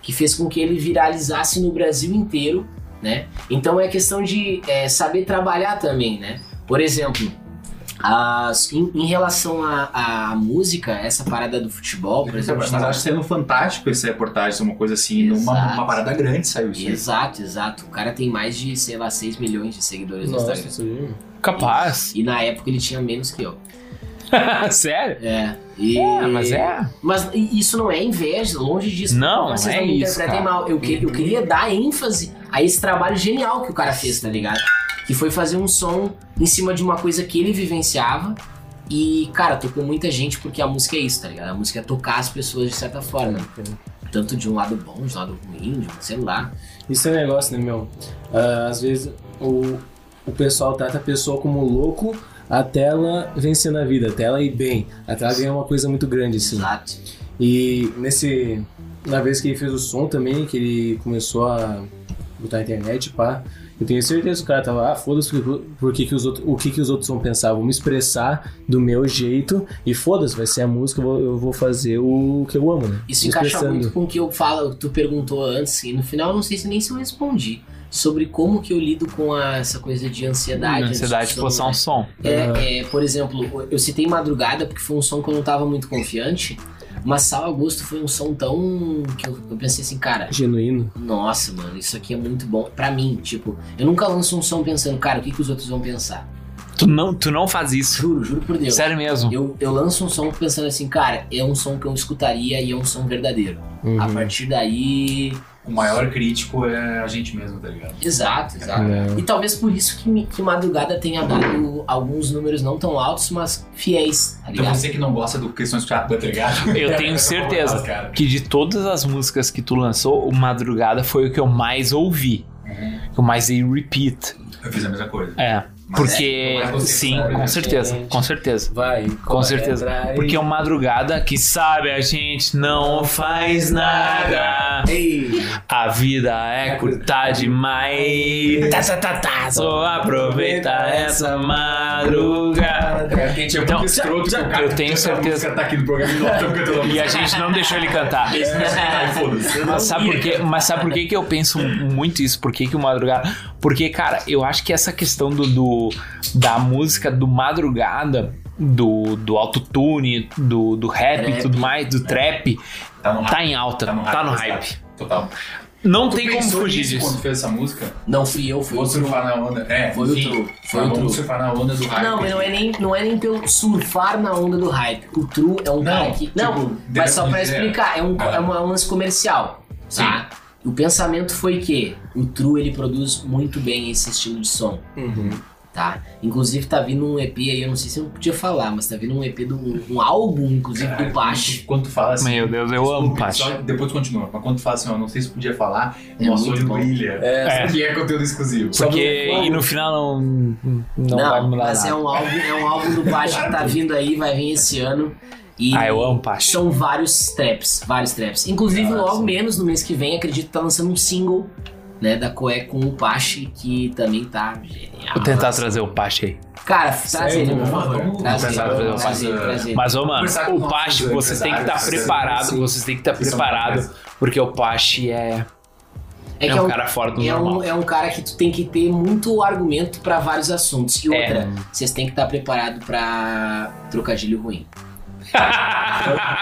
que fez com que ele viralizasse no Brasil inteiro, né? Então é questão de é, saber trabalhar também, né? Por exemplo, as- em, em relação à à música, essa parada do futebol, por exemplo. a Mas gente tava- acho sendo fantástico essa reportagem, uma coisa assim, numa Exato. uma parada grande saiu isso. aí. Exato, exato. O cara tem mais de, sei lá, 6 milhões de seguidores no Nossa, Instagram. isso aí. Capaz. E na época ele tinha menos que eu. Sério? É. E... É, mas é. Mas isso não é inveja, longe disso. Não, Mas não é me isso, interpretem cara. Uhum. mal. Eu, que- eu queria dar ênfase a esse trabalho genial que o cara fez, tá ligado? Que foi fazer um som em cima de uma coisa que ele vivenciava. E, cara, tocou muita gente porque a música é isso, tá ligado? A música é tocar as pessoas de certa forma. Tanto de um lado bom, de um lado ruim, de um, sei lá. Isso é um negócio, né, meu? Ah, às vezes o, o pessoal trata a pessoa como louco até ela vencer na vida, até ela ir bem, até ela ganhar uma coisa muito grande, assim. Exato. E nesse. Na vez que ele fez o som também, que ele começou a botar na internet, pá. Eu tenho certeza que o cara tava, ah, foda-se por- por que que os outros- o que, que os outros vão pensar, vou me expressar do meu jeito e foda-se, vai ser a música, eu vou, eu vou fazer o que eu amo, né? Isso Me encaixa expressando. muito com o que eu falo, que tu perguntou antes, e no final eu não sei se nem se eu respondi. Sobre como que eu lido com a- essa coisa de ansiedade. Ansiedade de discussão, postar um né? som. É, é, por exemplo, eu citei Madrugada porque foi um som que eu não tava muito confiante, mas Sal Augusto foi um som tão. que eu, eu pensei assim, cara, Genuíno. nossa, mano, isso aqui é muito bom pra mim. Tipo, eu nunca lanço um som pensando, cara, o que, que os outros vão pensar? Tu não, tu não faz isso. Juro, juro por Deus. Sério mesmo. Eu, eu lanço um som pensando assim, cara, é um som que eu escutaria e é um som verdadeiro. A Uhum. partir daí. O maior crítico é a gente mesmo, tá ligado? Exato, exato. Não. E talvez por isso que, me- que Madrugada tenha dado alguns números não tão altos, mas fiéis, tá Então ligado? você que não gosta do questões chatas, tá ligado? Eu tenho certeza. Cara. que de todas as músicas que tu lançou, o Madrugada foi o que eu mais ouvi. Uhum. Que eu mais dei repeat. Eu fiz a mesma coisa. É. Mas Porque. é, mas você sim, sabe, com né, é certeza, gente? com certeza. Vai, Com certeza. Porque o Madrugada, que sabe, a gente não faz nada. Ei! A vida é curta demais. Tá, tá, tá, tá. Só aproveita essa madrugada. Cara, tem tipo Então, um escroto que o cara eu tenho que canta a certeza. música tá aqui no programa e não tá cantando a E música. a gente não deixou ele cantar. Ai, foda-se. Eu não Mas sabe ia. por quê? Mas sabe por quê que eu penso muito isso? Por que, que o madrugada. Porque, cara, eu acho que essa questão do, do- da música do madrugada, do, do autotune, do, do rap e Rap. tudo mais, do trap, Tá no hype. tá em alta, tá no hype. Total. Não Tu tem como pensou fugir nisso disso. Quando fez essa música, Não fui eu, fui vou outro. surfar na onda. É, Foi o enfim, Tru, foi mas o vamos Tru. surfar na onda do hype. assim. Não, mas não é, nem, não é nem pelo surfar na onda do hype. O True é um Não, cara que. tipo, Não, deve mas só pra dizer- explicar, é um, Ah. é uma- um lance comercial. Tá? O pensamento foi que o True ele produz muito bem esse estilo de som. Uhum. Tá? Inclusive tá vindo um EP aí, eu não sei se eu podia falar, mas tá vindo um EP do um, um álbum, inclusive, Caralho, do Pache. Quando tu fala assim. Meu Deus, eu amo, desculpa, Pache. só Depois tu continua, mas quando tu fala assim, ó, não sei se podia falar, É nosso muito olho bom. brilha. É. Que é conteúdo exclusivo. Porque e no final não, não, vai mudar mas nada. é um álbum, é um álbum do Pache que tá vindo aí, vai vir esse ano. E Ah, eu amo Pache. São vários traps, vários traps. Inclusive, Ah, logo sim. menos no mês que vem, acredito que tá lançando um single, né, da Coé com o Pache, que também tá genial. Vou tentar trazer o Pache aí. Cara, tá traz Sério? ele, por Vamos- favor. vamos Traz ele, começar a fazer uma traz ele, coisa- traz ele. Mas, ô, mano, Conversar com o nossos Pache, vocês têm que estar empresários, preparado, sim. vocês têm que estar Isso é uma preparado, coisa. porque o Pache é, É que é é um um, cara fora do é, normal. um, é um cara que tu tem que ter muito argumento pra vários assuntos. E É. outra, vocês têm que estar preparado pra trocadilho ruim.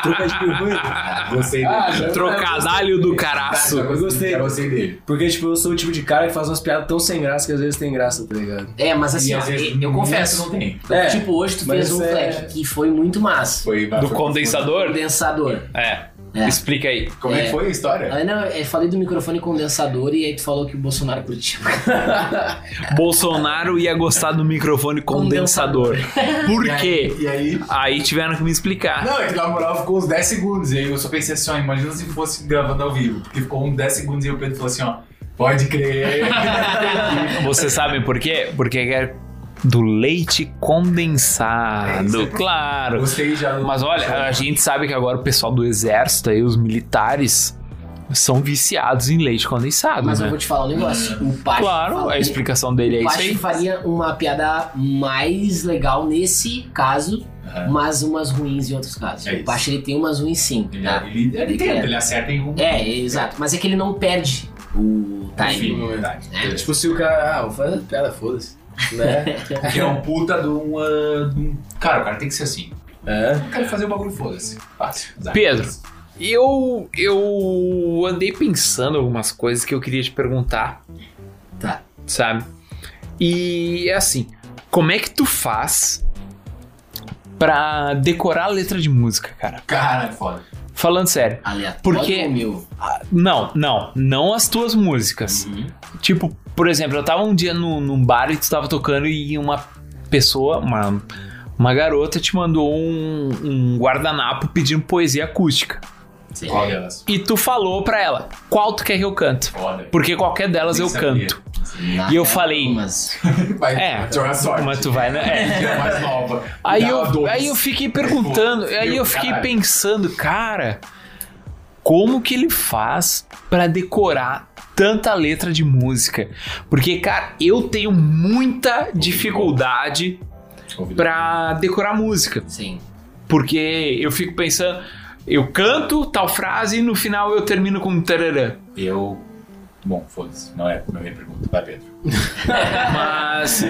Troca de ruim. Gostei dele. Ah, já- Trocadalho do Tá, caraço. já gostei. Já gostei dele. Porque, tipo, eu sou o tipo de cara que faz umas piadas tão sem graça que às vezes tem graça, tá ligado? É, mas assim, E ó, às vezes eu confesso. não tem. É, tipo, hoje tu mas fez um é- fleck que foi muito massa. Foi, Do foi- condensador? Condensador. É. É. Explica aí. Como é que É. foi a história? Ah, não, eu falei do microfone condensador e aí tu falou que o Bolsonaro curtiu. Bolsonaro ia gostar do microfone condensador. Por quê? E aí? Aí tiveram que me explicar. Não, é que na moral ficou uns 10 segundos. E aí eu só pensei assim, ó, imagina se fosse gravando ao vivo. Porque ficou uns 10 segundos e o Pedro falou assim, ó, pode crer. Vocês sabem por quê? Porque é do leite É isso condensado, aí. claro. Gostei já. Mas olha, a gente sabe que agora o pessoal do exército aí, os militares, são viciados em leite condensado, Mas eu né? vou te falar um negócio. O Pacho Claro, a faria, explicação dele é o isso Pacho aí. faria uma piada mais legal nesse caso, Aham. mas umas ruins em outros casos. É o isso. Pacho ele tem umas ruins sim. Ele, tá? ele, ele tenta, ele acerta em um. É, é, exato. Mas é que ele não perde o time. Enfim, verdade. Tipo, se o cara. Ah, vou fazer piada, foda-se. Né? Que é um puta de um, ah, de um- Cara, o cara tem que ser assim. é. Eu quero fazer o bagulho, foda-se. Fácil. Exato. Pedro. Eu, eu andei pensando algumas coisas que eu queria te perguntar. Tá. Sabe? E é assim, como é que tu faz pra decorar a letra de música, cara. Cara, é foda. Falando sério. Aleatório Porque- ou meu? Ah, Não, não, não as tuas músicas. Tipo, por exemplo, eu tava um dia no, num bar e tu tava tocando e uma pessoa, uma, uma garota te mandou um, um guardanapo pedindo poesia acústica. Sei lá. Qual delas? E tu falou pra ela, qual tu quer que eu canto? Foda. Porque qualquer delas Nem eu sabia. canto. Na- E eu falei- Mas Vai É, jogar sorte. Mas tu vai, né? É. É mais nova. Aí Dá eu, dois. aí eu fiquei perguntando, Meu aí eu fiquei caralho. pensando, cara, como que ele faz pra decorar tanta letra de música? Porque, cara, eu tenho muita dificuldade pra decorar música, sim. porque eu fico pensando, eu canto tal frase e no final eu termino com um tararã. Eu. Bom, foda-se. Não é não é minha pergunta. Vai, Pedro. Mas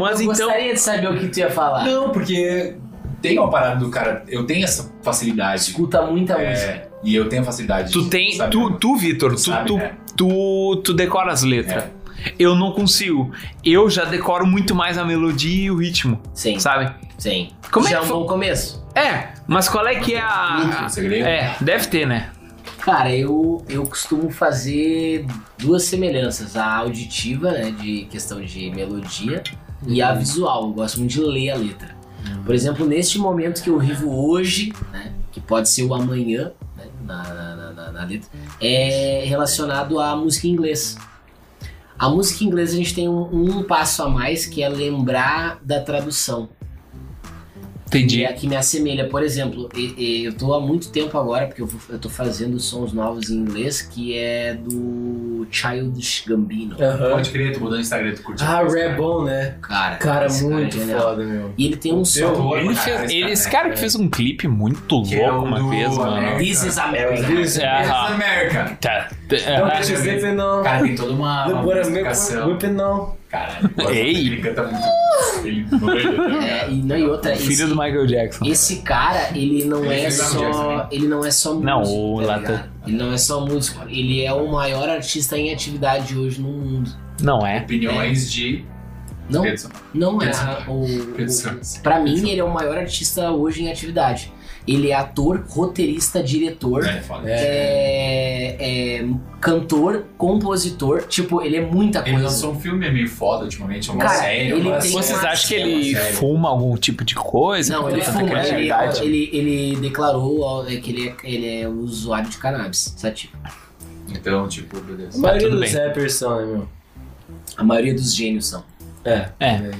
mas eu então gostaria de saber o que tu ia falar. Não, porque tem uma parada do cara. Eu tenho essa facilidade. Escuta muita música. É, e eu tenho facilidade. tu de tem saber tu muito. tu Vitor, tu né? Sabe, tu, né? É. tu tu decora as letras. Eu não consigo. Eu já decoro muito mais a melodia e o ritmo, Sim, sabe? sim. Como é Já que é um foi- bom começo. É, mas qual é que é Muito a. segredo. É, deve ter, né? Cara, eu, eu costumo fazer duas semelhanças. A auditiva, né, de questão de melodia, e a visual. Eu gosto muito de ler a letra. Por exemplo, neste momento que eu vivo hoje, né, que pode ser o amanhã, né, na, na- na- na- na letra, é relacionado à música em inglês. A música em inglês a gente tem um, um passo a mais, que é lembrar da tradução. É, Entendi. é Que, que me assemelha, por exemplo, e- e eu tô há muito tempo agora, porque eu, vou- eu tô fazendo sons novos em inglês, que é do Childish Gambino, Aham. Pode crer, tu mudou no Instagram, tu curtiu. Ah, Rebon, né? cara. Cara, esse é muito genial. foda, meu. E ele tem um Deu som... horror, Ele cara, fez, esse ele- esse cara, cara que fez um clipe muito né? Que é louco o uma do vez, mano. América. This is É, America. This- This is Aham. America. Tá, tá, Não, aham. deixa eu ver, não. é Cara, tem toda é uma, uma Agora mesmo, explicação. whip it now. Caralho, gosta- Ei. ele canta muito. Ele É, e não e outra, esse, Filho do Michael Jackson. esse cara, ele não Ele é fez Michael Jackson, só... né? Ele não é só músico, Não, o tá Latam. ligado? Ele não é só músico, ele é o maior artista em atividade hoje no mundo. Não é? Opiniões de Não, Edson. não é Edson. a- o... Pedro o Santos. Pra mim, ele é o maior artista hoje em atividade. Ele é ator, roteirista, diretor, É, foda. é, é cantor, compositor. Tipo, ele é muita Ele coisa. lançou um filme meio foda ultimamente, é uma Cara, série. ele uma tem- série. Vocês é uma acham que cena, ele sério. fuma algum tipo de coisa? Não, Tem ele tanta fuma. Ele, né? criatividade? ele, ele declarou ó, é, que ele é, ele é usuário de cannabis, sativa. Então, tipo, beleza. A maioria tudo dos bem. rappers são, né, meu? A maioria dos gênios são. É. É.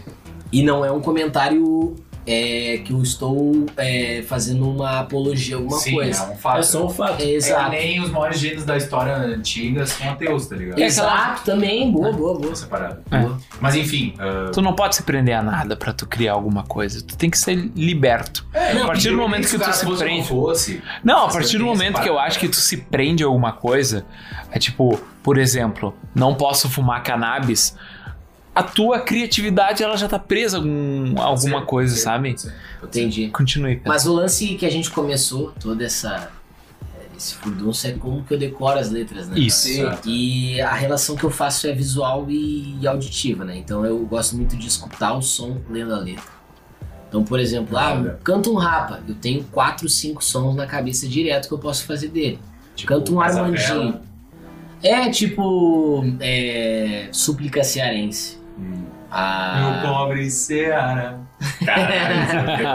E não é um comentário é, que eu estou é, fazendo uma apologia a alguma Sim, coisa. é um fato. É só um fato. É, É, exato. nem os maiores gênios da história antiga são ateus, tá ligado? É Exato, também. Boa, boa, boa. Essa parada. É. Mas enfim, ah, é- Tu não pode se prender a nada pra tu criar alguma coisa. Tu tem que ser liberto. não, a partir do independente momento se que o tu cara se fosse ou prende- não fosse, Não, a partir Você do tem esse momento que eu parâmetro. acho que tu se prende a alguma coisa, é tipo, por exemplo, não posso fumar cannabis, a tua criatividade ela já tá presa a algum- a alguma Sim, coisa, sim. sabe? Entendi. Continue. Pedro. Mas o lance que a gente começou, toda essa. Esse furdunço é como que eu decoro as letras, né? Isso. Exato. E a relação que eu faço é visual e e auditiva, né? Então eu gosto muito de escutar o som lendo a letra. Então, por exemplo, ah, Olha. canta um rapa. Eu tenho quatro, cinco sons na cabeça direto que eu posso fazer dele. Tipo, Canta um Casabella. Armandinho. É tipo. É, súplica cearense. Hum. Meu Ah, pobre Ceará. Caralho, isso é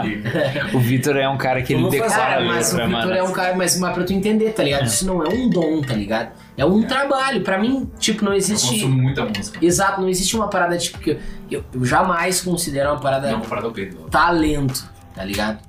O terrível. Vitor é um cara que ele Vamos fazer- decora a Cara, mas o letra, Vitor mano. é um cara, mas, mas pra tu entender, tá ligado? Isso não é um dom, tá ligado? É um É. trabalho. Pra mim, tipo, não Eu existe. consumo muita música. Exato, não existe uma parada tipo que eu, eu- eu jamais considero uma parada Não comparado ao Pedro. talento, tá ligado?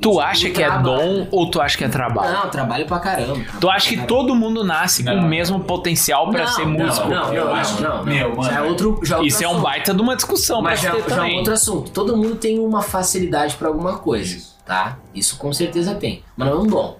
Tu Existe acha um que é trabalho. dom ou tu acha que é trabalho? Não, trabalho pra caramba. Tu acha que todo mundo nasce com Não. o mesmo potencial pra Não, ser músico? Não, não, Eu não, acho. não, não, não. Meu, Já é mano. outro, já é outro Isso é um assunto. baita de uma discussão pra Mas já, ter já é também. outro assunto. Todo mundo tem uma facilidade pra alguma coisa, Isso. tá? Isso com certeza tem. Mas não é um dom.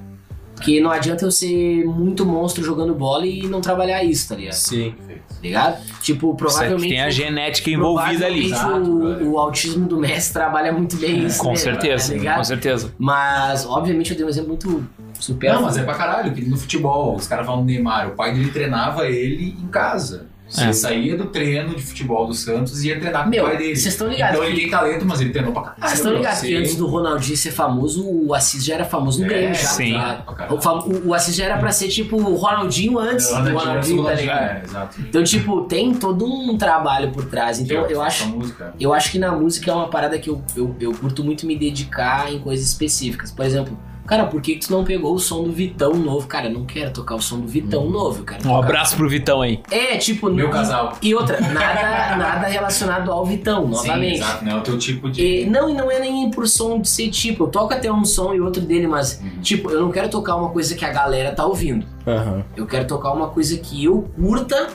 Porque não adianta eu ser muito monstro jogando bola e não trabalhar isso, tá ligado? Sim. ligado? Isso Tipo, aqui provavelmente. tem a genética envolvida ali. É, provavelmente Exato, O, o autismo do Messi trabalha muito bem isso. Com né, certeza, tá ligado? com certeza. Mas, obviamente, eu dei um exemplo muito super. é Não, mas é pra caralho, que no futebol, os caras falam do Neymar, o pai dele treinava ele em casa. Se Ele saía do treino de futebol do Santos e ia treinar com Meu, o pai dele. vocês estão ligados Então ele que- tem talento, mas ele treinou pra caralho. Ah, Vocês estão ligados que Sim. antes do Ronaldinho ser famoso, o Assis já era famoso no É, Grêmio já. sim. tá? Pra caralho. O, fam- o- o Assis já era pra ser tipo o Ronaldinho antes Ronaldinho, do Ronaldinho, tá Ronaldinho, ligado? é, exato. Então, tipo, tem todo um trabalho por trás. Então, eu essa acho, música. eu acho que na música é uma parada que eu, eu, eu curto muito me dedicar em coisas específicas. Por exemplo, cara, por que que tu não pegou o som do Vitão novo? Cara, eu não quero tocar o som do Vitão novo, cara. Um abraço pro Vitão aí. É, tipo... Uhum. Meu não- casal. E outra, nada, nada relacionado ao Vitão, novamente. Sim, exato, não é o teu tipo de. E, não, e não é nem por som de ser tipo, eu toco até um som e outro dele, mas Uhum. tipo, eu não quero tocar uma coisa que a galera tá ouvindo. Aham. Eu quero tocar uma coisa que eu curta,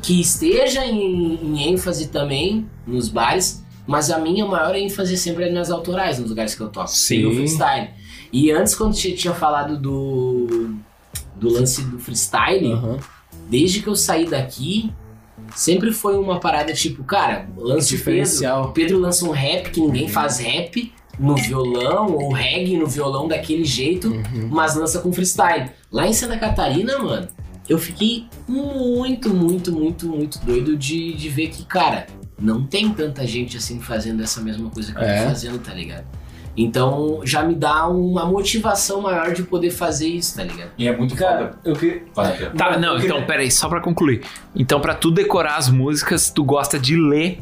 que esteja em, em ênfase também nos bares, mas a minha maior ênfase sempre é nas autorais, nos lugares que eu toco. Sim. E no freestyle. E antes, quando você tinha falado do, do lance do freestyle, Aham. desde que eu saí daqui, sempre foi uma parada tipo, cara, lance de peso. O Diferencial. Pedro lança um rap que ninguém faz rap no violão, ou reggae no violão daquele jeito, Uhum. mas lança com freestyle. Lá em Santa Catarina, mano, eu fiquei muito, muito, muito, muito doido de, de ver que, cara, não tem tanta gente assim fazendo essa mesma coisa que eu É. tô fazendo, tá ligado? Então já me dá uma motivação maior de poder fazer isso, tá ligado? E é muito Cara, eu queria. foda. Fala, Pedro. Tá, Não, não, eu queria- então, peraí, só pra concluir. Então, pra tu decorar as músicas, tu gosta de ler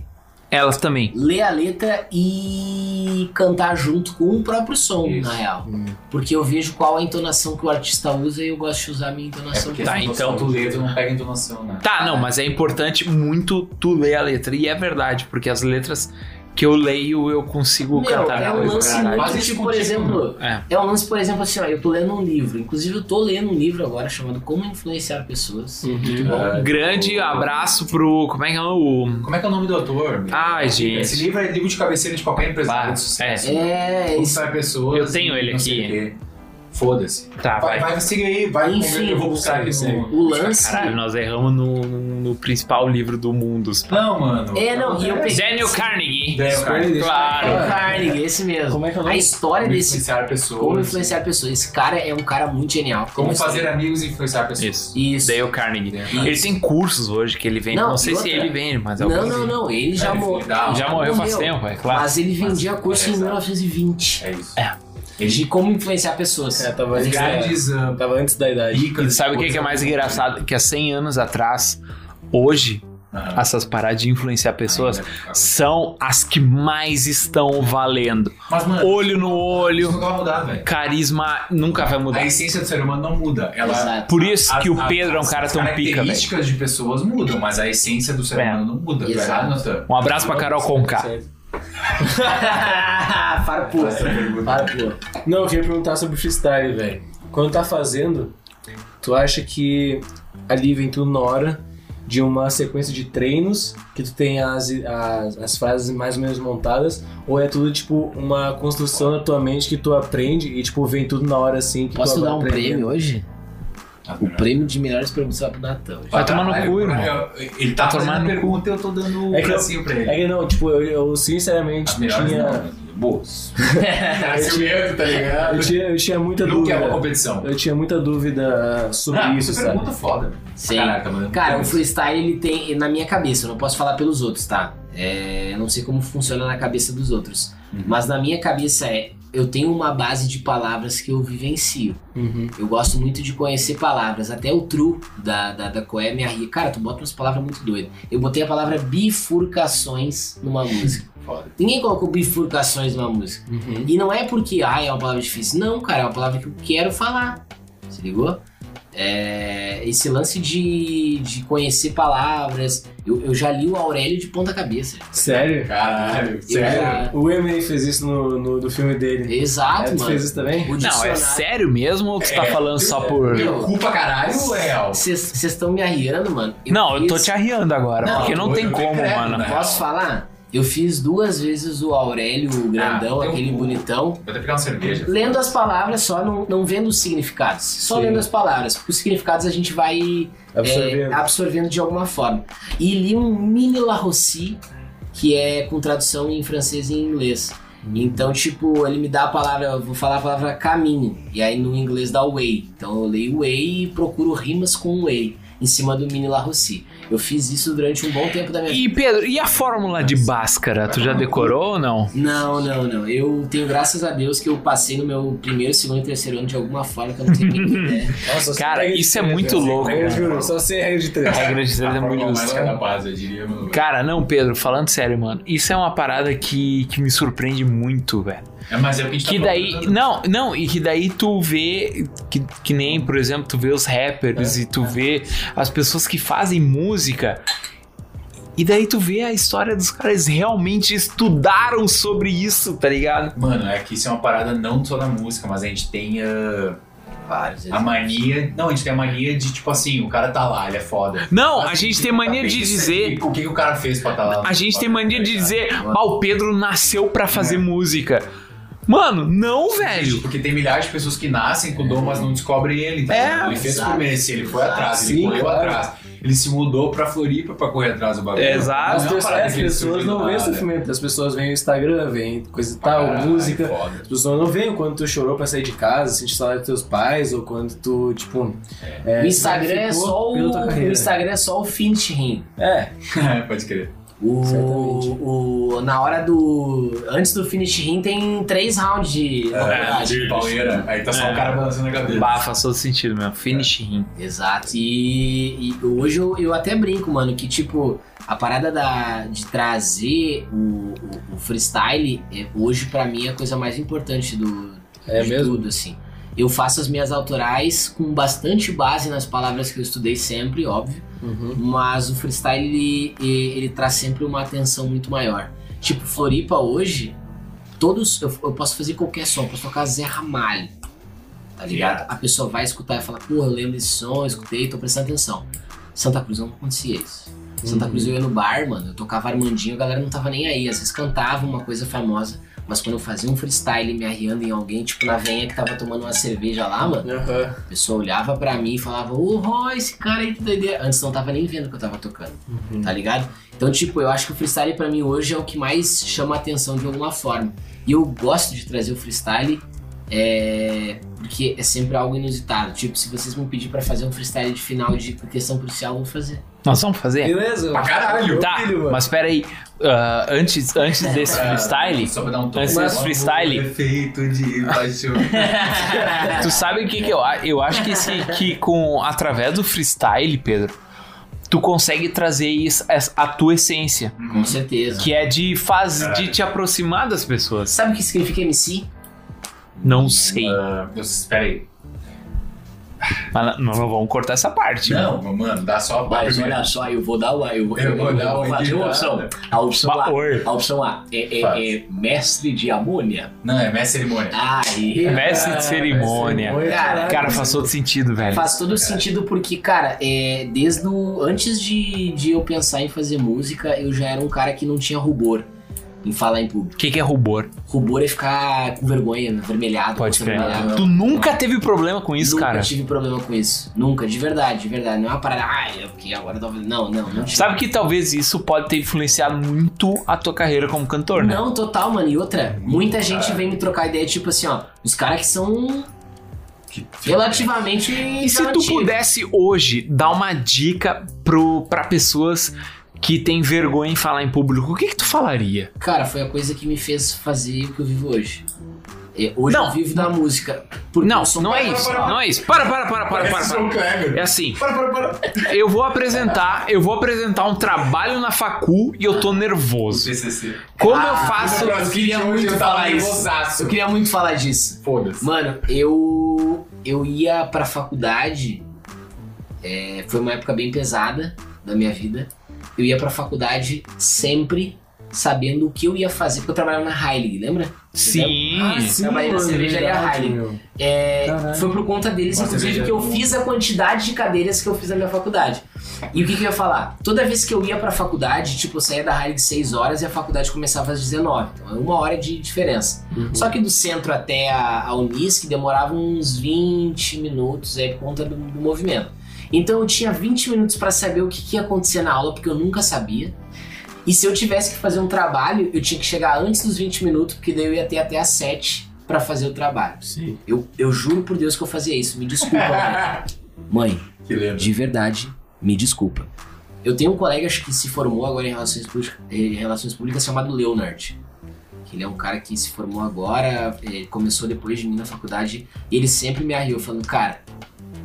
elas também. Ler a letra e cantar junto com o próprio som, Isso. na real. Hum. Porque eu vejo qual a entonação que o artista usa e eu gosto de usar a minha É entonação. porque Tá, tá, então- então tu lê, tu não pega entonação, né? Tá, não, mas é importante muito tu ler a letra. E é verdade, porque as letras que eu leio, eu consigo Meu, cantar. é na um letra, lance caralho. muito, Quase tipo, tipo por tipo, exemplo... É. É um lance, por exemplo, assim, ó, eu tô lendo um livro. Inclusive, eu tô lendo um livro agora chamado Como Influenciar Pessoas. Uhum. Ah, Grande o- abraço pro... Como é que é o... Como é que é o nome do autor? meu? Ai, Esse Ah, gente. livro é livro de cabeceira de qualquer empresário. Bah, de sucesso. é, É, Como isso. sai pessoas. Eu tenho ele assim, não sei aqui. o quê. Foda-se. tá, vai, vai. vai, siga aí, vai. Enfim, tá eu vou buscar aqui. o, sim. o lance. Caralho, nós erramos no, no principal livro do mundo. Não, mano. É, não, e eu pensei. Daniel Carnegie. Ideia, cara. Escolha- É, Claro. Daniel Carnegie, é esse mesmo. Como é que é o A nome? história Como desse. influenciar pessoas. Como influenciar pessoas. Esse cara é um cara muito genial. Tem uma Como história- fazer amigos e influenciar pessoas. Isso. Isso. Daniel Carnegie. Daniel Ele tem cursos hoje que ele vende. Não, Não, sei e se outra- ele vende, mas é Não, não, não. Ele já É, morreu. ele dá- Já morreu faz tempo, é claro. Mas ele vendia Mas- curso é, em exato. 1920. É isso. É. De como influenciar pessoas. É, tava antes, da, Grandes ah, tava antes da idade. E ícones. sabe o que, que é mais engraçado? Que há 100 anos atrás, hoje, Aham. essas paradas de influenciar pessoas Mas, são as que mais estão valendo. mano, Olho no isso olho, nunca vai mudar, velho. carisma nunca vai A mudar. essência do ser humano não muda. Ela. Exato. Por isso as- que o as- Pedro é um as- cara tão pica, As velho. características de pessoas mudam, mas a essência do ser É. humano não muda. Tá Exato. errado, Natan? Um abraço pra Carol Conká. Farpou. Essa é pergunta. Farpou. Não, eu queria perguntar sobre freestyle, velho. Quando tá fazendo, tu acha que ali vem tudo na hora de uma sequência de treinos que tu tem as, as, as frases mais ou menos montadas, ou é tudo tipo uma construção na tua mente que tu aprende e tipo vem tudo na hora assim que Posso tu vai dar um aprendendo? prêmio hoje? Tá O prêmio de melhores prêmios vai pro Natan. hoje. Vai tomar no Caralho, cu, cara, irmão. eu- Ele tá Vai tomar fazendo a no pergunta e eu tô dando o É que eu- bracinho pra ele. É que não, tipo, eu, eu As sinceramente melhores tinha, não, boas. Cara, ciumento, tá eu ligado? tinha. Eu tinha muita Nunca é uma dúvida. competição. Eu tinha muita dúvida sobre Ah, isso, essa sabe? pergunta foda. Sim. Caraca, mano. tá Cara, o freestyle ele tem na minha cabeça, eu não posso falar pelos outros, tá? É, eu não sei como funciona na cabeça dos outros. Uhum. Mas na minha cabeça é. Eu tenho uma base de palavras que eu vivencio. Uhum. Eu gosto muito de conhecer palavras. Até o true da, da, da Coé me arria. Cara, tu bota umas palavras muito doidas. Eu botei a palavra bifurcações numa música. Foda. Ninguém colocou bifurcações numa música. Uhum. E não é porque, ah, é uma palavra difícil. Não, cara, é uma palavra que eu quero falar. Se ligou? É, esse lance de, de conhecer palavras. Eu, eu já li o Aurélio de ponta cabeça. Sério? Caralho, Eu sério. já- O Eminem fez isso no, no, do filme dele. Exato, É, tu mano. fez isso também? O Não, é dicionário- sério mesmo ou tu É. tá falando só por. Meu cu pra caralho, é Léo. Vocês estão me arriando, mano. Não, eu tô fiz- te arriando agora, Não, porque não eu- tem eu como, decreto, mano. né? Posso falar? Eu fiz duas vezes o Aurélio, o Ah, grandão, tem um- aquele bonitão. Vou até pegar uma cerveja. lendo as palavras só, não, não vendo os significados. Só Sim. lendo as palavras. Porque os significados a gente vai é, Absorvendo. absorvendo de alguma forma. E li um mini La Rossi, que é com tradução em francês e em inglês. Hum. Então, tipo, ele me dá a palavra, eu vou falar a palavra caminho, e aí no inglês dá way. Então eu leio way e procuro rimas com way, em cima do mini La Rossi. Eu fiz isso durante um bom tempo da minha vida. E Pedro, e a fórmula de Bhaskara? Tu já decorou ou não? Não, não, não. Eu tenho graças a Deus que eu passei no meu primeiro, segundo e terceiro ano de alguma forma que eu não sei nem o que é. Nossa, Cara, regra de isso é três, né? muito eu sei, louco, Eu cara. juro, só sei regra de A três. regra de três é A muito forma justa. mágica da paz, eu diria, mano. Cara, não, Pedro, falando sério, mano, isso é uma parada que, que me surpreende muito, velho. É, mas é o que a gente Que tá daí. falando. Não, não, e que daí tu vê. Que, que nem, por exemplo, tu vê os rappers e tu vê as pessoas que fazem música. E daí tu vê a história dos caras realmente estudaram sobre isso, tá ligado? Mano, é que isso é uma parada não só da música, mas a gente tem ah, Vários. a mania. Não, a gente tem a mania de, tipo assim, o cara tá lá, ele é foda. Não, Mas a gente tem mania de pensa dizer. O que, que o cara fez pra tá lá? A gente tem mania de dizer, Mano, "Bah, o Pedro nasceu pra fazer música. Mano, não, velho. Tá Porque tem milhares de pessoas que nascem com o dom, mas não descobrem ele. Tá? É, ligado? ele fez exato. por merecer, ele foi atrás, ele Sim, correu claro. atrás. Ele se mudou pra Floripa pra correr atrás do bagulho. Exato. Não é uma As, parada que ele pessoas surgiu do não veem o nada. sofrimento, as pessoas veem o Instagram, veem coisa e Pra tal, caralho, Tá, é música. foda. As pessoas não veem o quanto tu chorou pra sair de casa, sentir saudade dos teus pais, ou quando tu, tipo. é, o Instagram sacrificou é só pela o, tua carreira. o Instagram é só o finish rim. É, Pode crer. Certamente. O, o na hora do antes do finish rim tem três rounds de É, novidade. de pauleira. Aí tá só É. o cara balançando a cabeça. Bah, faz todo sentido mesmo. Finish him. Exato. E, e hoje eu, eu até brinco, mano, que tipo, a parada da, de trazer o, o- o freestyle é, hoje pra mim é a coisa mais importante do É de mesmo? tudo, assim. Eu faço as minhas autorais com bastante base nas palavras que eu estudei sempre, óbvio. uhum. Mas o freestyle ele, e- ele traz sempre uma atenção muito maior. Tipo, Floripa hoje, todos. Eu, eu posso fazer qualquer som, eu posso tocar Zé Ramalho. Tá ligado? A pessoa vai escutar e fala, porra, eu lembro desse som, eu escutei, tô prestando atenção. Santa Cruz não acontecia isso. Santa Cruz eu ia no bar, mano, eu tocava Armandinho, a galera não tava nem aí. Às vezes cantava uma coisa famosa, mas quando eu fazia um freestyle me arriando em alguém, tipo na venha que tava tomando uma cerveja lá, mano, Aham. a pessoa olhava pra mim e falava, ô Roy, esse cara aí que doideira. Antes não tava nem vendo que eu tava tocando, Uhum. tá ligado? Então, tipo, eu acho que o freestyle pra mim hoje é o que mais chama a atenção de alguma forma. E eu gosto de trazer o freestyle é, porque é sempre algo inusitado. Tipo, se vocês me pedir pra fazer um freestyle de final de questão crucial, eu vou fazer. Nós vamos fazer? Beleza? Pra caralho. Meu Tá, filho, mano. mas pera aí. Ah, antes, antes desse Pra- freestyle, Só pra dar um tom. Antes desse freestyle. Perfeito de paixão. tu sabe o que, que eu acho? Eu acho que, esse, que com, através do freestyle, Pedro, tu consegue trazer isso- essa- a tua essência, Com certeza. que é de, faz, de te aproximar das pessoas. Sabe o que significa MC? Não sei. Ah, eu- Espera aí. Mas não, não vamos cortar essa parte. mano. Não, mano, dá só a Mas primeira. olha só, eu vou dar uma. Eu, eu, Eu vou eu dar vou uma fazer um uma editada. opção. A opção A, Favor. a opção A é- Faz. é- é mestre de amônia. Não, é minha cerimônia. Aí. é Mestre de cerimônia. Oi, Cara, Cara, faz todo sentido, velho. Faz todo sentido porque, cara, é, desde o, antes de, de eu pensar em fazer música, eu já era um cara que não tinha rubor em falar em público. O que, que é rubor? Rubor é ficar com vergonha, né? vermelhado. Pode rosto crer. avermelhado. Tu nunca teve problema com isso, Nunca cara. tive problema com isso. Nunca, de verdade, de verdade. Não é uma parada, ah, é porque agora eu tô... Não, não, não tive. Sabe que talvez isso pode ter influenciado muito a tua carreira como cantor, né? Não, total, mano. E outra, muita gente vem me trocar ideia, tipo assim, ó, os caras que são Que- relativamente. E se tu pudesse hoje dar uma dica pro, pra pessoas que têm vergonha em falar em público, o que que tu falaria? Cara, foi a coisa que me fez fazer o que eu vivo hoje. É, hoje Não. eu vivo da música. Porque não, eu sou um não é cara- isso, para, para. não é isso. Para, para, para, para, para. Parece João para. Kleber. É assim, Para, para, para. eu vou apresentar, eu vou apresentar um trabalho na facu e eu tô nervoso. TCC. Como eu Ah, faço? eu queria muito falar isso. Eu queria muito falar disso. Foda-se. Mano, eu eu ia pra faculdade. é, foi uma época bem pesada da minha vida. Eu ia pra faculdade sempre sabendo o que eu ia fazer, porque eu trabalhava na Heilig, lembra? Sim. Ah, sim, Trabalhei na mano, cervejaria verdade, Heine. meu. É, Caralho. foi por conta deles, Uma inclusive, cerveja que eu boa. fiz a quantidade de cadeiras que eu fiz na minha faculdade. E o que, que eu ia falar? Toda vez que eu ia pra faculdade, tipo, eu saía da rádio de 6 horas e a faculdade começava às 19. Então é uma hora de diferença. Uhum. Só que do centro até a, a Unisc demorava uns 20 minutos aí por conta do, do movimento. Então eu tinha 20 minutos pra saber o que, que ia acontecer na aula, porque eu nunca sabia. E se eu tivesse que fazer um trabalho, eu tinha que chegar antes dos 20 minutos, porque daí eu ia ter até às 7 pra fazer o trabalho. Sim. Eu, eu juro por Deus que eu fazia isso. Me desculpa, mãe. Mãe, que lembra. de verdade, me desculpa. Eu tenho um colega acho que se formou agora em relações, Pública- em relações públicas chamado Leonard. Que ele é um cara que se formou agora, ele começou depois de mim na faculdade, e ele sempre me arriou falando, cara,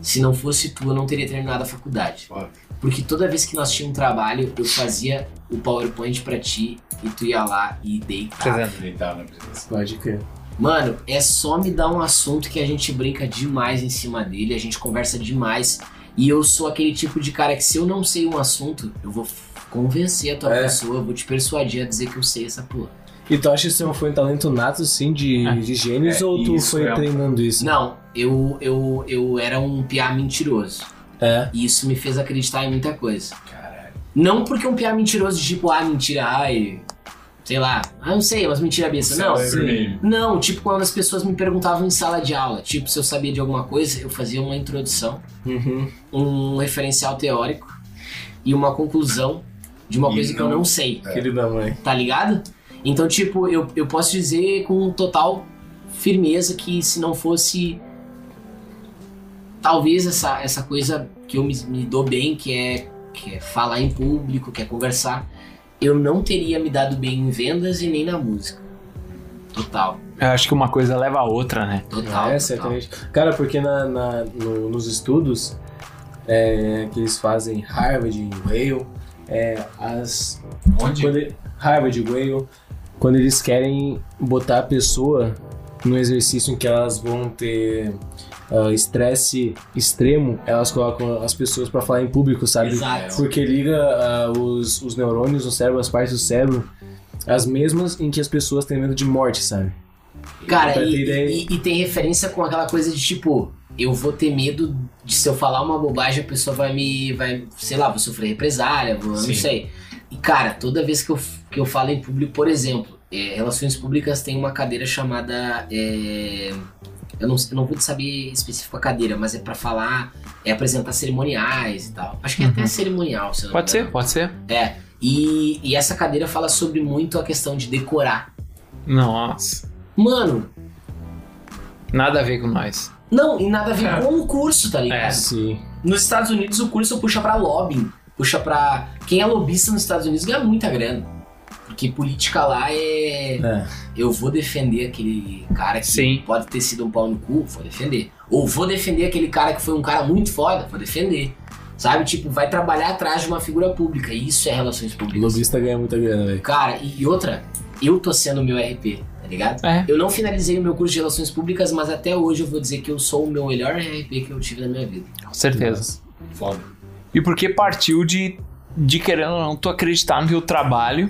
se não fosse tu, eu não teria terminado a faculdade. Óbvio. Porque toda vez que nós tínhamos um trabalho, eu fazia o PowerPoint pra ti e tu ia lá e deitava. Deitado Ah, na apresentação. Pode crer. Mano, é só me dar um assunto que a gente brinca demais em cima dele, a gente conversa demais. E eu sou aquele tipo de cara que se eu não sei um assunto, eu vou f- convencer a tua É. pessoa, eu vou te persuadir a dizer que eu sei essa porra. E tu acha que isso foi um talento nato, sim, de, É. de gênios, É, ou tu isso foi é um- treinando isso? Não, eu, eu, eu era um piá mentiroso. É. E isso me fez acreditar em muita coisa. Caralho. Não porque um piá mentiroso de tipo, ah, mentira, ai, sei lá, ah, não sei, umas mentiras besta. Não, Céu é vermelho. Não, tipo quando as pessoas me perguntavam em sala de aula, tipo se eu sabia de alguma coisa, eu fazia uma introdução, Uhum. um referencial teórico e uma conclusão de uma E coisa que eu não- é. não sei, Querida mãe. tá ligado? Então, tipo, eu, eu posso dizer com total firmeza que se não fosse talvez essa, essa coisa que eu me, me dou bem, que é, que é falar em público, que é conversar, eu não teria me dado bem em vendas e nem na música. Total, Eu acho que uma coisa leva a outra, né? total. é, total. certamente. Cara, porque na, na- no- nos estudos é, que eles fazem em Harvard, em Yale, é, as, Onde? quando, Harvard, Yale, quando eles querem botar a pessoa no exercício em que elas vão ter ah, estresse extremo, elas colocam as pessoas pra falar em público, É, sabe? Exato. Porque liga ah, os, os neurônios no cérebro, as partes do cérebro, as mesmas em que as pessoas têm medo de morte, sabe? Cara, Pra e, ter ideia. e- e tem referência com aquela coisa de tipo, eu vou ter medo de se eu falar uma bobagem, a pessoa vai me. vai, sei lá, vou sofrer represália, vou, não Sim. sei. E cara, toda vez que eu, f- que eu falo em público, por exemplo, é, relações públicas tem uma cadeira chamada. é, eu não, eu não vou te saber específico a cadeira, mas é pra falar, é apresentar cerimoniais e tal. Acho que é até Uhum. cerimonial, se eu não me Pode engano. ser, pode ser. É. E, e essa cadeira fala sobre muito a questão de decorar. Nossa. Mano, Nada a ver com nós. Não, e nada a ver É. com o curso, tá ligado? É. Sim. Nos Estados Unidos, o curso puxa pra lobbying. Puxa pra. Quem é lobista nos Estados Unidos ganha muita grana. Porque política lá é. É. Eu vou defender aquele cara que Sim. pode ter sido um pau no cu, vou defender. Ou vou defender aquele cara que foi um cara muito foda, vou defender. Sabe? Tipo, vai trabalhar atrás de uma figura pública. E isso é relações O públicas. lobista ganha muita grana, velho. Cara, e e outra, eu tô sendo o meu RP, tá ligado? É. Eu não finalizei o meu curso de Relações Públicas, mas até hoje eu vou dizer que eu sou o meu melhor RP que eu tive na minha vida. Com certeza. Foda. E porque partiu de, de querendo ou não, tu acreditar no teu trabalho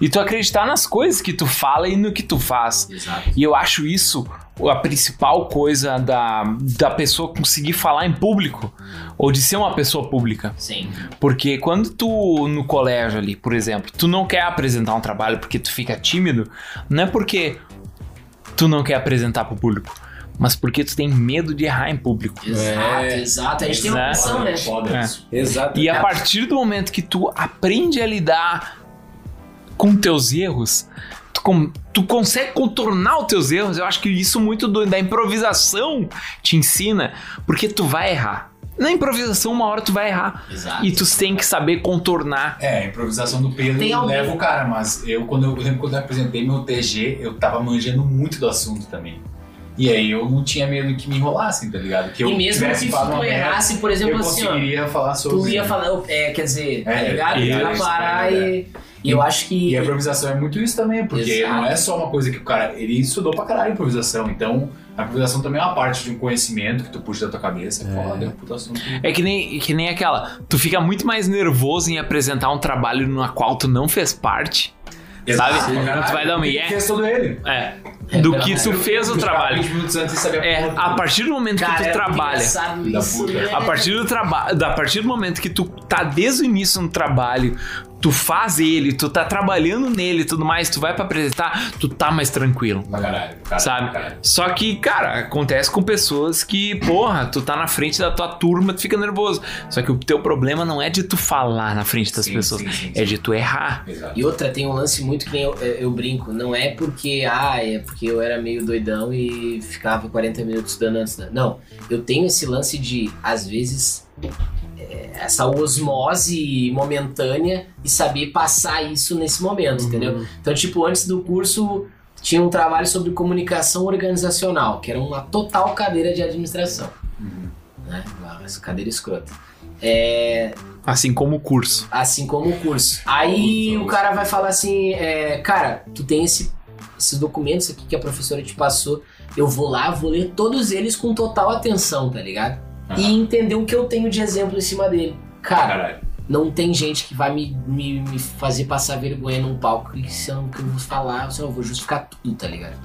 e tu acreditar nas coisas que tu fala e no que tu faz. Exato. E eu acho isso a principal coisa da, da pessoa conseguir falar em público ou de ser uma pessoa pública. Sim. Porque quando tu no colégio ali, por exemplo, tu não quer apresentar um trabalho porque tu fica tímido, não é porque tu não quer apresentar pro público, mas porque tu tem medo de errar em público. É. Exato, exato. A gente tem uma Exato. opção, né? Foda É. isso. Exato. E a partir do momento que tu aprende a lidar com teus erros, tu, com- tu consegue contornar os teus erros. Eu acho que isso muito do- da improvisação te ensina, porque tu vai errar. Na improvisação, uma hora tu vai errar. Exato. E tu tem que saber contornar É, a improvisação do Pedro Tem alguém- leva o cara, mas eu, quando eu, eu lembro quando eu apresentei meu TG, eu tava manjando muito do assunto também. E aí eu não tinha medo que me enrolassem, tá ligado? Que eu E mesmo tivesse que falado tu uma merda, errasse, por exemplo, eu assim, ó. conseguiria falar sobre. Tu ia falar, eu- é, quer dizer, tá É, ligado? Tu isso, ia parar é. e. E eu acho que. E a improvisação é muito isso também, porque Exato. não é só uma coisa que o cara. Ele estudou pra caralho a improvisação, então a improvisação também é uma parte de um conhecimento que tu puxa da tua cabeça e fala, deu um puto assunto. É que nem, que nem aquela. Tu fica muito mais nervoso em apresentar um trabalho na qual tu não fez parte. Sabe? Exato, pra caralho. Tu vai dar um Porque yeah. tu fez todo ele. É. É, Do pera, que tu cara, fez o Ficar trabalho. 20 minutos antes e saber É, porra a toda. partir do momento Cara, que tu era muito trabalha. é engraçado Da isso, puta. né? A partir do trabalho. A partir do momento que tu tá desde o início no trabalho, tu faz ele, tu tá trabalhando nele e tudo mais, tu vai pra apresentar, tu tá mais tranquilo. Pra caralho, pra caralho, pra Sabe? caralho. Só que, cara, acontece com pessoas que, porra, tu tá na frente da tua turma, tu fica nervoso. Só que o teu problema não é de tu falar na frente das Sim, pessoas, sim, sim, é de tu errar. Exato. E outra, tem um lance muito que nem eu, eu- eu brinco. Não é porque, ah, é porque eu era meio doidão e ficava 40 minutos dando antes. da- Não, eu tenho esse lance de, às vezes, é, é, essa osmose momentânea e saber passar isso nesse momento, entendeu? Então, tipo, antes do curso tinha um trabalho sobre comunicação organizacional, que era uma total cadeira de administração. Né? Uma cadeira escrota. É, Assim como o curso. assim como o curso. Aí o cara vai falar assim, é, cara, tu tem esse- esses documentos aqui que a professora te passou, eu vou lá, vou ler todos eles com total atenção, tá ligado? E entender o que eu tenho de exemplo em cima dele. Cara, Caralho. não tem gente que vai me, me, me fazer passar vergonha num palco que se eu, que eu vou falar, se eu vou justificar tudo, tá ligado?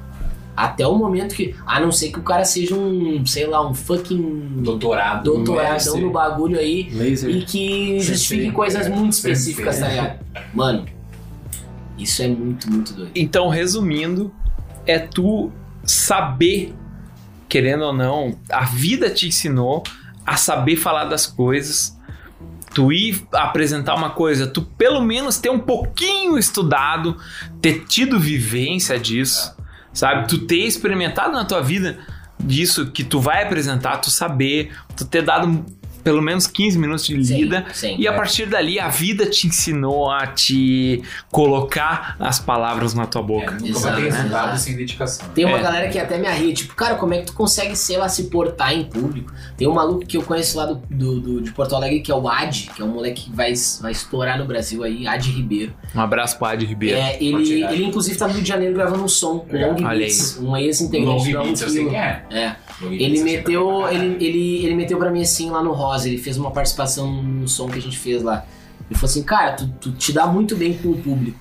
Até o momento que. A não ser que o cara seja um, sei lá, um fucking Doutorado. no doutoradão UFC. no bagulho aí Laser. e que justifique Sim, coisas é. muito Sim, específicas, sim. tá ligado? Mano, isso é muito, muito doido. Então, resumindo, é tu saber, querendo ou não, a vida te ensinou a saber falar das coisas. Tu ir apresentar uma coisa, tu pelo menos ter um pouquinho estudado, ter tido vivência disso, sabe? Tu ter experimentado na tua vida disso que tu vai apresentar, tu saber, tu ter dado pelo menos 15 minutos de lida Sim, sim. e a partir dali a vida te ensinou a te colocar as palavras na tua É, boca. nunca Exato, vai ter né? resultado sem dedicação. Tem uma É. galera que até me arria, tipo, cara, como é que tu consegue, sei lá, se portar em público? Tem um maluco que eu conheço lá do, do- do- de Porto Alegre, que é o Ad, que é um moleque que vai, vai estourar no Brasil aí, Ad Ribeiro. Um abraço pro Adi Ribeiro. É, pode ele, chegar. ele, inclusive, tá no Rio de Janeiro gravando um som com Legal. Long Olha Beats, um Long ex-integrante do Beats, eu sei quem é. É. Long Beats, Ele eu sei é. meteu, pra ele, ele, ele meteu pra mim assim lá no Rosa, ele fez uma participação num som que a gente fez lá. Ele falou assim, cara, tu, tu te dá muito bem com o público.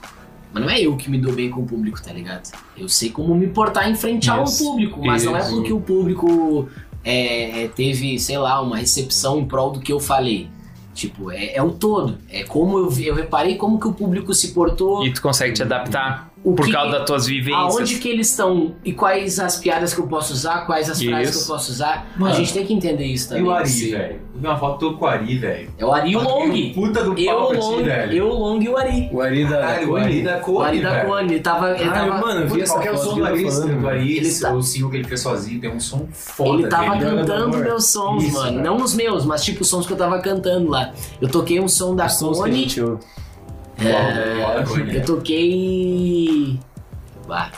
Mas não é eu que me dou bem com o público, tá ligado? Eu sei como me portar em frente ao Isso, público, mas não é isso. porque o público é, é, teve, sei lá, uma recepção em prol do que eu falei. Tipo, é, é o todo. É como eu, vi- eu reparei como que o público se portou. E tu consegue te adaptar o por que- causa das tuas vivências. Aonde que eles estão e quais as piadas que eu posso usar, quais as frases que Isso. eu posso usar. Mano, a gente tem que entender isso caralho. E também. o Ari, Sim. velho? Eu vi uma foto do com o Ari, velho. um É o Ari e o Long. Puta do Eu, pau o pra ti, Long, velho. eu, o Long e o Ari. O Ari da. Caralho, o Ari da O Cone, Ari da velho. Cone, ele tava. Ele Caralho, tava, mano, eu vi Puta, essa Qual que é o foto som que do eu tô Ari? falando. Do Ari, Ele esse- é tá- o single que ele fez sozinho, tem um som foda ele tava dele. Ele era cantando cantor. meus sons, Isso, mano. cara. Não os meus, mas tipo os sons que eu tava cantando lá. Eu toquei um som da Os sons que a Cone. gente ouve. É, Ó, da Cone, Eu né? toquei. Bah.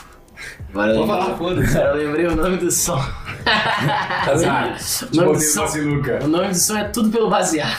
Agora eu, Vou falar, foda-se. agora eu lembrei o nome do som. Azar. O nome do Tipo, som- Vaciluca. o nome do som é Tudo pelo Baseado.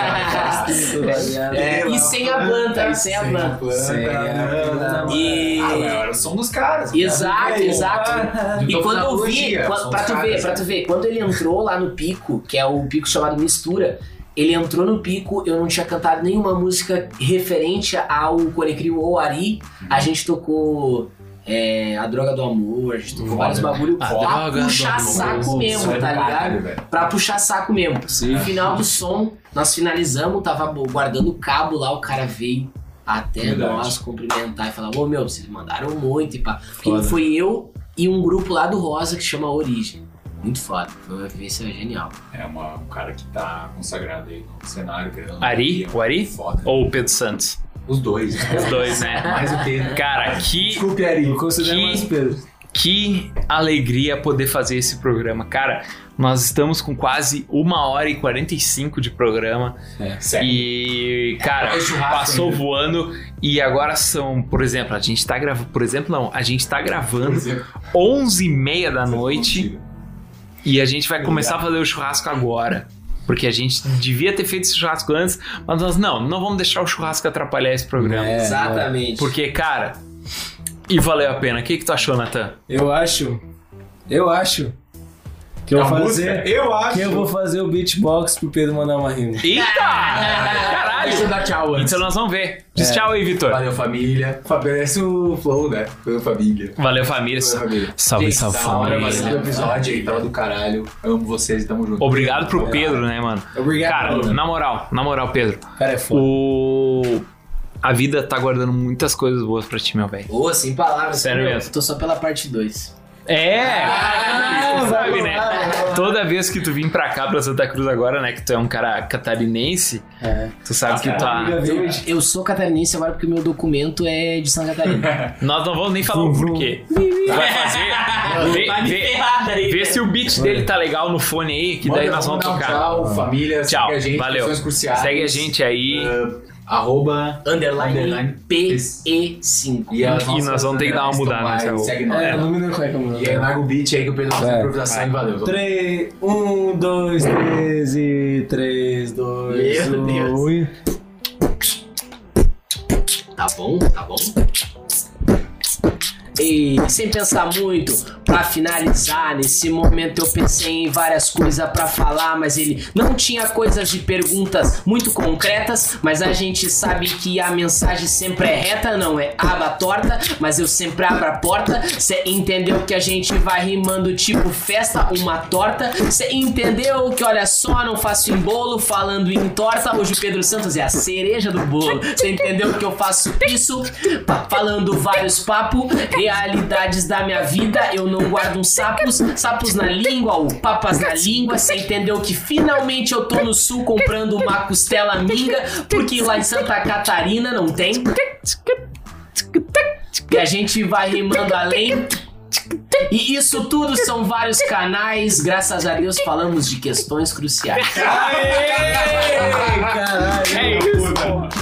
tá É, e sem a planta, e sem a planta. Sem a planta. E- Ah, velho, era o som dos caras. Exato, Velho, exato. cara. E Então, quando eu vi, analogia, quando- são pra os tu ver, caras. né? pra tu ver, quando ele entrou lá no pico, que é o pico chamado Mistura, ele entrou no pico, eu não tinha cantado nenhuma música referente ao Conecrio ou Ari, Uhum. a gente tocou é, A Droga do Amor, a gente tocou Foda. vários bagulho Uhum. A pra Droga do puxar Amor. saco mesmo, Isso é tá do ligado? caralho, velho. Pra puxar saco mesmo. Sim. No final do som, nós finalizamos, tava guardando o cabo lá, o cara veio até Verdade. nós cumprimentar e falar: Ô meu, vocês mandaram muito e pá. Porque foi eu e um grupo lá do Rosa que chama Origem. Muito foda, foi uma vivência genial. É uma- um cara que tá consagrado aí no cenário grande. Ari? O Ari? Foda. Ou o Pedro Santos? Os dois. Os dois, né? Mais o Pedro. Cara, que, Desculpe, Ari. Eu considero Que- mais Pedro. que alegria poder fazer esse programa. Cara, nós estamos com quase uma hora e 45 de programa. Sério. E, cara, É churrasco passou ainda. voando e agora são, por exemplo, a gente tá gravando, por exemplo, não, a gente tá Por gravando exemplo, 11h30 da noite e a gente vai Obrigado. começar a fazer o churrasco agora. Porque a gente devia ter feito esse churrasco antes, mas nós não, não vamos deixar o churrasco atrapalhar esse programa. É, Exatamente. Porque, cara, e valeu a pena. O que, que tu achou, Natan? Eu acho. Eu acho. Que eu É vou uma fazer. música? Eu acho. Que eu vou fazer o beatbox pro Pedro mandar uma rima. Eita! Deixa eu Caralho! dar tchau antes. Então nós vamos ver. Diz tchau aí, Vitor. Valeu, família. Fa- Parece o Flow, né? Valeu, família. Valeu, família. Valeu, família. Salve, Gente, salve, da hora, família. valeu pelo episódio aí, tava do caralho. Amo vocês, tamo junto. Obrigado pro Pedro, né, mano? Obrigado. Cara, mano. na moral, na moral, Pedro, Cara, é foda. o. A vida tá guardando muitas coisas boas pra ti, meu velho. Ô, sem palavras. Sério meu, mesmo. Tô só pela parte 2. É! Ah, sabe, né? vai lá, vai lá. toda vez que tu vir pra cá, pra Santa Cruz agora, né? Que tu é um cara catarinense, É. tu sabe que tu. Caralho. ah, Eu, É. eu sou catarinense agora porque o meu documento é de Santa Catarina. Nós não vamos nem falar o porquê. Tu vai fazer. Vê, vê- Tá ferrada aí. vê se o beat dele tá legal no fone aí, que daí Manda- nós vamos manda um tocar. Tchau, família. Tchau, segue a gente, valeu. Pessoas Cruciais, Segue a gente aí. Arroba. Underline Underline PE5. E, é as E nossas nós vamos ter que dar uma estão mudada né? mais, nessa Segue nós. É, não me lembro como é que eu me E aí, lembro. larga o beat aí que o Pedro faz É, improvisação e valeu. 3, 1, 2, 3 um, e 3, 2, Meu 1. Deus. e- Tá bom, tá bom. E sem pensar muito, pra finalizar, nesse momento eu pensei em várias coisas pra falar, mas ele não tinha coisas de perguntas muito concretas, mas a gente sabe que a mensagem sempre é reta, não é aba torta, mas eu sempre abro a porta. Cê entendeu que a gente vai rimando tipo festa, uma torta. Cê entendeu que olha só, não faço em bolo, falando em torta, hoje o Pedro Santos é a cereja do bolo. Cê entendeu que eu faço isso, pa- falando vários papos, realidades da minha vida. Eu não guardo uns sapos, sapos na língua ou papas na língua. Cê entendeu que finalmente eu tô no sul comprando uma costela minga, porque lá em Santa Catarina não tem. E a gente vai rimando além. E isso tudo são vários canais. Graças a Deus falamos de questões cruciais. Aê! Caralho. É isso, Puta.